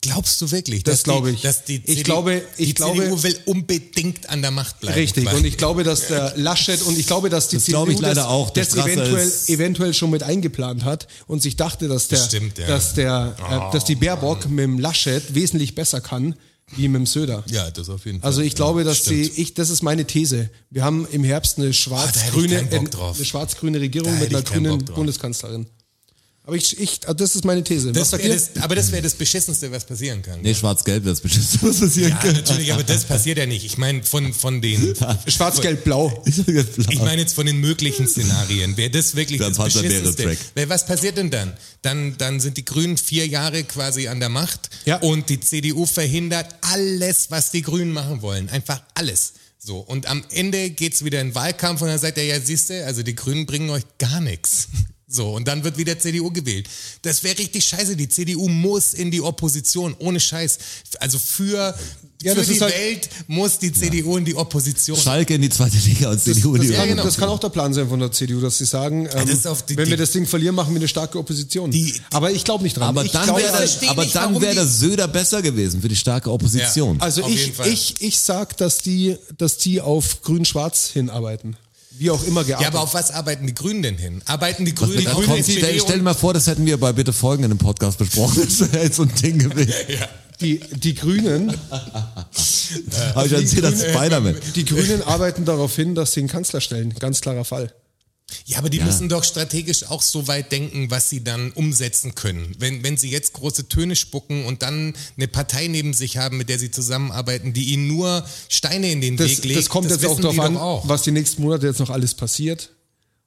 Speaker 3: Glaubst du wirklich?
Speaker 4: Das
Speaker 3: dass
Speaker 4: glaube
Speaker 3: die-
Speaker 4: ich.
Speaker 3: Dass die
Speaker 4: Ich
Speaker 3: CDU,
Speaker 4: glaube- ich
Speaker 3: die
Speaker 4: glaube-
Speaker 3: CDU will unbedingt an der Macht bleiben.
Speaker 4: Richtig.
Speaker 3: quasi.
Speaker 4: Und ich glaube, dass der Laschet und ich glaube, dass die
Speaker 2: Das
Speaker 4: CDU
Speaker 2: glaube ich leider
Speaker 4: das,
Speaker 2: auch. Der
Speaker 4: das
Speaker 2: Strasser
Speaker 4: eventuell,
Speaker 2: ist-
Speaker 4: eventuell schon mit eingeplant hat und sich dachte, dass der,
Speaker 3: Bestimmt, ja. Oh,
Speaker 4: dass, der äh, dass die Baerbock mit dem Laschet wesentlich besser kann wie mit dem Söder.
Speaker 3: ja, das auf jeden Fall.
Speaker 4: Also ich glaube,
Speaker 3: Ja,
Speaker 4: dass
Speaker 3: stimmt.
Speaker 4: sie, ich, das ist meine These. Wir haben im Herbst eine
Speaker 3: Ah, da hätte ich
Speaker 4: schwarz-grüne,
Speaker 3: keinen Bock drauf.
Speaker 4: eine schwarz-grüne Regierung
Speaker 3: Da
Speaker 4: mit
Speaker 3: hätte
Speaker 4: einer
Speaker 3: ich keinen
Speaker 4: grünen
Speaker 3: Bock drauf.
Speaker 4: Bundeskanzlerin. Aber ich, ich also das ist meine These.
Speaker 3: Das
Speaker 4: Was
Speaker 3: wär
Speaker 4: ihr-
Speaker 3: das, aber das wäre das Beschissenste, was passieren kann.
Speaker 2: Nee, schwarz-gelb, das bestimmt was passieren
Speaker 3: Ja, natürlich, aber das passiert ja nicht. Ich meine, von, von den.
Speaker 4: Schwarz, Gelb, Blau.
Speaker 3: Ich meine jetzt von den möglichen Szenarien. Wäre das wirklich
Speaker 2: Dann
Speaker 3: das
Speaker 2: passt der wäre
Speaker 3: Beschissenste?
Speaker 2: Track.
Speaker 3: Weil was passiert denn dann? dann? Dann sind die Grünen vier Jahre quasi an der Macht
Speaker 4: Ja.
Speaker 3: und die CDU verhindert alles, was die Grünen machen wollen. Einfach alles. So, und am Ende geht's wieder in den Wahlkampf und dann sagt er, ja siehste, also die Grünen bringen euch gar nichts. So, und dann wird wieder CDU gewählt. Das wäre richtig scheiße. Die CDU muss in die Opposition, ohne Scheiß. Also für,
Speaker 4: Ja,
Speaker 3: für
Speaker 4: das
Speaker 3: die
Speaker 4: ist halt-
Speaker 3: Welt muss die CDU in die Opposition.
Speaker 2: Schalke in die zweite Liga und CDU in
Speaker 4: Das,
Speaker 2: die
Speaker 4: kann,
Speaker 3: genau.
Speaker 4: das kann auch der Plan sein von der CDU, dass sie sagen, ähm,
Speaker 3: das ist auf die-
Speaker 4: wenn
Speaker 3: die-
Speaker 4: wir das Ding verlieren, machen wir eine starke Opposition.
Speaker 3: Die-
Speaker 4: aber ich glaube nicht dran.
Speaker 2: Aber
Speaker 4: ich
Speaker 2: dann
Speaker 4: glaube-
Speaker 3: ich
Speaker 2: wäre
Speaker 3: verstehe
Speaker 2: aber
Speaker 3: nicht,
Speaker 2: dann
Speaker 3: warum
Speaker 2: wäre
Speaker 3: die-
Speaker 2: der Söder besser gewesen für die starke Opposition.
Speaker 3: Ja.
Speaker 4: also
Speaker 3: Auf jeden
Speaker 4: ich,
Speaker 3: Fall.
Speaker 4: ich, ich sag, dass die, dass die auf Grün-Schwarz hinarbeiten. Wie auch immer gearbeitet.
Speaker 3: Ja, aber auf was arbeiten die Grünen denn hin? Arbeiten die
Speaker 2: Was
Speaker 3: Grünen,
Speaker 2: wir
Speaker 3: die
Speaker 2: dann
Speaker 3: Grünen
Speaker 2: kommt, stell,
Speaker 3: SPD
Speaker 2: stell dir
Speaker 3: und,
Speaker 2: mal vor, das hätten wir bei Bitte Folgen in einem Podcast besprochen. Das wäre jetzt so ein Ding gewesen.
Speaker 4: die, die Grünen,
Speaker 2: Habe ich dann gesehen, das Spider-Man.
Speaker 4: die Grünen arbeiten darauf hin, dass sie einen Kanzler stellen. Ganz klarer Fall.
Speaker 3: Ja, aber die müssen doch strategisch auch so weit denken, was sie dann umsetzen können. Wenn, wenn sie jetzt große Töne spucken und dann eine Partei neben sich haben, mit der sie zusammenarbeiten, die ihnen nur Steine in den
Speaker 4: Das,
Speaker 3: Weg legt,
Speaker 4: das kommt jetzt auch
Speaker 3: wissen
Speaker 4: darauf
Speaker 3: die
Speaker 4: an,
Speaker 3: doch auch.
Speaker 4: was die nächsten Monate jetzt noch alles passiert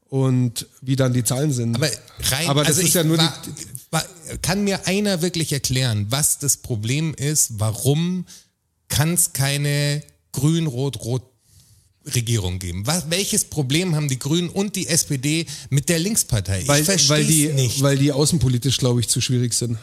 Speaker 4: und wie dann die Zahlen sind.
Speaker 3: Aber rein,
Speaker 4: Aber das
Speaker 3: also
Speaker 4: ist
Speaker 3: ich
Speaker 4: ja nur
Speaker 3: war,
Speaker 4: die,
Speaker 3: war, kann mir einer wirklich erklären, was das Problem ist, warum kann es keine grün-rot-rot Regierung geben. Was, welches Problem haben die Grünen und die SPD mit der Linkspartei?
Speaker 4: weil,
Speaker 3: ich verstehe
Speaker 4: weil, die,
Speaker 3: nicht.
Speaker 4: weil die außenpolitisch, glaube ich, zu schwierig sind.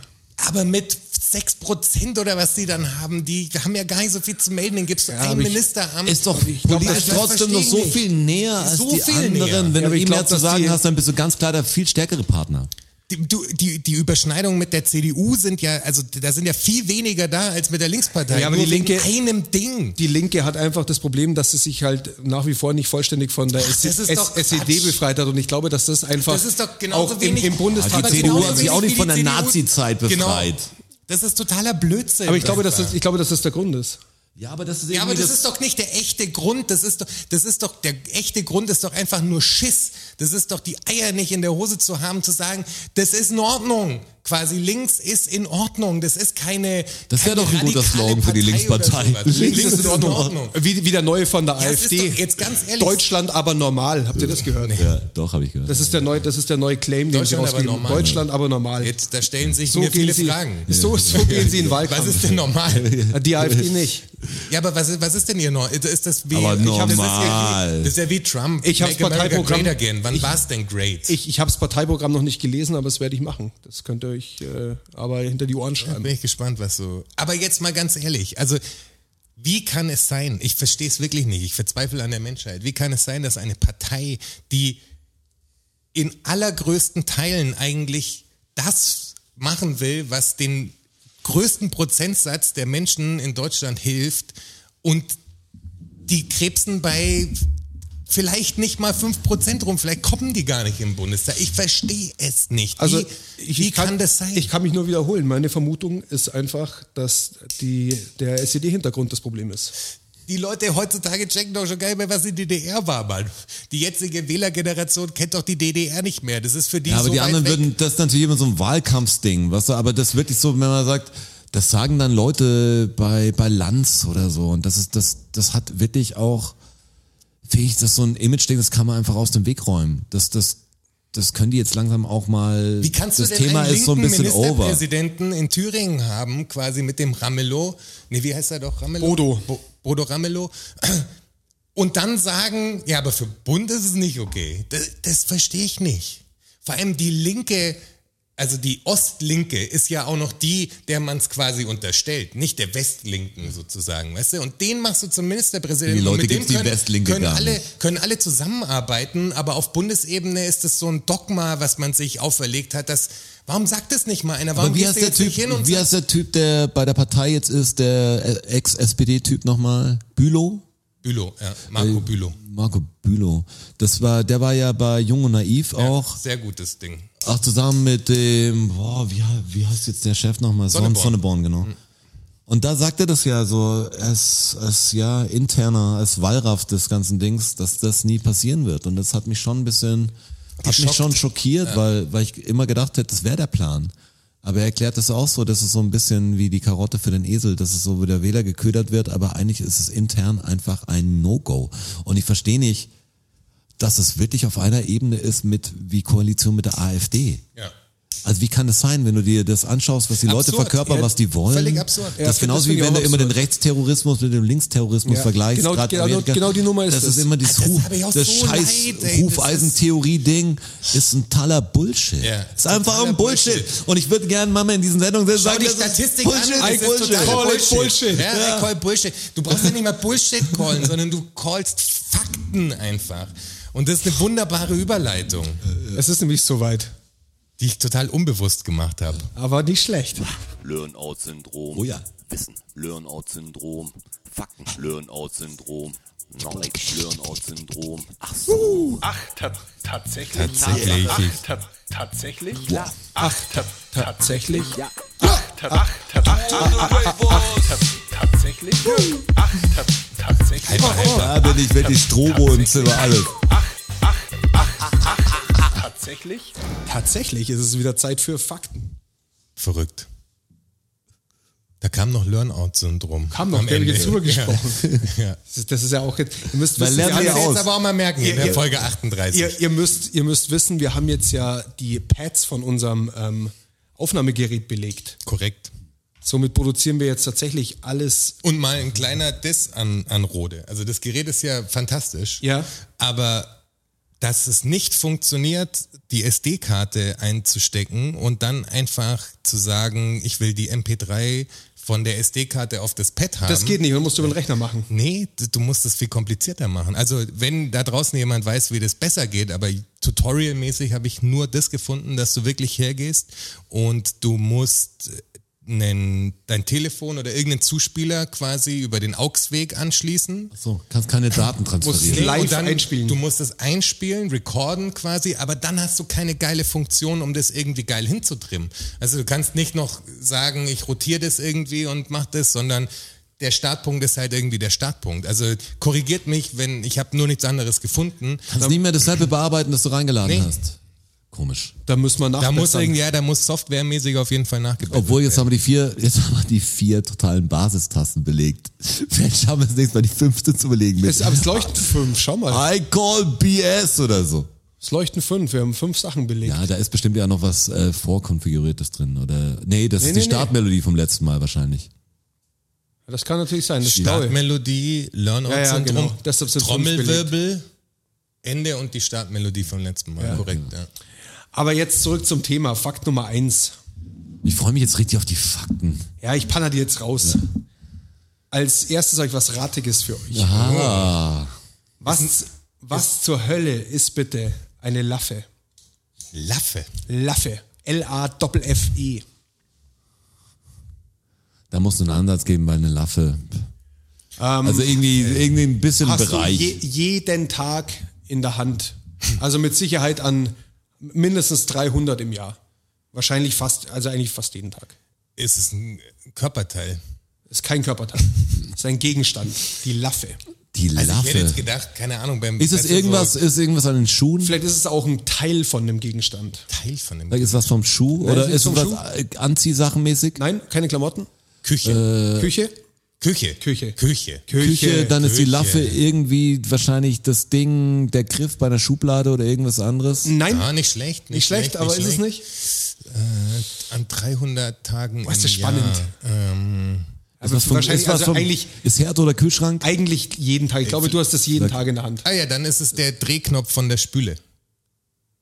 Speaker 3: Aber mit 6% oder was die dann haben, die haben ja gar nicht so viel zu melden, dann gibt's ein
Speaker 4: aber ich-
Speaker 3: Ministeramt.
Speaker 2: Ist doch
Speaker 3: glaub,
Speaker 2: politisch
Speaker 3: das- das
Speaker 2: trotzdem
Speaker 3: verstehe
Speaker 2: noch
Speaker 3: ich
Speaker 2: so
Speaker 3: nicht.
Speaker 2: viel näher als
Speaker 3: So
Speaker 2: die
Speaker 3: viel
Speaker 2: anderen.
Speaker 3: näher.
Speaker 2: Wenn
Speaker 4: Ja, aber
Speaker 2: du
Speaker 4: ich
Speaker 2: ihm
Speaker 4: glaub,
Speaker 2: mehr zu
Speaker 4: dass
Speaker 2: sagen
Speaker 4: die-
Speaker 2: hast, dann bist du ganz klar der viel stärkere Partner.
Speaker 3: Die, du- die, die Überschneidungen mit der CDU sind ja, also da sind ja viel weniger da als mit der Linkspartei.
Speaker 4: Ja, aber
Speaker 3: Nur
Speaker 4: die
Speaker 3: wegen
Speaker 4: Linke-
Speaker 3: einem Ding.
Speaker 4: Die Linke hat einfach das Problem, dass sie sich halt nach wie vor nicht vollständig von der
Speaker 3: das ist doch
Speaker 4: SED
Speaker 3: Quatsch.
Speaker 4: E befreit hat. Und ich glaube, dass das einfach
Speaker 3: Das ist doch genauso
Speaker 4: auch im,
Speaker 3: wenig.
Speaker 4: im Bundestag...
Speaker 2: Aber
Speaker 3: Aber
Speaker 2: die CDU
Speaker 3: genauso
Speaker 2: hat sich auch
Speaker 3: wenig
Speaker 2: nicht
Speaker 3: wie
Speaker 2: von der
Speaker 3: die CDU
Speaker 2: Nazi-Zeit
Speaker 3: Genau.
Speaker 2: befreit.
Speaker 3: Das ist totaler Blödsinn.
Speaker 4: aber ich glaube, dass
Speaker 3: das
Speaker 4: das, ich glaube, dass das der Grund ist.
Speaker 2: Ja, aber das ist
Speaker 3: Ja, aber
Speaker 2: irgendwie
Speaker 3: das ist doch nicht der echte Grund. Das ist doch, das ist doch, der echte Grund ist doch einfach nur Schiss. Das ist doch die Eier nicht in der Hose zu haben, zu sagen, das ist in Ordnung. Quasi links ist in Ordnung. Das ist keine.
Speaker 2: Das wär
Speaker 3: keine
Speaker 2: doch ein guter
Speaker 3: radikale
Speaker 2: Slogan für die
Speaker 3: Partei
Speaker 2: Linkspartei.
Speaker 3: oder sowas. Links, ist in Ordnung.
Speaker 4: Wie, wie der neue von der
Speaker 3: Ja, es ist
Speaker 4: AfD.
Speaker 3: doch jetzt ganz ehrlich-
Speaker 4: Deutschland aber normal. Habt ihr das gehört?
Speaker 2: Ja, doch, habe ich gehört.
Speaker 4: Das ist der neue, das ist der neue Claim, den sie
Speaker 3: Deutschland aber
Speaker 4: ausgeben.
Speaker 3: normal.
Speaker 4: Deutschland aber normal.
Speaker 3: Jetzt, da stellen sich
Speaker 4: so
Speaker 3: mir
Speaker 4: gehen
Speaker 3: viele
Speaker 4: sie,
Speaker 3: Fragen.
Speaker 4: So, so gehen sie in den
Speaker 3: Was
Speaker 4: Wahlkampf. Äh,
Speaker 3: ist denn normal?
Speaker 4: Die AfD nicht.
Speaker 3: Ja, aber was, ist- was ist denn hier normal? Ist das wie,
Speaker 2: Aber
Speaker 3: ich hab-
Speaker 2: normal.
Speaker 3: Das ist, ja wie, das ist ja wie Trump.
Speaker 4: Ich hab's
Speaker 3: Make America
Speaker 4: Parteiprogramm-
Speaker 3: Great again. Wann war's denn great?
Speaker 4: Ich, ich habe das Parteiprogramm noch nicht gelesen, aber das werde ich machen. Das könnt ihr euch äh, aber hinter die Ohren schreiben.
Speaker 3: Bin ich gespannt, was so. Aber jetzt mal ganz ehrlich, also wie kann es sein? Ich verstehe es wirklich nicht. Ich verzweifle an der Menschheit. Wie kann es sein, dass eine Partei, die in allergrößten Teilen eigentlich das machen will, was den größten Prozentsatz der Menschen in Deutschland hilft und die krebsen bei vielleicht nicht mal 5% rum, vielleicht kommen die gar nicht im Bundestag. Ich verstehe es nicht.
Speaker 4: Also
Speaker 3: wie, wie kann, das sein?
Speaker 4: Ich kann mich nur wiederholen. Meine Vermutung ist einfach, dass die, der SED-Hintergrund das Problem ist.
Speaker 3: Die Leute heutzutage checken doch schon gar nicht mehr, was die DDR war, Mann. Die jetzige Wählergeneration kennt doch die DDR nicht mehr. Das ist für die
Speaker 2: Ja, aber
Speaker 3: so
Speaker 2: die
Speaker 3: weit
Speaker 2: anderen
Speaker 3: weg.
Speaker 2: würden, das ist natürlich immer so ein Wahlkampfsding, weißt du, aber das ist wirklich so, wenn man sagt, das sagen dann Leute bei, bei Lanz oder so und das ist, das, das hat wirklich auch, finde ich, das ist so ein Image-Ding, das kann man einfach aus dem Weg räumen. Das, das, das können die jetzt langsam auch mal,
Speaker 3: Wie kannst
Speaker 2: das
Speaker 3: du denn
Speaker 2: Thema
Speaker 3: einen
Speaker 2: ist so ein
Speaker 3: linken
Speaker 2: bisschen over.
Speaker 3: Ministerpräsidenten in Thüringen haben, quasi mit dem Ramelow. Nee, wie heißt er doch? Ramelow?
Speaker 4: Bodo.
Speaker 3: Bo Bodo Ramelow. Und dann sagen, ja, aber für Bund ist es nicht okay. Das, das verstehe ich nicht. Vor allem die Linke, also die Ostlinke ist ja auch noch die, der man es quasi unterstellt, nicht der Westlinken sozusagen, weißt du? Und den machst du zum Ministerpräsidenten.
Speaker 2: Die Leute
Speaker 3: und mit dem
Speaker 2: gibt's die
Speaker 3: können,
Speaker 2: Westlinke
Speaker 3: können
Speaker 2: gar
Speaker 3: alle,
Speaker 2: nicht.
Speaker 3: können alle zusammenarbeiten, aber auf Bundesebene ist es so ein Dogma, was man sich auferlegt hat, dass warum sagt das nicht mal einer? Warum
Speaker 2: Aber wie
Speaker 3: gehst
Speaker 2: heißt
Speaker 3: du
Speaker 2: der
Speaker 3: jetzt
Speaker 2: Typ,
Speaker 3: nicht hin und
Speaker 2: wie
Speaker 3: sagst,
Speaker 2: heißt der Typ, der bei der Partei jetzt ist, der äh, Ex-SPD-Typ nochmal? Bülow?
Speaker 3: Bülow, ja,
Speaker 2: Äh,
Speaker 3: Marco Bülow.
Speaker 2: Marco Bülow. Das war, der war ja bei Jung und Naiv auch.
Speaker 3: Sehr gutes Ding.
Speaker 2: Ach, zusammen mit dem, boah, wie, wie heißt jetzt der Chef nochmal? Son-
Speaker 3: Sonneborn.
Speaker 2: Sonneborn, genau. Und da sagt er das ja so, als, als ja, interner, als Wallraff des ganzen Dings, dass das nie passieren wird. Und das hat mich schon ein bisschen Hat mich
Speaker 3: schockt.
Speaker 2: schon schockiert, weil, weil ich immer gedacht hätte, das wäre der Plan. Aber er erklärt das auch so, dass es so ein bisschen wie die Karotte für den Esel, dass es so wie der Wähler geködert wird, aber eigentlich ist es intern einfach ein No-Go. Und ich verstehe nicht, dass es wirklich auf einer Ebene ist mit wie Koalition mit der AfD.
Speaker 3: Ja.
Speaker 2: Also wie kann das sein, wenn du dir das anschaust, was die Leute
Speaker 3: Absurd.
Speaker 2: verkörpern,
Speaker 3: Ja,
Speaker 2: was die wollen?
Speaker 3: völlig absurd. Ja,
Speaker 2: Das ist
Speaker 4: find
Speaker 2: genauso wie
Speaker 4: deswegen
Speaker 2: wenn du
Speaker 4: auch
Speaker 2: immer den
Speaker 4: absurd.
Speaker 2: Rechtsterrorismus mit dem Linksterrorismus
Speaker 4: Ja,
Speaker 2: vergleichst.
Speaker 4: genau-
Speaker 2: grad
Speaker 4: genau-
Speaker 2: Amerika.
Speaker 4: genau die Nummer ist
Speaker 2: das.
Speaker 4: das.
Speaker 2: ist immer dieses Hu-
Speaker 3: hab ich auch
Speaker 2: das
Speaker 3: so
Speaker 2: scheiß
Speaker 3: leid, ey, das
Speaker 2: Hufeisentheorie-Ding ist ein totaler Bullshit.
Speaker 3: Ja.
Speaker 2: Ist einfach
Speaker 3: Totaler
Speaker 2: ein Bullshit. Und ich würde gerne mal in diesen Sendungen
Speaker 3: Schau
Speaker 2: sagen,
Speaker 3: die
Speaker 2: das
Speaker 3: Statistik
Speaker 2: ist Bullshit,
Speaker 3: an,
Speaker 2: ist Bullshit.
Speaker 3: totaler
Speaker 2: Call it Bullshit.
Speaker 3: Ja, I call Bullshit. Du brauchst ja nicht mal Bullshit callen, sondern du callst Fakten einfach. Und das ist eine wunderbare Überleitung,
Speaker 4: Es ist nämlich soweit.
Speaker 3: die ich total unbewusst gemacht habe.
Speaker 4: Aber nicht schlecht.
Speaker 1: Learn-out-Syndrom.
Speaker 2: Oh ja. Ah.
Speaker 1: Wissen. Learn-out-Syndrom. Fakten. Learn-out-Syndrom. Knowledge. Learn-out-Syndrom. Ach so.
Speaker 6: Ach, ta tatsächlich.
Speaker 3: Tatsächlich.
Speaker 6: Ach, ta tatsächlich. Ja. Ach, ta
Speaker 4: Tatsächlich.
Speaker 6: ta ach, ta ach, ta ta tatsächlich. Ach, ta tatsächlich.
Speaker 3: Halber, halber.
Speaker 2: Da bin ich wirklich Strobo im Zimmer, alles.
Speaker 6: Tatsächlich.
Speaker 4: Tatsächlich ist es wieder Zeit für Fakten.
Speaker 3: Verrückt. Da kam noch Learn-out-Syndrom.
Speaker 4: Kam noch,
Speaker 3: Am
Speaker 4: wir haben
Speaker 3: Ende.
Speaker 4: jetzt drüber gesprochen.
Speaker 3: Ja.
Speaker 4: Das ist, das ist ja auch jetzt. Ihr müsst
Speaker 2: Man
Speaker 4: wissen,
Speaker 2: lernt
Speaker 4: wir haben
Speaker 2: ja
Speaker 4: ja
Speaker 3: Das
Speaker 2: aus.
Speaker 3: jetzt aber auch mal merken, in
Speaker 4: Ihr-
Speaker 3: der
Speaker 4: ihr-
Speaker 3: Folge 38.
Speaker 4: Ihr, ihr, müsst, ihr müsst wissen, wir haben jetzt ja die Pads von unserem ähm, Aufnahmegerät belegt.
Speaker 3: Korrekt.
Speaker 4: Somit produzieren wir jetzt tatsächlich alles.
Speaker 3: Und mal ein kleiner Diss an, an Rode. Also das Gerät ist ja fantastisch.
Speaker 4: Ja.
Speaker 3: Aber dass es nicht funktioniert, die SD-Karte einzustecken und dann einfach zu sagen, ich will die MP3 von der SD-Karte auf das Pad haben.
Speaker 4: Das geht nicht, man muss über den Rechner machen.
Speaker 3: Nee, d- du musst es viel komplizierter machen. Also, wenn da draußen jemand weiß, wie das besser geht, aber tutorialmäßig habe ich nur das gefunden, dass du wirklich hergehst und du musst einen, dein Telefon oder irgendeinen Zuspieler quasi über den AUX-Weg anschließen.
Speaker 2: So, kannst keine Daten transferieren.
Speaker 4: Muss- live
Speaker 3: und dann,
Speaker 4: einspielen.
Speaker 3: Du musst es einspielen, recorden quasi, aber dann hast du keine geile Funktion, um das irgendwie geil hinzutrimmen. Also du kannst nicht noch sagen, ich rotiere das irgendwie und mach das, sondern der Startpunkt ist halt irgendwie der Startpunkt. Also korrigiert mich, wenn ich habe nur nichts anderes gefunden.
Speaker 2: Kannst nicht mehr dasselbe bearbeiten, das du reingeladen
Speaker 3: Nee.
Speaker 2: hast. Komisch.
Speaker 4: Da müssen wir
Speaker 3: Da
Speaker 4: nachbessern.
Speaker 3: muss irgendwie, ja, da muss softwaremäßig auf jeden Fall nachgebessert
Speaker 2: Obwohl, jetzt
Speaker 3: werden.
Speaker 2: haben wir die vier, jetzt haben wir die vier totalen Basistasten belegt. Vielleicht schaffen wir es nächstes Mal, die fünfte zu belegen. Mit
Speaker 4: es, aber es leuchten fünf, schau mal.
Speaker 2: I call BS oder so.
Speaker 4: Es leuchten fünf, wir haben fünf Sachen belegt.
Speaker 2: Ja, da ist bestimmt ja noch was äh, vorkonfiguriertes drin, oder? Nee, das
Speaker 4: Nee,
Speaker 2: ist die
Speaker 4: nee, nee.
Speaker 2: Startmelodie vom letzten Mal wahrscheinlich.
Speaker 4: Das kann natürlich sein, das ist neu.
Speaker 3: Startmelodie,
Speaker 4: Ja, ja,
Speaker 3: Learn-out-Syndrom,
Speaker 4: genau. Deshalb sind fünf
Speaker 3: Trommelwirbel, Ende und die Startmelodie vom letzten Mal. Korrekt, ja.
Speaker 4: Aber jetzt zurück zum Thema, Fakt Nummer eins.
Speaker 2: Ich freue mich jetzt richtig auf die Fakten.
Speaker 4: Ja, ich panne die jetzt raus. Als erstes habe ich was Ratiges für euch.
Speaker 2: Ah,
Speaker 4: Was, was zur Hölle ist bitte eine Laffe?
Speaker 3: Laffe.
Speaker 4: Laffe. L-A-F-F-E.
Speaker 2: da muss einen Ansatz geben, weil eine Laffe. also irgendwie, irgendwie ein bisschen
Speaker 4: Ähm, Hast
Speaker 2: Bereich.
Speaker 4: du je, jeden Tag in der Hand. Also mit Sicherheit an mindestens 300 im Jahr. Wahrscheinlich fast, also eigentlich fast jeden Tag.
Speaker 3: Ist es ein Körperteil?
Speaker 4: Ist kein Körperteil. Ist ein Gegenstand. Die Laffe. Also
Speaker 2: die
Speaker 3: Ich hätte
Speaker 2: Laffe.
Speaker 3: jetzt gedacht, keine Ahnung, beim
Speaker 2: Ist es
Speaker 3: weißt du,
Speaker 2: irgendwas,
Speaker 3: so
Speaker 2: ist irgendwas an den Schuhen?
Speaker 4: Vielleicht ist es auch ein Teil von dem Gegenstand.
Speaker 3: Teil von dem
Speaker 2: Ist was vom Schuh?
Speaker 4: Nein,
Speaker 2: oder
Speaker 4: ist nichts
Speaker 2: ist es
Speaker 4: vom
Speaker 2: was äh, Anziehsachenmäßig?
Speaker 4: Nein, keine Klamotten.
Speaker 3: Küche.
Speaker 4: Küche.
Speaker 3: Küche.
Speaker 4: Äh, Küche.
Speaker 3: Küche.
Speaker 2: Äh, Küche, dann ist die
Speaker 3: Küche.
Speaker 2: Laffe irgendwie wahrscheinlich das Ding, der Griff bei einer Schublade oder irgendwas anderes.
Speaker 4: Nein,
Speaker 3: Ah, nicht schlecht. Nicht,
Speaker 4: nicht schlecht, aber ist es
Speaker 3: schlecht.
Speaker 4: nicht?
Speaker 3: An 300 Tagen.
Speaker 4: Boah, ist das
Speaker 3: im
Speaker 4: spannend.
Speaker 3: Jahr, ähm,
Speaker 4: Also
Speaker 2: Was vom-
Speaker 4: wahrscheinlich,
Speaker 2: was
Speaker 4: also
Speaker 2: vom-
Speaker 4: eigentlich,
Speaker 2: ist Herd oder Kühlschrank?
Speaker 4: eigentlich jeden Tag. Ich glaube, du hast das jeden Tag in der Hand.
Speaker 3: ah ja, dann ist es der Drehknopf von der Spüle.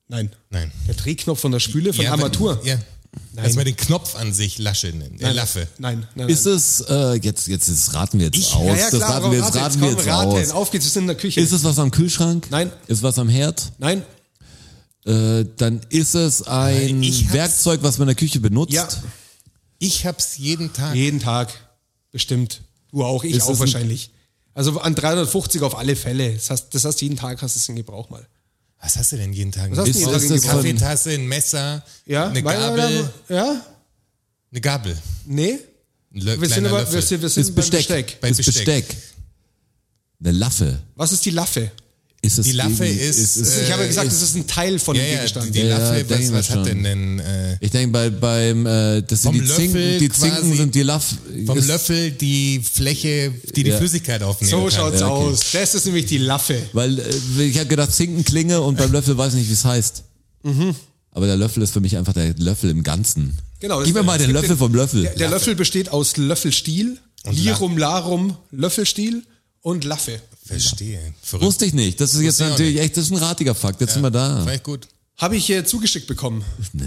Speaker 4: Nein.
Speaker 3: Nein.
Speaker 4: Der Drehknopf von der Spüle, von
Speaker 3: ja,
Speaker 4: Armatur.
Speaker 3: aber- Ja. Dass man den Knopf an sich Lasche nennt. Äh,
Speaker 4: Nein,
Speaker 3: Laffe.
Speaker 4: Nein, nein, nein.
Speaker 2: Ist es, äh, jetzt, jetzt, jetzt raten wir jetzt aus. das raten wir jetzt,
Speaker 4: rate
Speaker 2: raten wir
Speaker 4: komm,
Speaker 2: jetzt
Speaker 4: rate.
Speaker 2: aus.
Speaker 4: Auf geht's, wir sind in der Küche.
Speaker 2: Ist es was am Kühlschrank?
Speaker 4: Nein.
Speaker 2: Ist was am Herd?
Speaker 4: nein,
Speaker 2: Äh, dann ist es ein
Speaker 3: Ich hab's-
Speaker 2: Werkzeug, was man in der Küche benutzt.
Speaker 4: ja,
Speaker 3: Ich hab's jeden Tag.
Speaker 4: jeden Tag. Bestimmt. Du auch, ich
Speaker 2: Ist es
Speaker 4: auch
Speaker 2: ein-
Speaker 4: wahrscheinlich. Also an 350 auf alle Fälle. Das heißt, das heißt jeden Tag hast du es in Gebrauch mal.
Speaker 3: Was hast du denn jeden Tag?
Speaker 4: Was hast du
Speaker 2: Ist-
Speaker 4: jeden
Speaker 2: ist
Speaker 4: Tag in
Speaker 2: das
Speaker 4: Gebrauch?
Speaker 2: von-
Speaker 3: Kaffeetasse, ein Messer,
Speaker 4: Ja,
Speaker 3: eine
Speaker 4: weil-
Speaker 3: Gabel.
Speaker 4: Ja,
Speaker 3: Eine Gabel.
Speaker 4: nee.
Speaker 3: Ein Lö-
Speaker 4: Wir sind,
Speaker 3: kleiner
Speaker 4: aber, wir
Speaker 3: Löffel.
Speaker 4: sind, wir sind
Speaker 2: Ist
Speaker 4: beim
Speaker 2: Besteck.
Speaker 4: Besteck.
Speaker 3: Bei
Speaker 2: ist
Speaker 3: Besteck.
Speaker 2: Besteck. Eine Laffe.
Speaker 4: Was ist die Laffe?
Speaker 2: Ist es
Speaker 3: Die Laffe
Speaker 2: gegen-
Speaker 3: ist, äh,
Speaker 4: Ich habe ja gesagt,
Speaker 2: ist-
Speaker 4: es ist ein Teil von
Speaker 3: Ja,
Speaker 4: dem
Speaker 3: ja,
Speaker 4: Gegenstand.
Speaker 3: die
Speaker 2: Ja,
Speaker 3: Laffe,
Speaker 2: ja, denke ich
Speaker 3: was,
Speaker 2: mir
Speaker 3: was hat
Speaker 2: schon.
Speaker 3: denn denn äh,
Speaker 2: ich denke, bei, beim, äh, das sind
Speaker 3: Vom
Speaker 2: die Zinken,
Speaker 3: Löffel
Speaker 2: die Zinken
Speaker 3: quasi-
Speaker 2: sind die Laff.
Speaker 3: vom
Speaker 2: ist-
Speaker 3: Löffel die Fläche, die die
Speaker 2: Ja.
Speaker 3: Flüssigkeit aufnehmen
Speaker 4: So
Speaker 3: kann?
Speaker 4: schaut's
Speaker 2: Ja, okay.
Speaker 4: aus. Das ist nämlich die Laffe.
Speaker 2: Weil äh, ich habe gedacht, Zinkenklinge und beim Löffel weiß ich nicht, wie es heißt.
Speaker 4: Mhm.
Speaker 2: Aber der Löffel ist für mich einfach der Löffel im Ganzen.
Speaker 4: Genau, das-
Speaker 2: Gib mir mal
Speaker 4: es
Speaker 2: den
Speaker 4: gibt
Speaker 2: Löffel
Speaker 4: den-
Speaker 2: vom Löffel.
Speaker 4: Der, der Löffel besteht aus Löffelstiel, Lirum Larum, Löffelstiel und Laffe.
Speaker 3: Verstehe. Verrückt.
Speaker 2: Wusste ich nicht. Das ist jetzt
Speaker 3: ich auch
Speaker 2: natürlich echt, das ist ein ratiger Fakt. Jetzt sind wir da.
Speaker 3: Vielleicht gut.
Speaker 4: Habe ich äh, zugeschickt bekommen.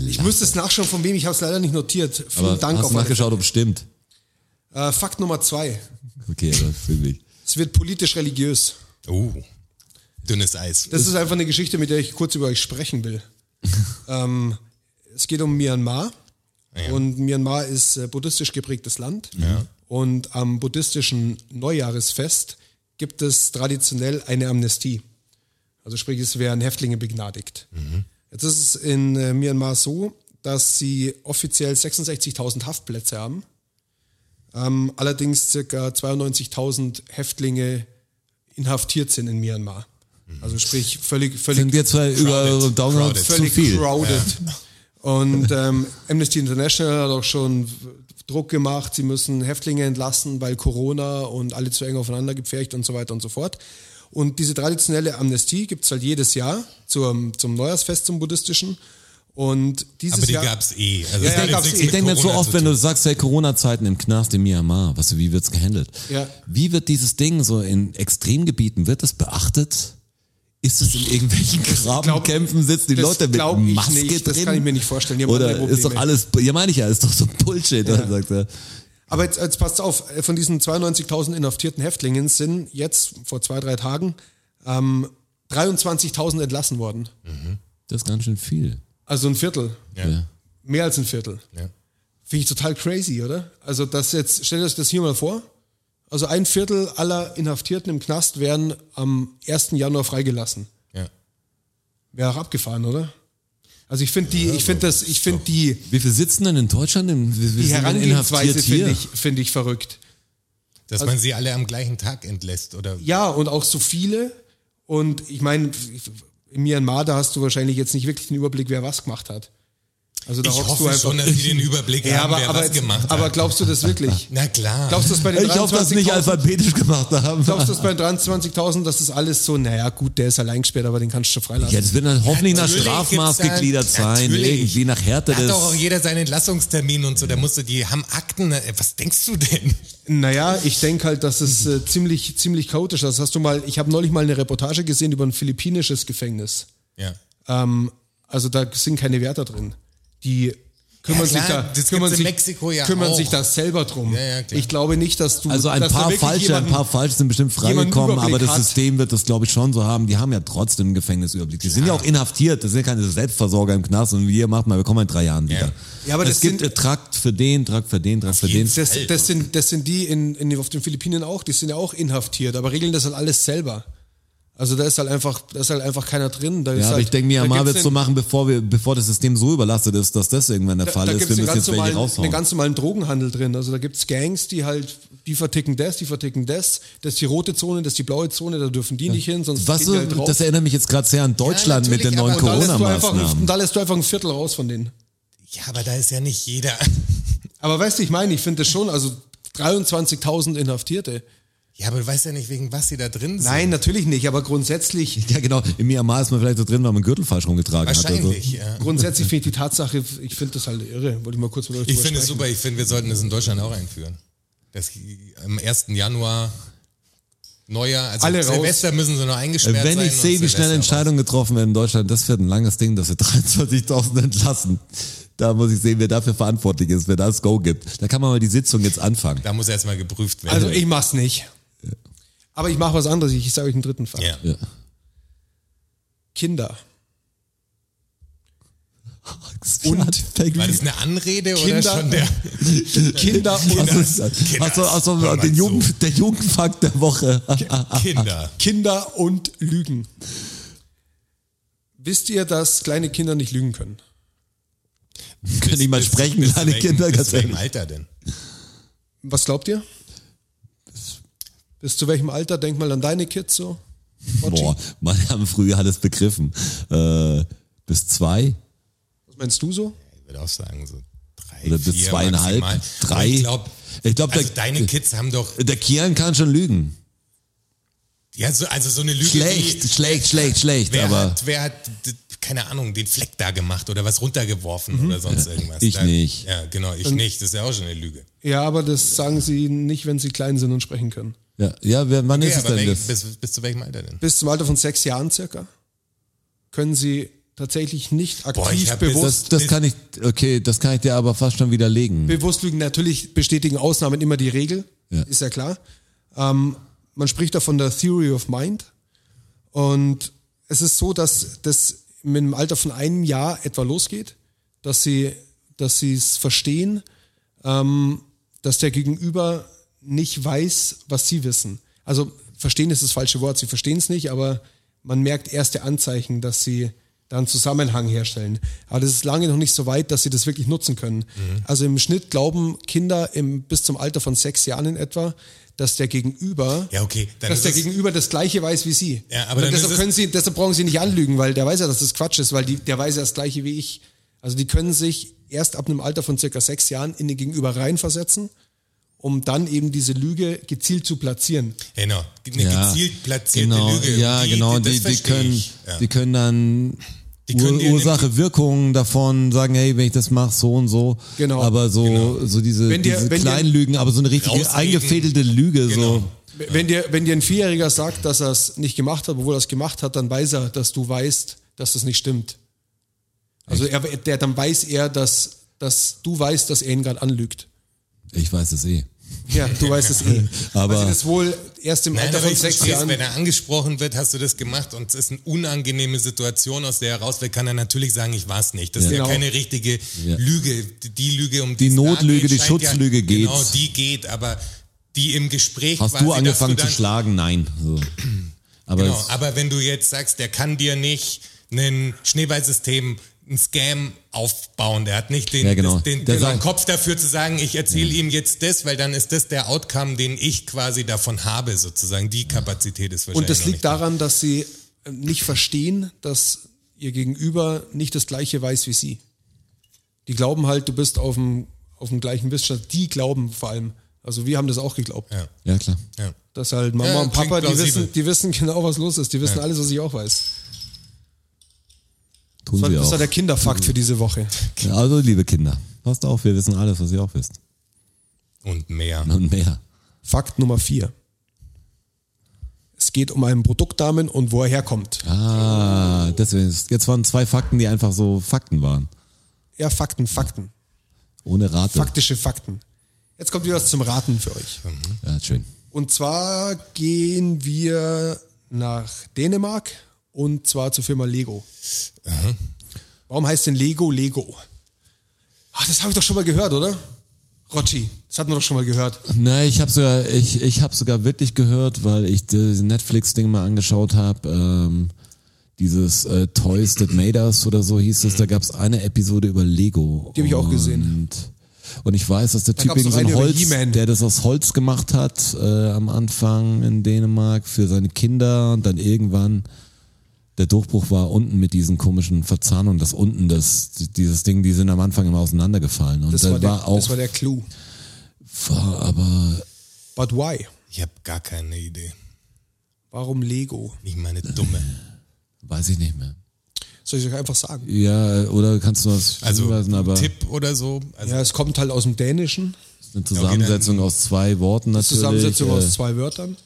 Speaker 4: Ich müsste es nachschauen, von wem. Ich habe es leider nicht notiert. Vielen
Speaker 2: Aber
Speaker 4: Dank.
Speaker 2: hast
Speaker 4: Auf
Speaker 2: du
Speaker 4: alle.
Speaker 2: nachgeschaut, ob es stimmt?
Speaker 4: Äh, Fakt Nummer zwei.
Speaker 2: Okay, aber wirklich.
Speaker 4: Es wird politisch-religiös.
Speaker 3: Oh. Dünnes Eis.
Speaker 4: Das ist einfach eine Geschichte, mit der ich kurz über euch sprechen will. ähm, es geht um Myanmar. Und Myanmar ist äh, buddhistisch geprägtes Land. Und am buddhistischen Neujahresfest gibt es traditionell eine Amnestie. Also sprich, es werden Häftlinge begnadigt. Jetzt ist es in äh, Myanmar so, dass sie offiziell 66.000 Haftplätze haben. Ähm, allerdings circa 92.000 Häftlinge inhaftiert sind in Myanmar. Also sprich, völlig, völlig
Speaker 2: Sind jetzt zwei über Download
Speaker 3: Crowded.
Speaker 2: zu
Speaker 4: völlig
Speaker 2: viel.
Speaker 4: crowded. Und ähm, Amnesty International hat auch schon w- Druck gemacht, sie müssen Häftlinge entlassen, weil Corona und alle zu eng aufeinander gepfercht und so weiter und so fort. Und diese traditionelle Amnestie gibt es halt jedes Jahr zum, zum Neujahrsfest, zum buddhistischen. Und dieses
Speaker 3: Aber die
Speaker 4: Jahr,
Speaker 3: gab's eh. Also
Speaker 4: Ja,
Speaker 3: das
Speaker 4: ja,
Speaker 3: hat jetzt
Speaker 4: gab's
Speaker 3: nichts
Speaker 4: eh.
Speaker 3: mit
Speaker 2: Ich denke mir jetzt so
Speaker 3: Corona
Speaker 2: oft,
Speaker 3: zu
Speaker 2: wenn
Speaker 3: tun.
Speaker 2: du sagst, hey, Corona-Zeiten im Knast in Myanmar, weißt du, wie wird's gehandelt?
Speaker 4: Ja.
Speaker 2: Wie wird dieses Ding so in Extremgebieten, wird das beachtet? Ist es in irgendwelchen Grabenkämpfen, sitzen die
Speaker 4: das
Speaker 2: Leute
Speaker 4: glaub
Speaker 2: mit
Speaker 4: ich
Speaker 2: Maske
Speaker 4: nicht,
Speaker 2: drin?
Speaker 4: das kann ich mir nicht vorstellen, die haben
Speaker 2: Oder
Speaker 4: andere
Speaker 2: ist doch
Speaker 4: Probleme.
Speaker 2: alles, ja meine ich ja, ist doch so Bullshit, oder? sagt er.
Speaker 4: Aber jetzt, jetzt passt auf, äh, von diesen 92.000 inhaftierten Häftlingen sind jetzt vor zwei, drei Tagen ähm, 23.000 entlassen worden.
Speaker 2: Das ist ganz schön viel.
Speaker 4: Also ein Viertel.
Speaker 2: Ja.
Speaker 4: Mehr als ein Viertel.
Speaker 3: Ja.
Speaker 4: Finde ich total crazy, oder? Also das jetzt, stellt euch das hier mal vor. Also ein Viertel aller Inhaftierten im Knast werden am 1. Januar freigelassen.
Speaker 3: Ja.
Speaker 4: Wäre auch abgefahren, oder? Also ich finde die, ich finde das, ich finde die,
Speaker 2: Wie viel sitzen denn in Deutschland? In, wie, wie
Speaker 4: die
Speaker 2: sind denn
Speaker 4: Herangehensweise
Speaker 2: inhaftiert hier?
Speaker 4: finde ich, finde ich verrückt.
Speaker 3: Dass man sie alle am gleichen Tag entlässt oder
Speaker 4: Also Ja, und auch so viele. Und ich meine, in Myanmar, da hast du wahrscheinlich jetzt nicht wirklich den Überblick, wer was gemacht hat. Also da
Speaker 3: Ich
Speaker 4: hockst
Speaker 3: hoffe
Speaker 4: du einfach.
Speaker 3: schon, dass die den Überblick
Speaker 4: ja,
Speaker 3: haben,
Speaker 4: aber,
Speaker 3: wer
Speaker 4: aber,
Speaker 3: was gemacht
Speaker 4: aber
Speaker 3: hat.
Speaker 4: glaubst du das wirklich?
Speaker 3: Na klar.
Speaker 4: Glaubst du das bei den
Speaker 2: Ich hoffe, dass sie nicht
Speaker 4: 23.000
Speaker 2: alphabetisch gemacht haben.
Speaker 4: Glaubst du, dass bei 23.000, das ist alles so, naja, gut, der ist allein gesperrt, aber den kannst du freilassen.
Speaker 2: Ja, das wird dann hoffentlich nach
Speaker 3: Natürlich
Speaker 2: Strafmaß
Speaker 3: gibt's da-
Speaker 2: gegliedert sein,
Speaker 3: Natürlich.
Speaker 2: irgendwie nach Härte
Speaker 3: da hat
Speaker 2: des.
Speaker 3: doch auch jeder seinen Entlassungstermin und so, da musst du, die haben Akten, äh, was denkst du denn?
Speaker 4: Naja, ich denke halt, dass es äh, ziemlich, ziemlich chaotisch ist. Also Hast du mal, ich habe neulich mal eine Reportage gesehen über ein philippinisches Gefängnis.
Speaker 3: Ja.
Speaker 4: Ähm, also da sind keine Wärter drin. Die kümmern
Speaker 3: Ja, klar,
Speaker 4: sich da,
Speaker 3: das gibt's
Speaker 4: kümmern,
Speaker 3: in
Speaker 4: sich,
Speaker 3: Mexiko ja
Speaker 4: kümmern
Speaker 3: auch.
Speaker 4: sich da selber drum.
Speaker 3: Ja, ja, klar.
Speaker 4: ich glaube nicht, dass du
Speaker 2: Also ein
Speaker 4: dass da
Speaker 2: paar
Speaker 4: wirklich
Speaker 2: Falsche, ein
Speaker 4: jemanden-
Speaker 2: paar Falsche sind bestimmt
Speaker 4: jemanden
Speaker 2: freigekommen, aber
Speaker 4: Überblick
Speaker 2: das
Speaker 4: hat.
Speaker 2: System wird das, glaube ich, schon so haben. Die haben ja trotzdem einen Gefängnisüberblick. Die sind ja auch inhaftiert, das sind ja keine Selbstversorger im Knast und wir machen mal, wir kommen in drei Jahren wieder.
Speaker 4: Ja, aber
Speaker 2: es
Speaker 4: das
Speaker 2: gibt
Speaker 4: sind-
Speaker 2: äh, Trakt für den, Trakt für den, Trakt für den.
Speaker 4: das, das, sind, das sind die in, in, auf den Philippinen auch, die sind ja auch inhaftiert, aber regeln das halt alles selber. Also da ist halt einfach, da ist halt einfach keiner drin. Da ist
Speaker 2: Ja, aber
Speaker 4: halt,
Speaker 2: ich denke,
Speaker 4: da
Speaker 2: Myanmar
Speaker 4: gibt's
Speaker 2: wird es
Speaker 4: den-
Speaker 2: so machen, bevor wir, bevor das System so überlastet ist, dass das irgendwann der Fall
Speaker 4: da
Speaker 2: ist.
Speaker 4: gibt's
Speaker 2: Wir müssen
Speaker 4: einen ganz
Speaker 2: jetzt welche
Speaker 4: normalen, einen
Speaker 2: raushauen.
Speaker 4: ganz normalen Drogenhandel drin. Also da gibt's Gangs, die halt, die verticken das, die verticken das. Das ist die rote Zone, das ist die blaue Zone, da dürfen die nicht hin, sonst
Speaker 2: Was
Speaker 4: gehen
Speaker 2: so,
Speaker 4: die halt drauf.
Speaker 2: das erinnert mich jetzt gerade sehr an Deutschland mit den
Speaker 3: natürlich,
Speaker 2: neuen
Speaker 3: aber-
Speaker 4: da lässt, du einfach,
Speaker 2: Corona-Maßnahmen.
Speaker 4: und da lässt du einfach ein Viertel raus von denen.
Speaker 3: Ja, aber da ist ja nicht jeder.
Speaker 4: Aber weißt du, ich meine, ich finde das schon, also 23.000 Inhaftierte.
Speaker 3: Ja, aber du weißt ja nicht, wegen was sie da drin sind.
Speaker 4: Nein, natürlich nicht, aber grundsätzlich,
Speaker 2: Ja, genau. In Myanmar ist man vielleicht so drin, weil man den Gürtel falsch rumgetragen hat. Oder so.
Speaker 4: Also-
Speaker 3: Wahrscheinlich, ja.
Speaker 4: grundsätzlich finde ich die Tatsache, ich finde das halt irre. Wollte ich mal kurz mit euch
Speaker 3: Ich
Speaker 4: drüber
Speaker 3: finde es
Speaker 4: sprechen.
Speaker 3: super, ich finde, wir sollten das in Deutschland auch einführen. Das am 1. Januar, Neujahr, also
Speaker 4: Alle raus.
Speaker 3: Silvester müssen sie noch eingesperrt
Speaker 2: Wenn
Speaker 3: sein.
Speaker 2: ich sehe,
Speaker 3: und
Speaker 2: wie schnell
Speaker 3: Silvester
Speaker 2: Entscheidungen getroffen werden in Deutschland, das wird ein langes Ding, dass wir 23.000 entlassen. Da muss ich sehen, wer dafür verantwortlich ist, wer da das Go gibt. Da kann man mal die Sitzung jetzt anfangen.
Speaker 3: raus. Da muss erstmal geprüft werden.
Speaker 4: Also ich mach's nicht. Aber ich mache was anderes, ich sage euch einen dritten Fall.
Speaker 3: ja.
Speaker 2: Ja.
Speaker 4: Kinder.
Speaker 2: Und
Speaker 3: War das eine Anrede oder
Speaker 4: Kinder-
Speaker 3: schon der?
Speaker 4: Kinder und
Speaker 2: Hast du,
Speaker 4: Genau.
Speaker 3: Kinder.
Speaker 2: hast du, hast
Speaker 3: Hör
Speaker 2: du
Speaker 3: mal
Speaker 2: den
Speaker 3: zu.
Speaker 2: Jugend, der Jugendfakt der Woche?
Speaker 3: Kinder.
Speaker 4: Kinder und Lügen. Wisst ihr, dass kleine Kinder nicht lügen können?
Speaker 2: Kann nicht mal
Speaker 3: Bis-
Speaker 2: sprechen,
Speaker 3: bis
Speaker 2: kleine
Speaker 3: welchem-
Speaker 2: Kinder,
Speaker 3: Bis
Speaker 2: ganz
Speaker 3: welchem
Speaker 2: ehrlich.
Speaker 3: Alter denn?
Speaker 4: Was glaubt ihr? Bis zu welchem Alter? Denk mal an deine Kids so.
Speaker 2: Boah, meine haben früher alles begriffen. Äh, bis zwei,
Speaker 4: Was meinst du so?
Speaker 3: Ich würde auch sagen, so drei.
Speaker 2: Oder bis
Speaker 3: vier
Speaker 2: zweieinhalb,
Speaker 3: maximal.
Speaker 2: drei.
Speaker 3: Aber Ich glaube,
Speaker 2: Ich glaub,
Speaker 3: also
Speaker 2: der-
Speaker 3: deine Kids haben doch,
Speaker 2: der Kian kann schon lügen.
Speaker 3: ja, so, also so eine Lüge.
Speaker 2: Schlecht,
Speaker 3: wie-
Speaker 2: schlecht, schlecht, schlecht,
Speaker 3: Wer
Speaker 2: aber
Speaker 3: hat, wer hat, d- keine Ahnung, den Fleck da gemacht oder was runtergeworfen oder sonst irgendwas?
Speaker 2: Mhm. ich
Speaker 3: da,
Speaker 2: nicht.
Speaker 3: Ja, genau, ich nicht. Das ist ja auch schon eine Lüge.
Speaker 4: Ja, aber das sagen sie nicht, wenn sie klein sind und sprechen können.
Speaker 2: ja, ja, wer- wann
Speaker 3: Okay,
Speaker 2: ist es
Speaker 3: aber
Speaker 2: denn
Speaker 3: welch,
Speaker 2: das?
Speaker 3: bis, bis zu welchem Alter denn?
Speaker 4: Bis zum Alter von sechs Jahren circa können sie tatsächlich nicht aktiv
Speaker 3: Boah, ich hab jetzt-
Speaker 4: bewusst
Speaker 2: Das, das kann ich, okay, das kann ich dir aber fast schon widerlegen.
Speaker 4: bewusst lügen. Natürlich bestätigen Ausnahmen immer die Regel,
Speaker 2: Ja.
Speaker 4: ist ja klar. Ähm, man spricht da von der Theory of Mind. Und es ist so, dass das mit einem Alter von einem Jahr etwa losgeht, dass sie dass sie es verstehen, ähm, dass der Gegenüber nicht weiß, was sie wissen. Also verstehen ist das falsche Wort, sie verstehen es nicht, aber man merkt erste Anzeichen, dass sie da einen Zusammenhang herstellen. Aber das ist lange noch nicht so weit, dass sie das wirklich nutzen können. Also im Schnitt glauben Kinder im, bis zum Alter von sechs Jahren in etwa, dass der Gegenüber
Speaker 3: Ja, okay, dann
Speaker 4: dass
Speaker 3: ist
Speaker 4: der
Speaker 3: es-
Speaker 4: Gegenüber das Gleiche weiß wie Sie.
Speaker 3: Ja, aber dann
Speaker 4: und
Speaker 3: ist
Speaker 4: deshalb,
Speaker 3: es-
Speaker 4: können Sie, deshalb brauchen Sie nicht anlügen, weil der weiß ja, dass das Quatsch ist, weil die, der weiß ja das Gleiche wie ich. Also die können sich erst ab einem Alter von circa sechs Jahren in den Gegenüber reinversetzen, um dann eben diese Lüge gezielt zu platzieren.
Speaker 3: Genau, eine
Speaker 2: Ja,
Speaker 3: gezielt platzierte Lüge.
Speaker 2: Ja, genau,
Speaker 3: das
Speaker 2: die, die,
Speaker 3: verstehe
Speaker 2: können,
Speaker 3: ich. Ja.
Speaker 2: die können dann
Speaker 3: Die können dir
Speaker 2: Ur Ursache, Wirkung davon sagen, hey, wenn ich das mache, so und so.
Speaker 4: Genau.
Speaker 2: Aber so, so diese,
Speaker 4: Wenn dir-
Speaker 2: diese
Speaker 4: wenn dir-
Speaker 2: kleinen Lügen, aber so eine richtige
Speaker 3: Rausreden.
Speaker 2: eingefädelte Lüge, so.
Speaker 3: Genau.
Speaker 4: Wenn dir, wenn dir ein Vierjähriger sagt, dass er es nicht gemacht hat, obwohl er es gemacht hat, dann weiß er, dass du weißt, dass das nicht stimmt. Also er, der, dann weiß er, dass, dass du weißt, dass er ihn gerade anlügt.
Speaker 2: Ich weiß es eh.
Speaker 4: Ja, du weißt es eh.
Speaker 2: Aber-
Speaker 4: Weil sie das wohl erst im
Speaker 3: Nein,
Speaker 4: Alter
Speaker 3: aber
Speaker 4: von
Speaker 3: ich
Speaker 4: sechs
Speaker 3: verstehe es,
Speaker 4: Jahren
Speaker 3: wenn er angesprochen wird, hast du das gemacht und es ist eine unangenehme Situation, aus der er raus will, kann er natürlich sagen, ich war es nicht. Das ist
Speaker 4: Genau.
Speaker 3: ja keine richtige
Speaker 2: Ja.
Speaker 3: Lüge. Die Lüge, um
Speaker 2: Die
Speaker 3: es da
Speaker 2: Notlüge,
Speaker 3: geht,
Speaker 2: die
Speaker 3: scheint
Speaker 2: Schutzlüge
Speaker 3: ja, Genau,
Speaker 2: geht's.
Speaker 3: die geht, aber die im Gespräch
Speaker 2: Hast
Speaker 3: quasi,
Speaker 2: du
Speaker 3: dass
Speaker 2: angefangen
Speaker 3: dann,
Speaker 2: zu schlagen? Nein. So. Aber
Speaker 3: Genau,
Speaker 2: es-
Speaker 3: aber wenn du jetzt sagst, der kann dir nicht ein Schneeballsystem, ein Scam aufbauen, der hat nicht den,
Speaker 2: Ja, genau.
Speaker 3: das- den,
Speaker 2: Der
Speaker 3: den
Speaker 2: sagt-
Speaker 3: Kopf dafür zu sagen, ich erzähle ihm jetzt das, weil dann ist das der Outcome, den ich quasi davon habe, sozusagen. Die Kapazität ist wahrscheinlich
Speaker 4: Und das
Speaker 3: noch
Speaker 4: liegt
Speaker 3: nicht da.
Speaker 4: daran, dass sie äh, nicht verstehen, dass ihr Gegenüber nicht das Gleiche weiß wie sie. Die glauben halt, du bist auf dem, auf dem gleichen Wissensstand. Die glauben vor allem. Also wir haben das auch geglaubt.
Speaker 3: Ja.
Speaker 2: ja, klar.
Speaker 3: Ja.
Speaker 4: Dass halt Mama
Speaker 3: Ja,
Speaker 4: und Papa,
Speaker 3: klingt
Speaker 4: die
Speaker 3: plausibel.
Speaker 4: wissen, die wissen genau, was los ist. Die wissen
Speaker 3: Ja.
Speaker 4: alles, was ich auch weiß.
Speaker 2: Tun
Speaker 4: Das war,
Speaker 2: sie
Speaker 4: das
Speaker 2: auch.
Speaker 4: war der Kinderfakt für diese Woche.
Speaker 2: Also, liebe Kinder, passt auf, wir wissen alles, was ihr auch wisst.
Speaker 3: Und mehr.
Speaker 2: Und mehr.
Speaker 4: Fakt Nummer vier. Es geht um einen Produktnamen und wo er herkommt.
Speaker 2: Ah, deswegen, ist- jetzt waren zwei Fakten, die einfach so Fakten waren.
Speaker 4: Ja, Fakten, Fakten.
Speaker 2: Ohne Rate.
Speaker 4: Faktische Fakten. Jetzt kommt wieder was zum Raten für euch.
Speaker 2: Ja, schön.
Speaker 4: Und zwar gehen wir nach Dänemark und zwar zur Firma Lego. Warum heißt denn Lego Lego? Ach, das habe ich doch schon mal gehört, oder? Rotschi, das hatten wir doch schon mal gehört.
Speaker 2: Nein, ich habe sogar, ich, ich habe sogar wirklich gehört, weil ich das Netflix-Ding mal angeschaut habe. Ähm, dieses äh, Toys That Made Us oder so hieß es. Da gab es eine Episode über Lego.
Speaker 4: Die hab ich auch gesehen.
Speaker 2: Und, und ich weiß, dass der Typ
Speaker 4: gab's
Speaker 2: wegen
Speaker 4: noch
Speaker 2: so ein
Speaker 4: eine über
Speaker 2: Holz,
Speaker 4: He-Man.
Speaker 2: der das aus Holz gemacht hat äh, am Anfang in Dänemark für seine Kinder und dann irgendwann der Durchbruch war unten mit diesen komischen Verzahnungen, dass unten das dieses Ding, die sind am Anfang immer auseinandergefallen und
Speaker 4: Das,
Speaker 2: das da
Speaker 4: war,
Speaker 2: war,
Speaker 4: der,
Speaker 2: auch
Speaker 4: das war der Clou.
Speaker 2: war aber
Speaker 4: But why?
Speaker 3: Ich habe gar keine Idee.
Speaker 4: Warum Lego?
Speaker 3: Nicht meine dumme.
Speaker 2: weiß ich nicht mehr.
Speaker 4: Soll ich euch einfach sagen?
Speaker 2: Ja, oder kannst du was
Speaker 3: Also
Speaker 2: hinweisen, aber
Speaker 3: Tipp oder so. Also,
Speaker 4: Ja, es kommt halt aus dem Dänischen.
Speaker 2: eine Zusammensetzung aus zwei Worten natürlich.
Speaker 4: genau. Zusammensetzung
Speaker 2: äh,
Speaker 4: aus zwei Wörtern.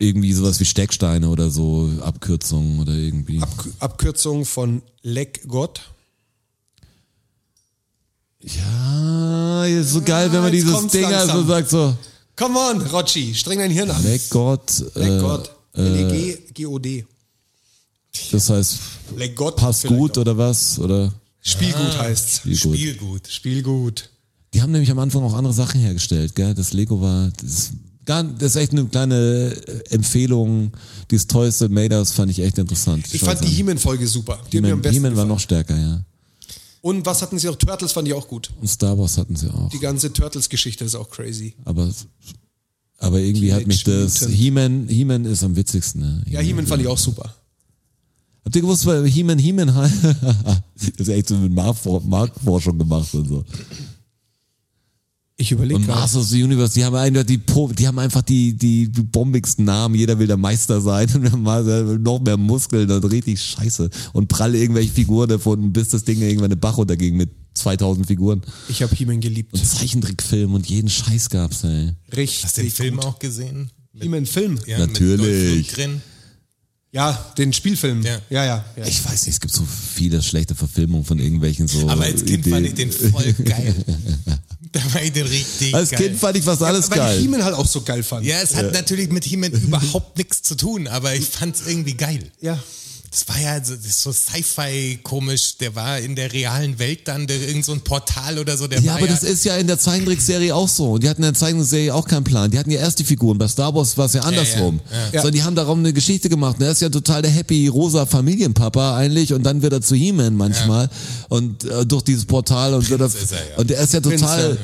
Speaker 2: irgendwie sowas wie Stecksteine oder so, Abkürzungen oder irgendwie.
Speaker 4: Abk- Abkürzung von Leck Gott.
Speaker 2: Ah, ja, ist so geil, wenn man
Speaker 4: jetzt
Speaker 2: dieses
Speaker 4: kommt's
Speaker 2: Ding
Speaker 4: langsam.
Speaker 2: also sagt so,
Speaker 4: Come on, Rotschi, streng dein Hirn an.
Speaker 2: Leck Gott,
Speaker 4: Leck
Speaker 2: äh,
Speaker 4: Gott. E L-E-G-G-O-D.
Speaker 2: das heißt,
Speaker 4: Leck Gott.
Speaker 2: passt
Speaker 4: vielleicht
Speaker 2: gut
Speaker 4: auch.
Speaker 2: oder was? Oder
Speaker 4: Spielgut heißt's.
Speaker 2: wie gut.
Speaker 3: Spielgut.
Speaker 4: Spielgut.
Speaker 2: Die haben nämlich am Anfang auch andere Sachen hergestellt, gell? Das Lego war, das ist, gar- das ist echt eine kleine äh, Empfehlung. Dieses Toys That Made Us fand ich echt interessant.
Speaker 4: Ich fand die He-Man-Folge super. Die hat mir am besten
Speaker 2: He-Man war
Speaker 4: gefallen.
Speaker 2: noch stärker, ja.
Speaker 4: Und was hatten sie noch? Turtles fand ich auch gut.
Speaker 2: Und Star Wars hatten sie auch.
Speaker 4: Die ganze Turtles-Geschichte ist auch crazy.
Speaker 2: Aber Aber irgendwie hat mich
Speaker 4: Teenage
Speaker 2: das.
Speaker 4: Mutant.
Speaker 2: He-Man He-Man ist am witzigsten, ne?
Speaker 4: Ja, He-Man fand ich auch super.
Speaker 2: Habt ihr gewusst, weil He-Man He-Man heißt? das ist echt so mit Marktfor- Marktforschung gemacht und so.
Speaker 4: Ich überlege
Speaker 2: Und
Speaker 4: gerade.
Speaker 2: Masters of the Universe, die haben einfach die, Po- die haben einfach die, die, die bombigsten Namen. Jeder will der Meister sein und wir haben mal- noch mehr Muskeln und richtig scheiße. Und pralle irgendwelche Figuren davon, bis das Ding irgendwann eine Bach runterging mit 2000 Figuren.
Speaker 4: Ich habe He-Man geliebt.
Speaker 2: Und Zeichentrickfilm und jeden Scheiß gab's, ey.
Speaker 4: Richtig.
Speaker 3: Hast du den Film auch gesehen? Mit,
Speaker 4: He-Man-Film?
Speaker 3: ja,
Speaker 2: Natürlich.
Speaker 3: Mit Dolph Lundgren.
Speaker 4: Ja, den Spielfilm.
Speaker 3: Ja.
Speaker 4: Ja, ja. ja,
Speaker 2: Ich weiß nicht, es gibt so viele schlechte Verfilmungen von irgendwelchen so.
Speaker 3: Aber als Kind fand ich den voll geil. da fand ich den richtig
Speaker 2: Als
Speaker 3: geil.
Speaker 2: Kind fand ich fast alles
Speaker 4: Weil ich
Speaker 2: geil.
Speaker 4: He-Man halt auch so geil fand.
Speaker 3: ja, es hat natürlich mit He-Man überhaupt nichts zu tun, aber ich fand's irgendwie geil.
Speaker 4: ja.
Speaker 3: Das war ja so, das ist so Sci-Fi komisch, der war in der realen Welt dann, der, irgend so ein Portal oder so, der
Speaker 2: Ja,
Speaker 3: war
Speaker 2: aber
Speaker 3: Ah, ja,
Speaker 2: das ist ja in der Zeichentrickserie auch so. Und die hatten in der Zeichentrickserie auch keinen Plan. Die hatten ja erst die Figuren. Bei Star Wars war es ja andersrum.
Speaker 3: ja, ja.
Speaker 2: Sondern die haben darum eine Geschichte gemacht. Und er ist ja total der happy rosa Familienpapa eigentlich. Und dann wird er zu He-Man manchmal. Und äh, durch dieses Portal und wird er,
Speaker 3: ist er, ja.
Speaker 2: und er ist ja total,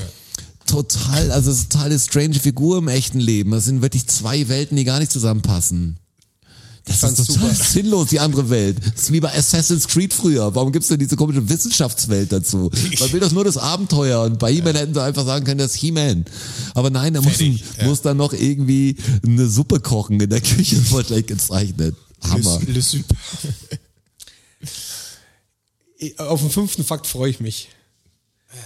Speaker 2: total, also es ist total eine strange Figur im echten Leben. Das sind wirklich zwei Welten, die gar nicht zusammenpassen. Das ist
Speaker 4: fand's
Speaker 2: total
Speaker 4: super.
Speaker 2: sinnlos, die andere Welt. Das ist wie bei Assassin's Creed früher. Warum gibt's denn diese komische Wissenschaftswelt dazu? Man will doch nur das Abenteuer und bei He-Man hätten sie einfach sagen können, das ist He-Man. Aber nein, da muss,
Speaker 3: Fertig, ja.
Speaker 2: muss dann noch irgendwie eine Suppe kochen in der Küche, das wurde gleich gezeichnet. Hammer.
Speaker 4: Le, le Sup. Ich- Auf den fünften Fakt freue ich mich.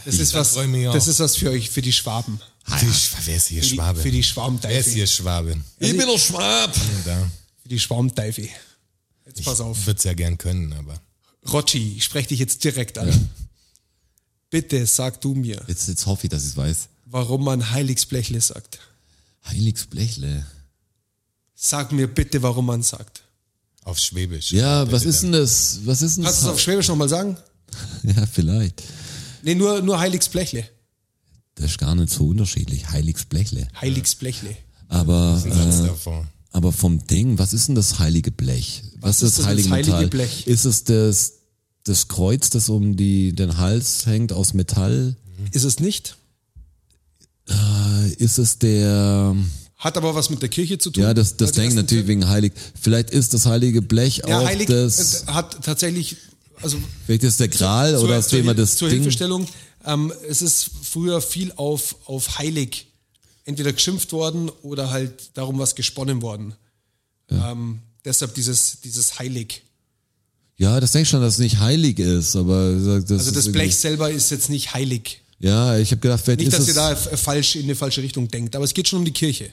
Speaker 4: Das ist
Speaker 3: da
Speaker 4: was,
Speaker 3: freu ich mich auch.
Speaker 4: das ist was für euch, für die Schwaben.
Speaker 3: Die Schwa- Ah, wer ist hier
Speaker 4: Für die,
Speaker 3: Schwabe?
Speaker 4: für die schwaben
Speaker 3: wer ist hier Schwabe?
Speaker 2: Ich bin doch Schwab.
Speaker 3: Da.
Speaker 4: Für die schwaben Jetzt pass auf.
Speaker 3: Wird's ja gern können, aber.
Speaker 4: Rotschi, ich spreche dich jetzt direkt an. Bitte sag du mir,
Speaker 2: Jetzt, jetzt hoffe ich, dass ich es weiß.
Speaker 4: warum man Heiligsblechle sagt.
Speaker 2: Heiligs Blechle.
Speaker 4: Sag mir bitte, warum man sagt.
Speaker 3: Auf Schwäbisch.
Speaker 2: Ja, was
Speaker 3: Bitte
Speaker 2: ist denn das? Was ist denn
Speaker 4: Kannst du es auf
Speaker 2: das?
Speaker 4: Schwäbisch nochmal sagen?
Speaker 2: Ja, vielleicht.
Speaker 4: Nee, nur, nur Heiligsblechle.
Speaker 2: Das ist gar nicht so unterschiedlich. Heiligs Blechle.
Speaker 4: Heiligsblechle.
Speaker 2: Aber,
Speaker 3: dann einen Satz
Speaker 2: äh,
Speaker 3: davor.
Speaker 2: aber vom Ding, was ist denn das heilige Blech? Was, ist das
Speaker 4: denn
Speaker 2: heilige,
Speaker 4: das heilige
Speaker 2: Metall?
Speaker 4: Blech?
Speaker 2: Ist es das, das Kreuz, das um die, den Hals hängt aus Metall?
Speaker 4: Ist es nicht?
Speaker 2: Ist es der,
Speaker 4: Hat aber was mit der Kirche zu tun.
Speaker 2: ja, das, das
Speaker 4: Also
Speaker 2: Ding
Speaker 4: ersten
Speaker 2: natürlich
Speaker 4: Tipp.
Speaker 2: wegen heilig. Vielleicht ist das heilige Blech
Speaker 4: Ja,
Speaker 2: auch
Speaker 4: heilig
Speaker 2: das,
Speaker 4: äh, hat tatsächlich, also
Speaker 2: vielleicht ist der Gral oder ist
Speaker 4: zur,
Speaker 2: immer
Speaker 4: Hil-
Speaker 2: das
Speaker 4: zur
Speaker 2: Ding.
Speaker 4: Hilfestellung, ähm, es ist früher viel auf, auf heilig entweder geschimpft worden oder halt darum was gesponnen worden. Ähm, deshalb dieses, dieses heilig.
Speaker 2: Ja, das denke ich schon, dass es nicht heilig ist, aber wie gesagt, das
Speaker 4: Also
Speaker 2: ist
Speaker 4: das
Speaker 2: irgendwie-
Speaker 4: Blech selber ist jetzt nicht heilig.
Speaker 2: Ja, ich habe gedacht, vielleicht
Speaker 4: Nicht,
Speaker 2: ist
Speaker 4: dass
Speaker 2: es,
Speaker 4: ihr da f- äh, falsch in eine falsche Richtung denkt, aber es geht schon um die Kirche.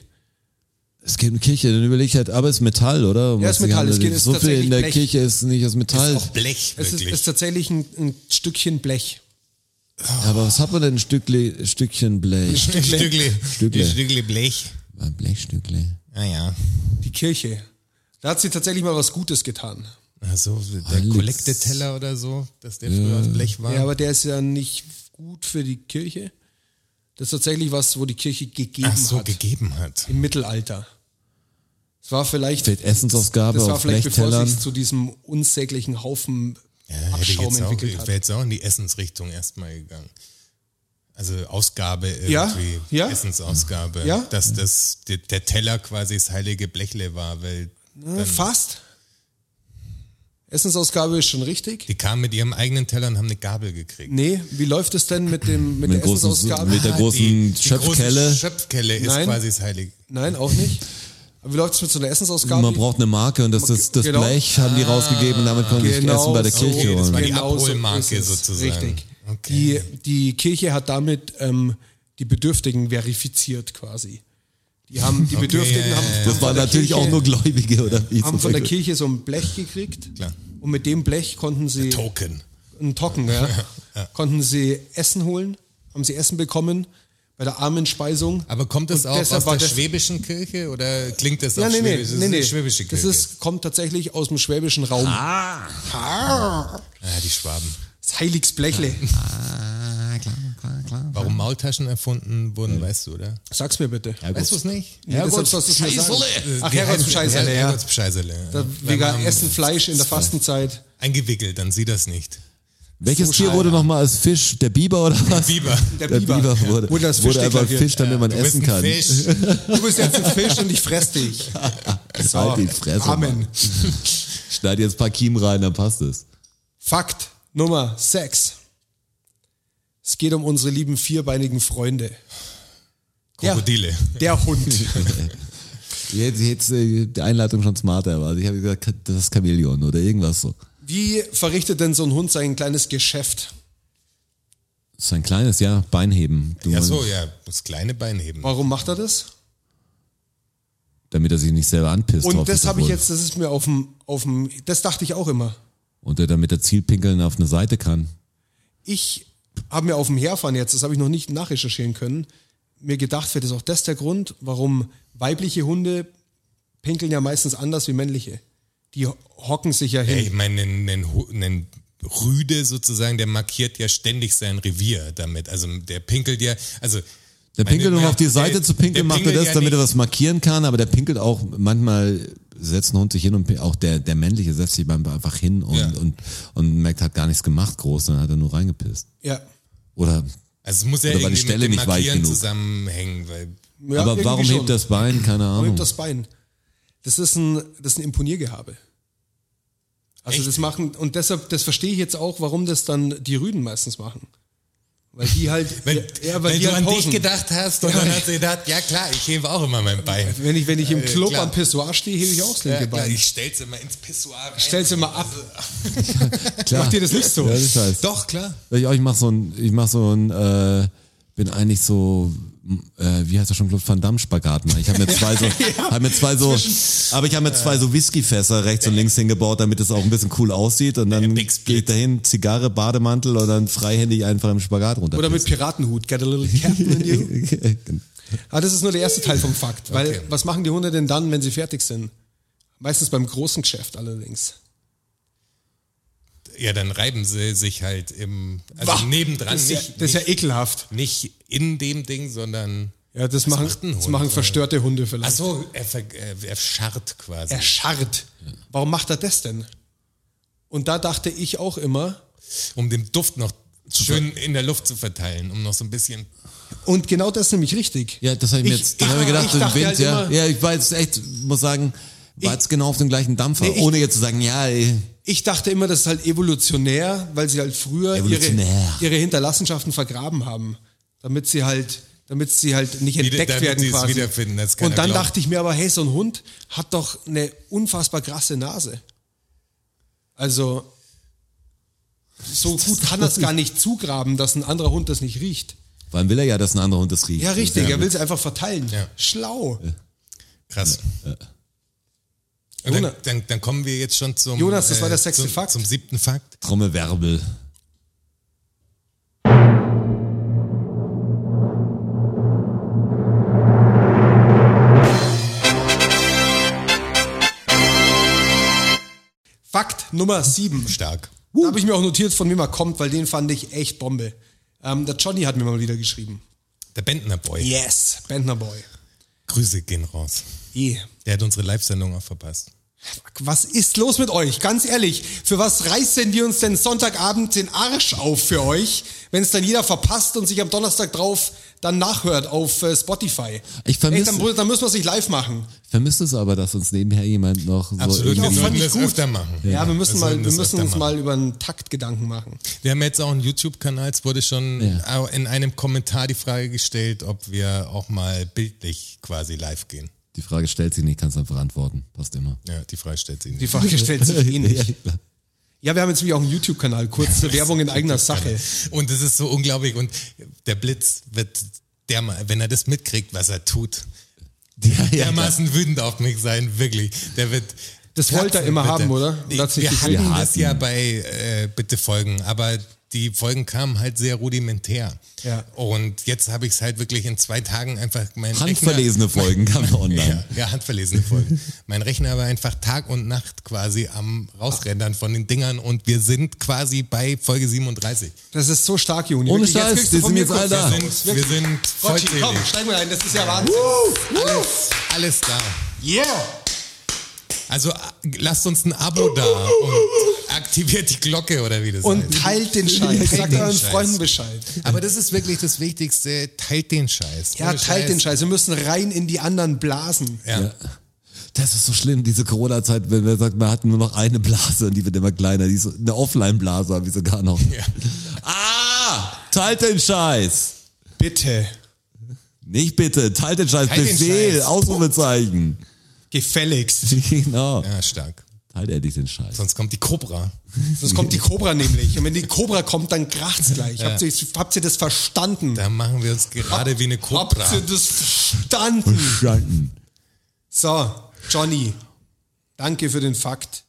Speaker 2: Es geht um Kirche, dann überlege ich halt, aber es ist Metall, oder?
Speaker 4: Ja, es ist Metall, es geht- es ist
Speaker 2: so viel in
Speaker 4: tatsächlich
Speaker 2: der
Speaker 4: Blech.
Speaker 2: Kirche ist nicht aus Metall.
Speaker 3: Auch Blech,
Speaker 4: Es ist,
Speaker 3: wirklich.
Speaker 4: ist tatsächlich ein, ein Stückchen Blech.
Speaker 2: aber was hat man denn ein Stückle, Stückchen Blech?
Speaker 3: Ein Stückle,
Speaker 2: Stückle.
Speaker 3: Stückle. Stückle Blech.
Speaker 2: Ein Blechstückle.
Speaker 3: Ah ja.
Speaker 4: Die Kirche. Da hat sie tatsächlich mal was Gutes getan.
Speaker 3: Also der
Speaker 2: Alles.
Speaker 3: Kollekteteller oder so, dass der früher aus Blech war.
Speaker 4: Ja, aber der ist ja nicht gut für die Kirche. Das ist tatsächlich was, wo die Kirche gegeben
Speaker 3: Ach so,
Speaker 4: hat.
Speaker 3: gegeben hat.
Speaker 4: Im Mittelalter. Es war vielleicht,
Speaker 2: Vielleicht Essensausgabe
Speaker 4: das war
Speaker 2: auf
Speaker 4: vielleicht bevor
Speaker 2: Blechtellern.
Speaker 4: sich zu diesem unsäglichen Haufen
Speaker 3: Ja, hätte ich jetzt
Speaker 4: Abschaum
Speaker 3: auch,
Speaker 4: entwickelt
Speaker 3: ich
Speaker 4: hat.
Speaker 3: wäre jetzt auch in die Essensrichtung erstmal gegangen. Also Ausgabe
Speaker 4: Ja,
Speaker 3: irgendwie,
Speaker 4: ja.
Speaker 3: Essensausgabe,
Speaker 4: Ja.
Speaker 3: dass das der, der Teller quasi das heilige Blechle war, weil
Speaker 4: Äh, Fast. Essensausgabe ist schon richtig.
Speaker 3: die kamen mit ihrem eigenen Teller und haben eine Gabel gekriegt.
Speaker 4: Nee, wie läuft es denn mit, dem, mit,
Speaker 2: Mit,
Speaker 4: der
Speaker 2: großen,
Speaker 4: Essensausgabe?
Speaker 2: mit der
Speaker 3: Ah,
Speaker 2: großen
Speaker 3: die- die
Speaker 2: Schöpfkelle.
Speaker 3: große Schöpfkelle ist
Speaker 4: Nein.
Speaker 3: quasi das heilige.
Speaker 4: Nein, auch nicht. Aber wie läuft es mit so einer Essensausgabe?
Speaker 2: man braucht eine Marke und das, das, das
Speaker 4: Genau.
Speaker 2: Blech haben die rausgegeben und damit konnte ich
Speaker 4: Genau
Speaker 2: Essen bei der
Speaker 4: so.
Speaker 2: Kirche
Speaker 3: Okay, das war
Speaker 2: holen.
Speaker 3: die
Speaker 4: Genau so
Speaker 3: Abholmarke
Speaker 4: ist es.
Speaker 3: sozusagen.
Speaker 4: Richtig.
Speaker 3: Okay.
Speaker 4: Die, die Kirche hat damit ähm, die Bedürftigen verifiziert quasi. Die haben die Bedürftigen
Speaker 3: ja,
Speaker 4: haben,
Speaker 3: ja, ja.
Speaker 4: haben
Speaker 2: Das
Speaker 4: von
Speaker 2: waren
Speaker 4: der
Speaker 2: natürlich
Speaker 4: Kirche,
Speaker 2: auch nur Gläubige, oder wie?
Speaker 4: haben von der Kirche so ein Blech gekriegt
Speaker 3: Klar.
Speaker 4: und mit dem Blech konnten sie
Speaker 3: Token.
Speaker 4: einen Tocken, ja, konnten sie Essen holen, haben sie Essen bekommen bei der Armenspeisung.
Speaker 3: Aber kommt das
Speaker 4: Und
Speaker 3: auch aus
Speaker 4: deshalb war
Speaker 3: der
Speaker 4: das-
Speaker 3: schwäbischen Kirche oder klingt das
Speaker 4: Ja,
Speaker 3: auf
Speaker 4: nee, nee,
Speaker 3: Schwäbisch? das
Speaker 4: nee,
Speaker 3: ist
Speaker 4: nee.
Speaker 3: eine schwäbische
Speaker 4: Das
Speaker 3: Kirche.
Speaker 4: ist, kommt tatsächlich aus dem schwäbischen Raum.
Speaker 3: ah, die Schwaben.
Speaker 4: Das Heiligsblechle.
Speaker 3: Warum Maultaschen erfunden wurden, weißt du, oder?
Speaker 4: Sag's mir bitte.
Speaker 3: Weißt du es nicht?
Speaker 4: Nee, deshalb sollst du's mir sagen. Ach, Herrgotts Scheißerle, ja.
Speaker 3: Herrgotts Scheißerle.
Speaker 4: Da
Speaker 3: Ja.
Speaker 4: Vegan
Speaker 3: Wenn man
Speaker 4: essen Fleisch in der Fastenzeit.
Speaker 3: Eingewickelt, dann sieh das nicht.
Speaker 2: Welches Tier wurde nochmal als Fisch? Der Biber oder was?
Speaker 3: Biber.
Speaker 2: Der,
Speaker 4: Der
Speaker 2: Biber,
Speaker 4: Biber.
Speaker 2: wurde,
Speaker 4: Wurde als Fisch
Speaker 2: wurde einfach
Speaker 4: deklariert.
Speaker 2: Fisch, damit man
Speaker 3: Du bist
Speaker 2: essen
Speaker 3: ein
Speaker 2: kann.
Speaker 3: Fisch.
Speaker 5: Du bist jetzt ein Fisch und ich fress dich. So.
Speaker 2: Halt
Speaker 4: Oh,
Speaker 2: die Fresse,
Speaker 5: Amen.
Speaker 2: Mann. Schneid jetzt ein paar Kiemen rein, dann passt es.
Speaker 5: Fakt.
Speaker 4: Nummer 6. Es geht um unsere lieben vierbeinigen Freunde.
Speaker 3: Krokodile.
Speaker 4: Der Hund.
Speaker 2: Jetzt, jetzt äh, die Einleitung schon smarter, aber ich habe gesagt, das ist Chamäleon oder irgendwas so.
Speaker 4: Wie verrichtet denn so ein Hund sein kleines Geschäft?
Speaker 2: Das ist ein kleines, ja, Beinheben. Du,
Speaker 3: Ja, so, ja. Das kleine Bein heben.
Speaker 4: Warum macht er das?
Speaker 2: Damit er sich nicht selber anpisst.
Speaker 4: Und
Speaker 2: hoffe
Speaker 4: das habe ich
Speaker 2: wohl.
Speaker 4: jetzt, das ist mir auf dem, auf dem, das dachte ich auch immer.
Speaker 2: Und er damit er Zielpinkeln auf eine Seite kann.
Speaker 4: Ich habe mir auf dem Herfahren jetzt, das habe ich noch nicht nachrecherchieren können, mir gedacht, vielleicht ist auch das der Grund, warum weibliche Hunde pinkeln ja meistens anders wie männliche. Die ho- hocken sich ja hin.
Speaker 3: Ey, ich meine, ein, ein, Hu- ein Rüde sozusagen, der markiert ja ständig sein Revier damit. Also der pinkelt ja, also
Speaker 2: Der
Speaker 3: Meine-
Speaker 2: pinkelt, um
Speaker 3: ja,
Speaker 2: auf die Seite
Speaker 3: der-
Speaker 2: zu pinkeln,
Speaker 3: der
Speaker 2: macht er
Speaker 3: pinkelt
Speaker 2: das,
Speaker 3: ja
Speaker 2: damit er
Speaker 3: nicht.
Speaker 2: was markieren kann, aber der pinkelt auch manchmal setzt ein Hund sich hin und pin- auch der, der männliche setzt sich manchmal einfach hin und,
Speaker 3: Ja.
Speaker 2: und, und merkt, hat gar nichts gemacht groß, dann hat er nur reingepisst.
Speaker 4: Ja.
Speaker 2: Oder,
Speaker 3: Also es muss ja
Speaker 2: Oder war die
Speaker 3: irgendwie
Speaker 2: Stelle
Speaker 3: mit dem
Speaker 2: nicht weit
Speaker 3: Markieren
Speaker 2: genug?
Speaker 3: zusammenhängen, weil
Speaker 4: ja
Speaker 2: aber
Speaker 4: irgendwie
Speaker 2: warum
Speaker 4: schon.
Speaker 2: hebt das Bein? Keine
Speaker 4: Warum
Speaker 3: Mhm.
Speaker 2: Ahnung.
Speaker 4: hebt das Bein? Das ist ein, das ist ein Imponiergehabe. Also das machen, und deshalb, das verstehe ich jetzt auch, warum das dann die Rüden meistens machen. Weil die halt,
Speaker 3: weil,
Speaker 4: ja, halt
Speaker 3: weil du an dich
Speaker 4: posen.
Speaker 3: gedacht hast und dann hast du gedacht, ja klar, ich hebe auch immer mein Bein.
Speaker 4: Wenn ich, wenn ich im
Speaker 3: Ja,
Speaker 4: Club
Speaker 3: Äh, klar.
Speaker 4: am Pissoir stehe, hebe ich auch das linke
Speaker 3: Ja, klar,
Speaker 4: Bein.
Speaker 3: ich stell's immer ins Pissoir rein. Also,
Speaker 4: Stell's immer ab.
Speaker 2: Klar.
Speaker 4: Macht ihr das nicht so?
Speaker 2: Ja, das ist halt.
Speaker 3: Doch, klar.
Speaker 2: Ich, ich mach so ein, ich mach so ein, äh, bin eigentlich so, äh, wie heißt das schon, Club Van Damme Spagat. Mann. Ich habe mir zwei so, hab mir zwei so, aber ich habe mir zwei so Whiskyfässer rechts und links hingebaut, damit es auch ein bisschen cool aussieht. Und dann
Speaker 3: Big Split.
Speaker 2: gehe ich dahin, Zigarre, Bademantel und dann freihändig einfach im Spagat runter.
Speaker 4: Oder mit Piratenhut. Get a little captain in you. Ah, das ist nur der erste Teil vom Fakt. Weil
Speaker 3: Okay.
Speaker 4: was machen die Hunde denn dann, wenn sie fertig sind? Meistens beim großen Geschäft allerdings.
Speaker 3: Ja, dann reiben sie sich halt im, also
Speaker 4: Wah,
Speaker 3: nebendran,
Speaker 4: das ist, ja,
Speaker 3: nicht,
Speaker 4: das ist ja
Speaker 3: nicht,
Speaker 4: ekelhaft.
Speaker 3: nicht in dem Ding, sondern,
Speaker 4: Ja, das, machen,
Speaker 3: macht ein
Speaker 4: das
Speaker 3: Hund, äh?
Speaker 4: machen
Speaker 3: oder?
Speaker 4: verstörte Hunde
Speaker 3: ach
Speaker 4: vielleicht.
Speaker 3: so, er, ver, äh, er, er scharrt quasi.
Speaker 4: Er scharrt. Warum macht er das denn? Und da dachte ich auch immer,
Speaker 3: um den Duft noch schön in der Luft zu verteilen, um noch so ein bisschen.
Speaker 4: und genau das ist nämlich richtig.
Speaker 2: Ja, das habe ich mir
Speaker 4: Ich-
Speaker 2: jetzt, das hab ich mir gedacht,
Speaker 4: ich
Speaker 2: im
Speaker 4: dachte
Speaker 2: Wind,
Speaker 4: halt
Speaker 2: ja.
Speaker 4: immer-
Speaker 2: ja, ich war jetzt echt, muss sagen, war jetzt genau auf dem gleichen Dampfer,
Speaker 4: Nee, ich-
Speaker 2: ohne jetzt zu sagen, ja, ey,
Speaker 4: Ich dachte immer, das ist halt evolutionär, weil sie halt früher ihre,
Speaker 2: Evolutionär.
Speaker 4: ihre Hinterlassenschaften vergraben haben, damit sie halt, damit sie halt nicht
Speaker 3: Wieder-
Speaker 4: entdeckt
Speaker 3: damit
Speaker 4: werden
Speaker 3: sie es
Speaker 4: quasi.
Speaker 3: wiederfinden, ne? das kann
Speaker 4: Und
Speaker 3: er
Speaker 4: dann
Speaker 3: glauben.
Speaker 4: dachte ich mir aber, hey, so ein Hund hat doch eine unfassbar krasse Nase. Also so gut kann das gar nicht zugraben, dass ein anderer Hund das nicht riecht.
Speaker 2: wann will er ja, dass ein anderer Hund das riecht?
Speaker 4: Ja, richtig,
Speaker 2: Ja.
Speaker 4: er will es einfach verteilen.
Speaker 3: Ja.
Speaker 4: Schlau.
Speaker 3: Krass. Und dann,
Speaker 4: Jonas-
Speaker 3: dann, dann kommen wir jetzt schon zum. äh,
Speaker 4: Jonas, das war der sechste
Speaker 3: zum,
Speaker 4: Fakt.
Speaker 3: Zum siebten Fakt.
Speaker 2: Trommelwerbel.
Speaker 4: Fakt Nummer 7.
Speaker 3: Stark.
Speaker 4: Da habe ich mir auch notiert, von wem er kommt, weil den fand ich echt Bombe. Ähm, der Johnny hat mir mal wieder geschrieben.
Speaker 3: Der Bentner Boy.
Speaker 4: Yes, Bentner Boy.
Speaker 3: Grüße gehen raus.
Speaker 4: Eh.
Speaker 3: Der hat unsere Live-Sendung auch verpasst.
Speaker 4: Fuck, Was ist los mit euch? Ganz ehrlich, für was reißen wir uns denn Sonntagabend den Arsch auf für euch, wenn es dann jeder verpasst und sich am Donnerstag drauf dann nachhört auf äh, Spotify?
Speaker 2: Ich vermisse-
Speaker 4: Ey, dann, dann müssen wir es nicht live machen.
Speaker 2: Vermisse es aber, dass uns nebenher jemand noch so
Speaker 3: Absolut. wir
Speaker 4: fand
Speaker 3: sollten
Speaker 4: ich
Speaker 3: das
Speaker 4: gut.
Speaker 3: öfter machen.
Speaker 4: Ja, wir müssen, mal,
Speaker 3: sollten
Speaker 4: wir
Speaker 3: das
Speaker 4: müssen
Speaker 3: öfter
Speaker 4: uns
Speaker 3: machen.
Speaker 4: mal über einen Takt Gedanken machen.
Speaker 3: Wir haben jetzt auch einen YouTube-Kanal. Es wurde schon
Speaker 2: Ja.
Speaker 3: in einem Kommentar die Frage gestellt, ob wir auch mal bildlich quasi live gehen.
Speaker 2: Die Frage stellt sich nicht, kannst einfach antworten. Passt immer.
Speaker 3: Ja, die Frage stellt sich
Speaker 4: Die
Speaker 3: nicht.
Speaker 4: Frage stellt sich eh nicht.
Speaker 2: Ja, klar.
Speaker 4: Ja, wir haben jetzt nämlich auch einen YouTube-Kanal, kurze Werbung in eigener Sache.
Speaker 3: Und es ist so unglaublich. Und der Blitz wird, der, wenn er das mitkriegt, was er tut,
Speaker 2: ja, ja,
Speaker 3: dermaßen wütend auf mich sein, wirklich. Der wird.
Speaker 4: Das wollte er immer
Speaker 3: Bitte.
Speaker 4: haben, oder? Und
Speaker 3: Nee,
Speaker 4: hat's nicht
Speaker 3: wir hatten
Speaker 4: gekriegt.
Speaker 2: Wir
Speaker 3: das
Speaker 2: hatten.
Speaker 3: ja bei äh, Bitte Folgen, aber die Folgen kamen halt sehr rudimentär.
Speaker 4: Ja.
Speaker 3: Und jetzt habe ich es halt wirklich in zwei Tagen einfach meinen
Speaker 2: Handverlesene Folgen kamen
Speaker 3: Ja,
Speaker 2: online.
Speaker 3: ja, handverlesene Folgen. mein Rechner war einfach Tag und Nacht quasi am Rausrendern von den Dingern und wir sind quasi bei Folge 37.
Speaker 4: Das ist so stark, Juni.
Speaker 2: Ohne
Speaker 4: Wirklich, jetzt
Speaker 2: Scheiß,
Speaker 4: kriegst du
Speaker 2: die
Speaker 4: von
Speaker 2: sind
Speaker 4: mir
Speaker 2: jetzt alle
Speaker 4: kurz was.
Speaker 2: da.
Speaker 3: Wir sind, wir sind
Speaker 4: Rotschi, komm,
Speaker 3: vollzählig.
Speaker 4: steig mal ein, das ist ja Wahnsinn.
Speaker 3: Alles da.
Speaker 4: Yeah!
Speaker 3: Also äh, lasst uns ein Abo da und aktiviert die Glocke oder wie das
Speaker 4: Und
Speaker 3: heißt.
Speaker 4: teilt den Scheiß.
Speaker 3: Teilt
Speaker 4: Sagt
Speaker 3: den
Speaker 4: euren
Speaker 3: Scheiß.
Speaker 4: Freunden Bescheid.
Speaker 3: Aber das ist wirklich das Wichtigste. Teilt den Scheiß.
Speaker 4: Ja,
Speaker 3: Ohne
Speaker 4: teilt den Scheiß. Wir müssen rein in die anderen Blasen.
Speaker 3: Ja.
Speaker 2: Das ist so schlimm, diese Corona-Zeit, wenn man sagt, man hat nur noch eine Blase und die wird immer kleiner. Die ist so- eine Offline-Blase habe ich sogar noch.
Speaker 3: Ja.
Speaker 2: Ah! Teilt den Scheiß!
Speaker 4: Bitte.
Speaker 2: Nicht bitte, teilt den Scheiß,
Speaker 3: Teilt den
Speaker 2: Befehl,
Speaker 3: Scheiß.
Speaker 2: Ausrufezeichen.
Speaker 4: Gefälligst.
Speaker 2: Genau.
Speaker 3: ja, stark.
Speaker 2: Teilt endlich den Scheiß.
Speaker 3: Sonst kommt die Cobra.
Speaker 4: Sonst kommt die Cobra nämlich. Und wenn die Cobra kommt, dann kracht's gleich. Habt, ihr, habt ihr das verstanden?
Speaker 3: Da machen wir uns gerade wie eine Cobra.
Speaker 4: Habt ihr das verstanden?
Speaker 2: Verstanden.
Speaker 4: So, Johnny, danke für den Fakt.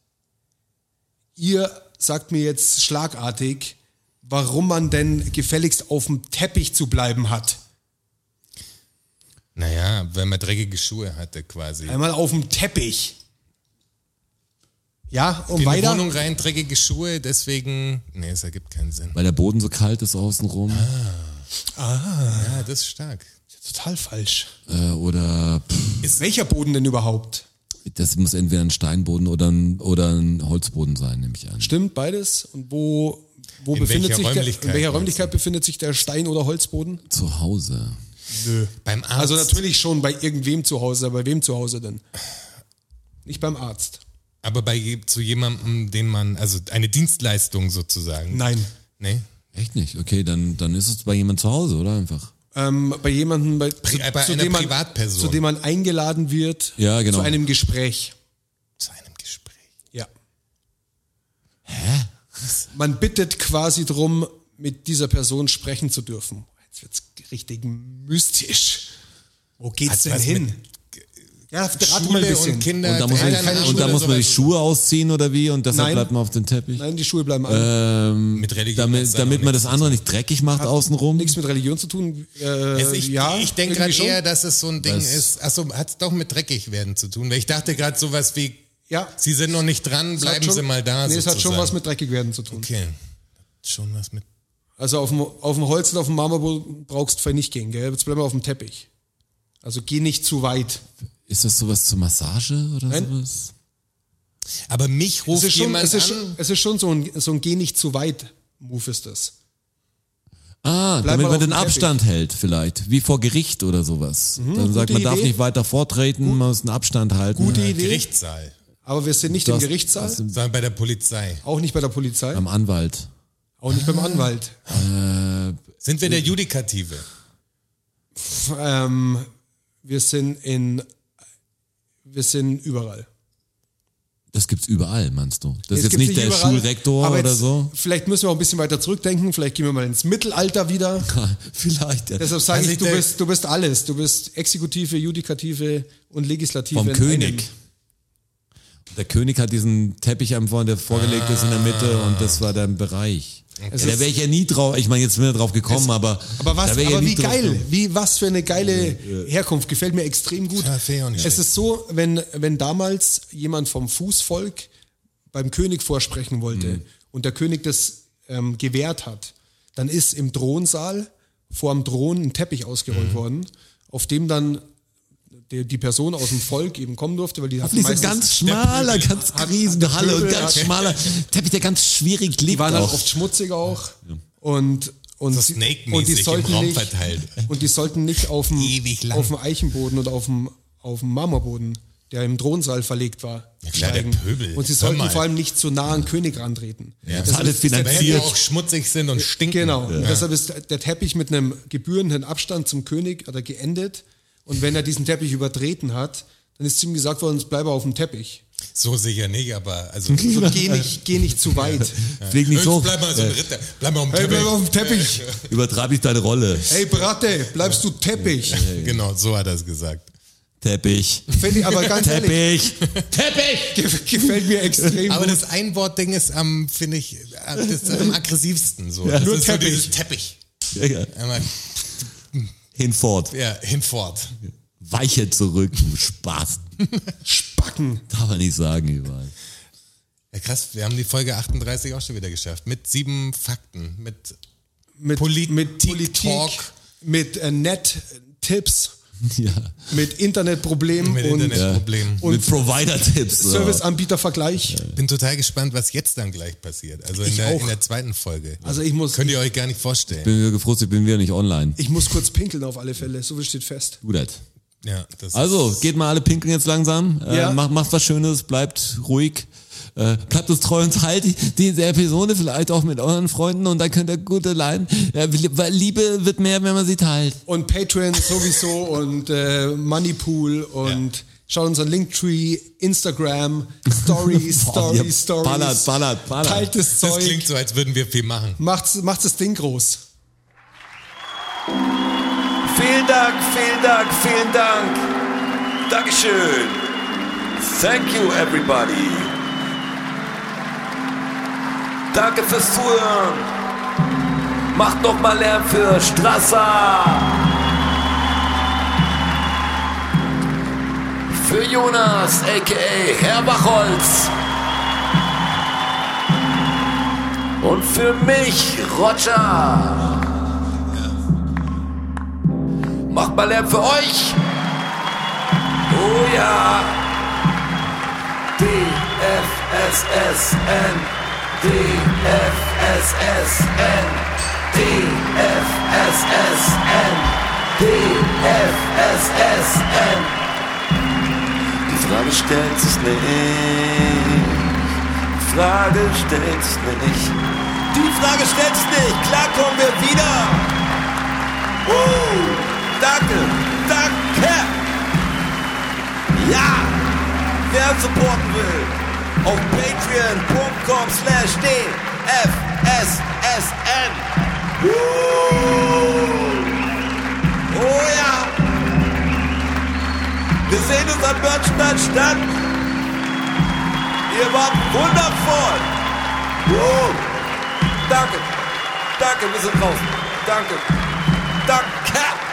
Speaker 4: Ihr sagt mir jetzt schlagartig, warum man denn gefälligst auf dem Teppich zu bleiben hat.
Speaker 3: Naja, wenn man dreckige Schuhe hatte quasi.
Speaker 4: Einmal auf dem Teppich. Ja, und
Speaker 3: In die
Speaker 4: Um weiter?
Speaker 3: Wohnung rein, dreckige Schuhe, deswegen. Nee, es ergibt keinen Sinn.
Speaker 2: Weil der Boden so kalt ist außenrum.
Speaker 3: Ah. Ja, das ist stark.
Speaker 4: Total falsch.
Speaker 2: Äh, oder pff,
Speaker 4: Ist welcher Boden denn überhaupt?
Speaker 2: das muss entweder ein Steinboden oder ein, oder ein Holzboden sein, nehme ich an.
Speaker 4: Stimmt beides? Und wo, wo
Speaker 3: In
Speaker 4: befindet
Speaker 3: welcher
Speaker 4: sich der, in
Speaker 3: Räumlichkeit
Speaker 4: welcher
Speaker 3: meinst
Speaker 4: Räumlichkeit befindet sich der Stein- oder Holzboden?
Speaker 2: Zu Hause.
Speaker 3: Beim Arzt.
Speaker 4: Also natürlich schon bei irgendwem zu Hause, aber bei wem zu Hause denn? Nicht beim Arzt.
Speaker 3: Aber bei je- zu jemandem, den man, also eine Dienstleistung sozusagen.
Speaker 4: Nein.
Speaker 3: Nee.
Speaker 2: Echt nicht? Okay, dann, dann ist es bei jemandem zu Hause, oder? Einfach.
Speaker 4: Ähm, bei jemandem, bei,
Speaker 3: äh, bei einer
Speaker 4: man,
Speaker 3: Privatperson.
Speaker 4: zu dem man eingeladen wird,
Speaker 2: Ja, genau.
Speaker 4: zu einem Gespräch.
Speaker 3: Zu einem Gespräch.
Speaker 4: Ja. Hä? Man bittet quasi drum, mit dieser Person sprechen zu dürfen. Jetzt wird's richtig mystisch. Wo geht's
Speaker 3: was
Speaker 4: denn hin? Ja, rat
Speaker 3: Schule
Speaker 4: mal ein
Speaker 3: und
Speaker 4: bisschen.
Speaker 3: Kinder,
Speaker 2: Und da muss man,
Speaker 3: Elternabend
Speaker 2: und da
Speaker 3: oder
Speaker 2: muss man die
Speaker 3: sowas.
Speaker 2: Schuhe ausziehen oder wie? Und deshalb
Speaker 4: Nein.
Speaker 2: bleibt man auf den Teppich?
Speaker 4: Nein, die Schuhe bleiben an.
Speaker 3: Ähm. mit Religion. hat's
Speaker 2: Damit,
Speaker 3: dann
Speaker 2: damit
Speaker 3: auch
Speaker 2: man
Speaker 3: nichts.
Speaker 2: das andere nicht dreckig macht außenrum?
Speaker 4: Nichts mit Religion zu tun. Äh,
Speaker 3: Also ich
Speaker 4: ja,
Speaker 3: ich denke
Speaker 4: irgendwie
Speaker 3: gerade
Speaker 4: schon.
Speaker 3: eher, dass es so ein Ding
Speaker 2: Das-
Speaker 3: ist. Achso, hat es doch mit dreckig werden zu tun. Weil ich dachte gerade sowas wie,
Speaker 4: Ja.
Speaker 3: Sie sind noch nicht dran,
Speaker 4: Es hat
Speaker 3: bleiben
Speaker 4: schon-
Speaker 3: Sie mal da.
Speaker 4: Nee, es hat schon
Speaker 3: sozusagen.
Speaker 4: was mit dreckig werden zu tun.
Speaker 3: Okay. Hat schon was mit.
Speaker 4: Also auf dem, auf dem Holz und auf dem Marmorboden brauchst du vielleicht nicht gehen, gell? Jetzt bleiben wir auf dem Teppich. Also geh nicht zu weit.
Speaker 2: Ist das sowas zur Massage oder
Speaker 4: Nein.
Speaker 2: sowas?
Speaker 3: Aber mich
Speaker 4: Es
Speaker 3: ruft
Speaker 4: ist schon,
Speaker 3: jemand
Speaker 4: es ist, schon-
Speaker 3: an.
Speaker 4: es ist schon so ein, so ein geh nicht zu weit Move ist das.
Speaker 2: Ah,
Speaker 4: Bleib mal
Speaker 2: damit
Speaker 4: auf
Speaker 2: man den
Speaker 4: dem Teppich. Mhm,
Speaker 2: Abstand hält vielleicht, wie vor Gericht oder sowas. Dann sagt
Speaker 4: gute
Speaker 2: man, darf
Speaker 4: Idee.
Speaker 2: nicht weiter vortreten, man muss einen Abstand halten.
Speaker 4: Gute Idee.
Speaker 3: Gerichtssaal.
Speaker 4: Aber wir sind nicht
Speaker 2: Du
Speaker 4: im
Speaker 2: hast-
Speaker 4: Gerichtssaal,
Speaker 2: hast du-
Speaker 3: Sondern bei der Polizei.
Speaker 4: auch nicht bei der Polizei,
Speaker 2: Am Anwalt.
Speaker 4: auch nicht beim Anwalt.
Speaker 3: Sind wir der
Speaker 4: Mhm.
Speaker 3: Judikative?
Speaker 4: Pff, ähm, wir sind in, wir sind überall.
Speaker 2: Das gibt's überall, meinst du? Das ist jetzt
Speaker 4: Es gibt
Speaker 2: nicht der
Speaker 4: überall,
Speaker 2: Schulrektor
Speaker 4: aber
Speaker 2: oder
Speaker 4: jetzt-
Speaker 2: so?
Speaker 4: Vielleicht müssen wir auch ein bisschen weiter zurückdenken, vielleicht gehen wir mal ins Mittelalter wieder.
Speaker 2: vielleicht. ja.
Speaker 4: Deshalb sage
Speaker 3: Also
Speaker 4: ich,
Speaker 3: ich
Speaker 4: du
Speaker 3: denk-
Speaker 4: bist, du bist alles. Du bist Exekutive, Judikative und Legislative.
Speaker 2: Vom
Speaker 4: in
Speaker 2: König.
Speaker 4: einem.
Speaker 2: Der König hat diesen Teppich am vorne, der vorgelegt ist in der Mitte
Speaker 4: Ah.
Speaker 2: und das war der Bereich. Ja, da wäre ich ja nie drauf, ich meine, jetzt bin ich drauf gekommen, aber.
Speaker 4: Aber was,
Speaker 2: da wär ich ja
Speaker 4: aber
Speaker 2: nie
Speaker 4: wie
Speaker 2: drauf
Speaker 4: geil,
Speaker 2: gekommen.
Speaker 4: wie was für eine geile Herkunft, gefällt mir extrem gut.
Speaker 3: Kaffee und
Speaker 4: es
Speaker 3: Schnitt.
Speaker 4: ist so, wenn, wenn damals jemand vom Fußvolk beim König vorsprechen wollte
Speaker 2: Mhm.
Speaker 4: und der König das ähm, gewährt hat, dann ist im Thronsaal vor dem Thron ein Teppich ausgerollt
Speaker 2: Mhm.
Speaker 4: worden, auf dem dann die, die Person aus dem Volk eben kommen durfte, weil die hatten
Speaker 2: Diese
Speaker 4: meistens,
Speaker 2: ganz schmaler, ganz riesen Halle und
Speaker 4: Pöbel
Speaker 2: ganz
Speaker 4: hat-
Speaker 2: schmaler Teppich, der ganz schwierig
Speaker 4: die
Speaker 2: liegt
Speaker 4: waren halt
Speaker 2: auch.
Speaker 4: oft schmutzig auch und und,
Speaker 3: So
Speaker 4: sie- und die
Speaker 3: Snake-mäßig im
Speaker 4: sollten
Speaker 3: Raum
Speaker 4: nicht,
Speaker 3: verteilt.
Speaker 4: Und die sollten nicht auf dem,
Speaker 3: Ewig lang.
Speaker 4: auf dem Eichenboden oder auf dem, auf dem Marmorboden, der im Thronsaal verlegt war,
Speaker 3: Ja, klar, der Pöbel.
Speaker 4: Und sie
Speaker 3: Hör
Speaker 4: sollten
Speaker 3: mal.
Speaker 4: vor allem nicht zu nah an den König rantreten. Ja.
Speaker 2: Das ist alles
Speaker 3: Weil die
Speaker 2: finanziert.
Speaker 3: auch schmutzig sind und stinken.
Speaker 4: Genau. Und deshalb ist der Teppich mit einem gebührenden Abstand zum König oder geendet. Und wenn er diesen Teppich übertreten hat, dann ist zu ihm gesagt worden, es bleibe auf dem Teppich.
Speaker 3: So sicher nicht, aber also.
Speaker 4: So, geh, nicht, geh nicht zu weit.
Speaker 2: Flieg nicht
Speaker 3: Höchst
Speaker 2: hoch.
Speaker 3: bleib mal so ein Ritter. Bleib mal um auf dem
Speaker 4: Hey, Äh, bleib
Speaker 3: Teppich.
Speaker 4: auf dem Teppich.
Speaker 2: Übertreib ich deine Rolle.
Speaker 4: Hey, Bratte, bleibst du Teppich?
Speaker 3: Genau, so hat er es gesagt.
Speaker 2: Teppich.
Speaker 4: Finde ich aber ganz ehrlich,
Speaker 2: Teppich.
Speaker 4: ge- gefällt mir extrem
Speaker 3: Aber
Speaker 4: gut.
Speaker 3: das Einwortding ist am, finde ich, am- das ist am aggressivsten so. das
Speaker 2: nur
Speaker 3: ist
Speaker 2: Teppich.
Speaker 3: So dieses Teppich.
Speaker 2: Ja, ja.
Speaker 3: Einmal,
Speaker 2: Hinfort.
Speaker 3: ja, hinfort.
Speaker 2: Weiche zurück, du Spaß.
Speaker 4: Spacken.
Speaker 2: Darf man nicht sagen überall.
Speaker 3: Ja, krass, wir haben die Folge 38 auch schon wieder geschafft. Mit sieben Fakten. Mit
Speaker 4: Mit
Speaker 3: Politik
Speaker 4: mit Politik,
Speaker 3: Talk.
Speaker 4: mit äh, Net-Tipps.
Speaker 2: Ja.
Speaker 4: mit Internetproblemen
Speaker 3: Mit
Speaker 4: und
Speaker 3: Internetproblemen.
Speaker 2: Mit Provider-Tipps. so.
Speaker 4: Serviceanbietervergleich.
Speaker 3: Bin total gespannt, was jetzt dann gleich passiert. Also in der, in der zweiten Folge.
Speaker 4: Also ich muss,
Speaker 3: Könnt ihr euch gar nicht vorstellen.
Speaker 2: Bin wieder gefrustet, bin wieder nicht online.
Speaker 4: ich muss kurz pinkeln auf alle Fälle. So viel steht fest.
Speaker 2: Tu das.
Speaker 3: Ja, das
Speaker 2: Also, geht mal alle pinkeln jetzt langsam.
Speaker 4: Ja.
Speaker 2: Äh, macht, macht was Schönes, bleibt ruhig. Äh, bleibt uns treu und teilt die- diese Episode vielleicht auch mit euren Freunden und dann könnt ihr gute Leiden. Ja, weil Liebe wird mehr, wenn man sie teilt.
Speaker 4: Und Patreon sowieso und äh, Moneypool und schaut unseren Linktree, Instagram, Story, Story,
Speaker 2: ihr
Speaker 4: Story.
Speaker 2: ballert, ballert, ballert.
Speaker 4: Teilt das
Speaker 3: Das
Speaker 4: Zeug.
Speaker 3: klingt so, als würden wir viel machen.
Speaker 4: macht's, macht's das Ding groß.
Speaker 6: Vielen Dank, vielen Dank, vielen Dank. Dankeschön. Thank you, everybody. Danke fürs Zuhören. Macht noch mal Lärm für Strasser. Für Jonas, a.k.a. Herr Bachholz. Und für mich, Roger. Macht mal Lärm für euch. Oh ja. DFSSN. DFSSN. DFSSN. DFSSN. Die Frage stellt sich nicht. Die Frage stellt sich nicht. Die Frage stellt sich nicht. Klar kommen wir wieder. Uh, danke, danke. Ja, wer uns supporten will, auf patreon.com slash dfssn. Uh, oh ja. Wir sehen uns an Börnstein statt. Ihr wart wundervoll. Uh, danke, danke, wir sind draußen. Danke. Danke.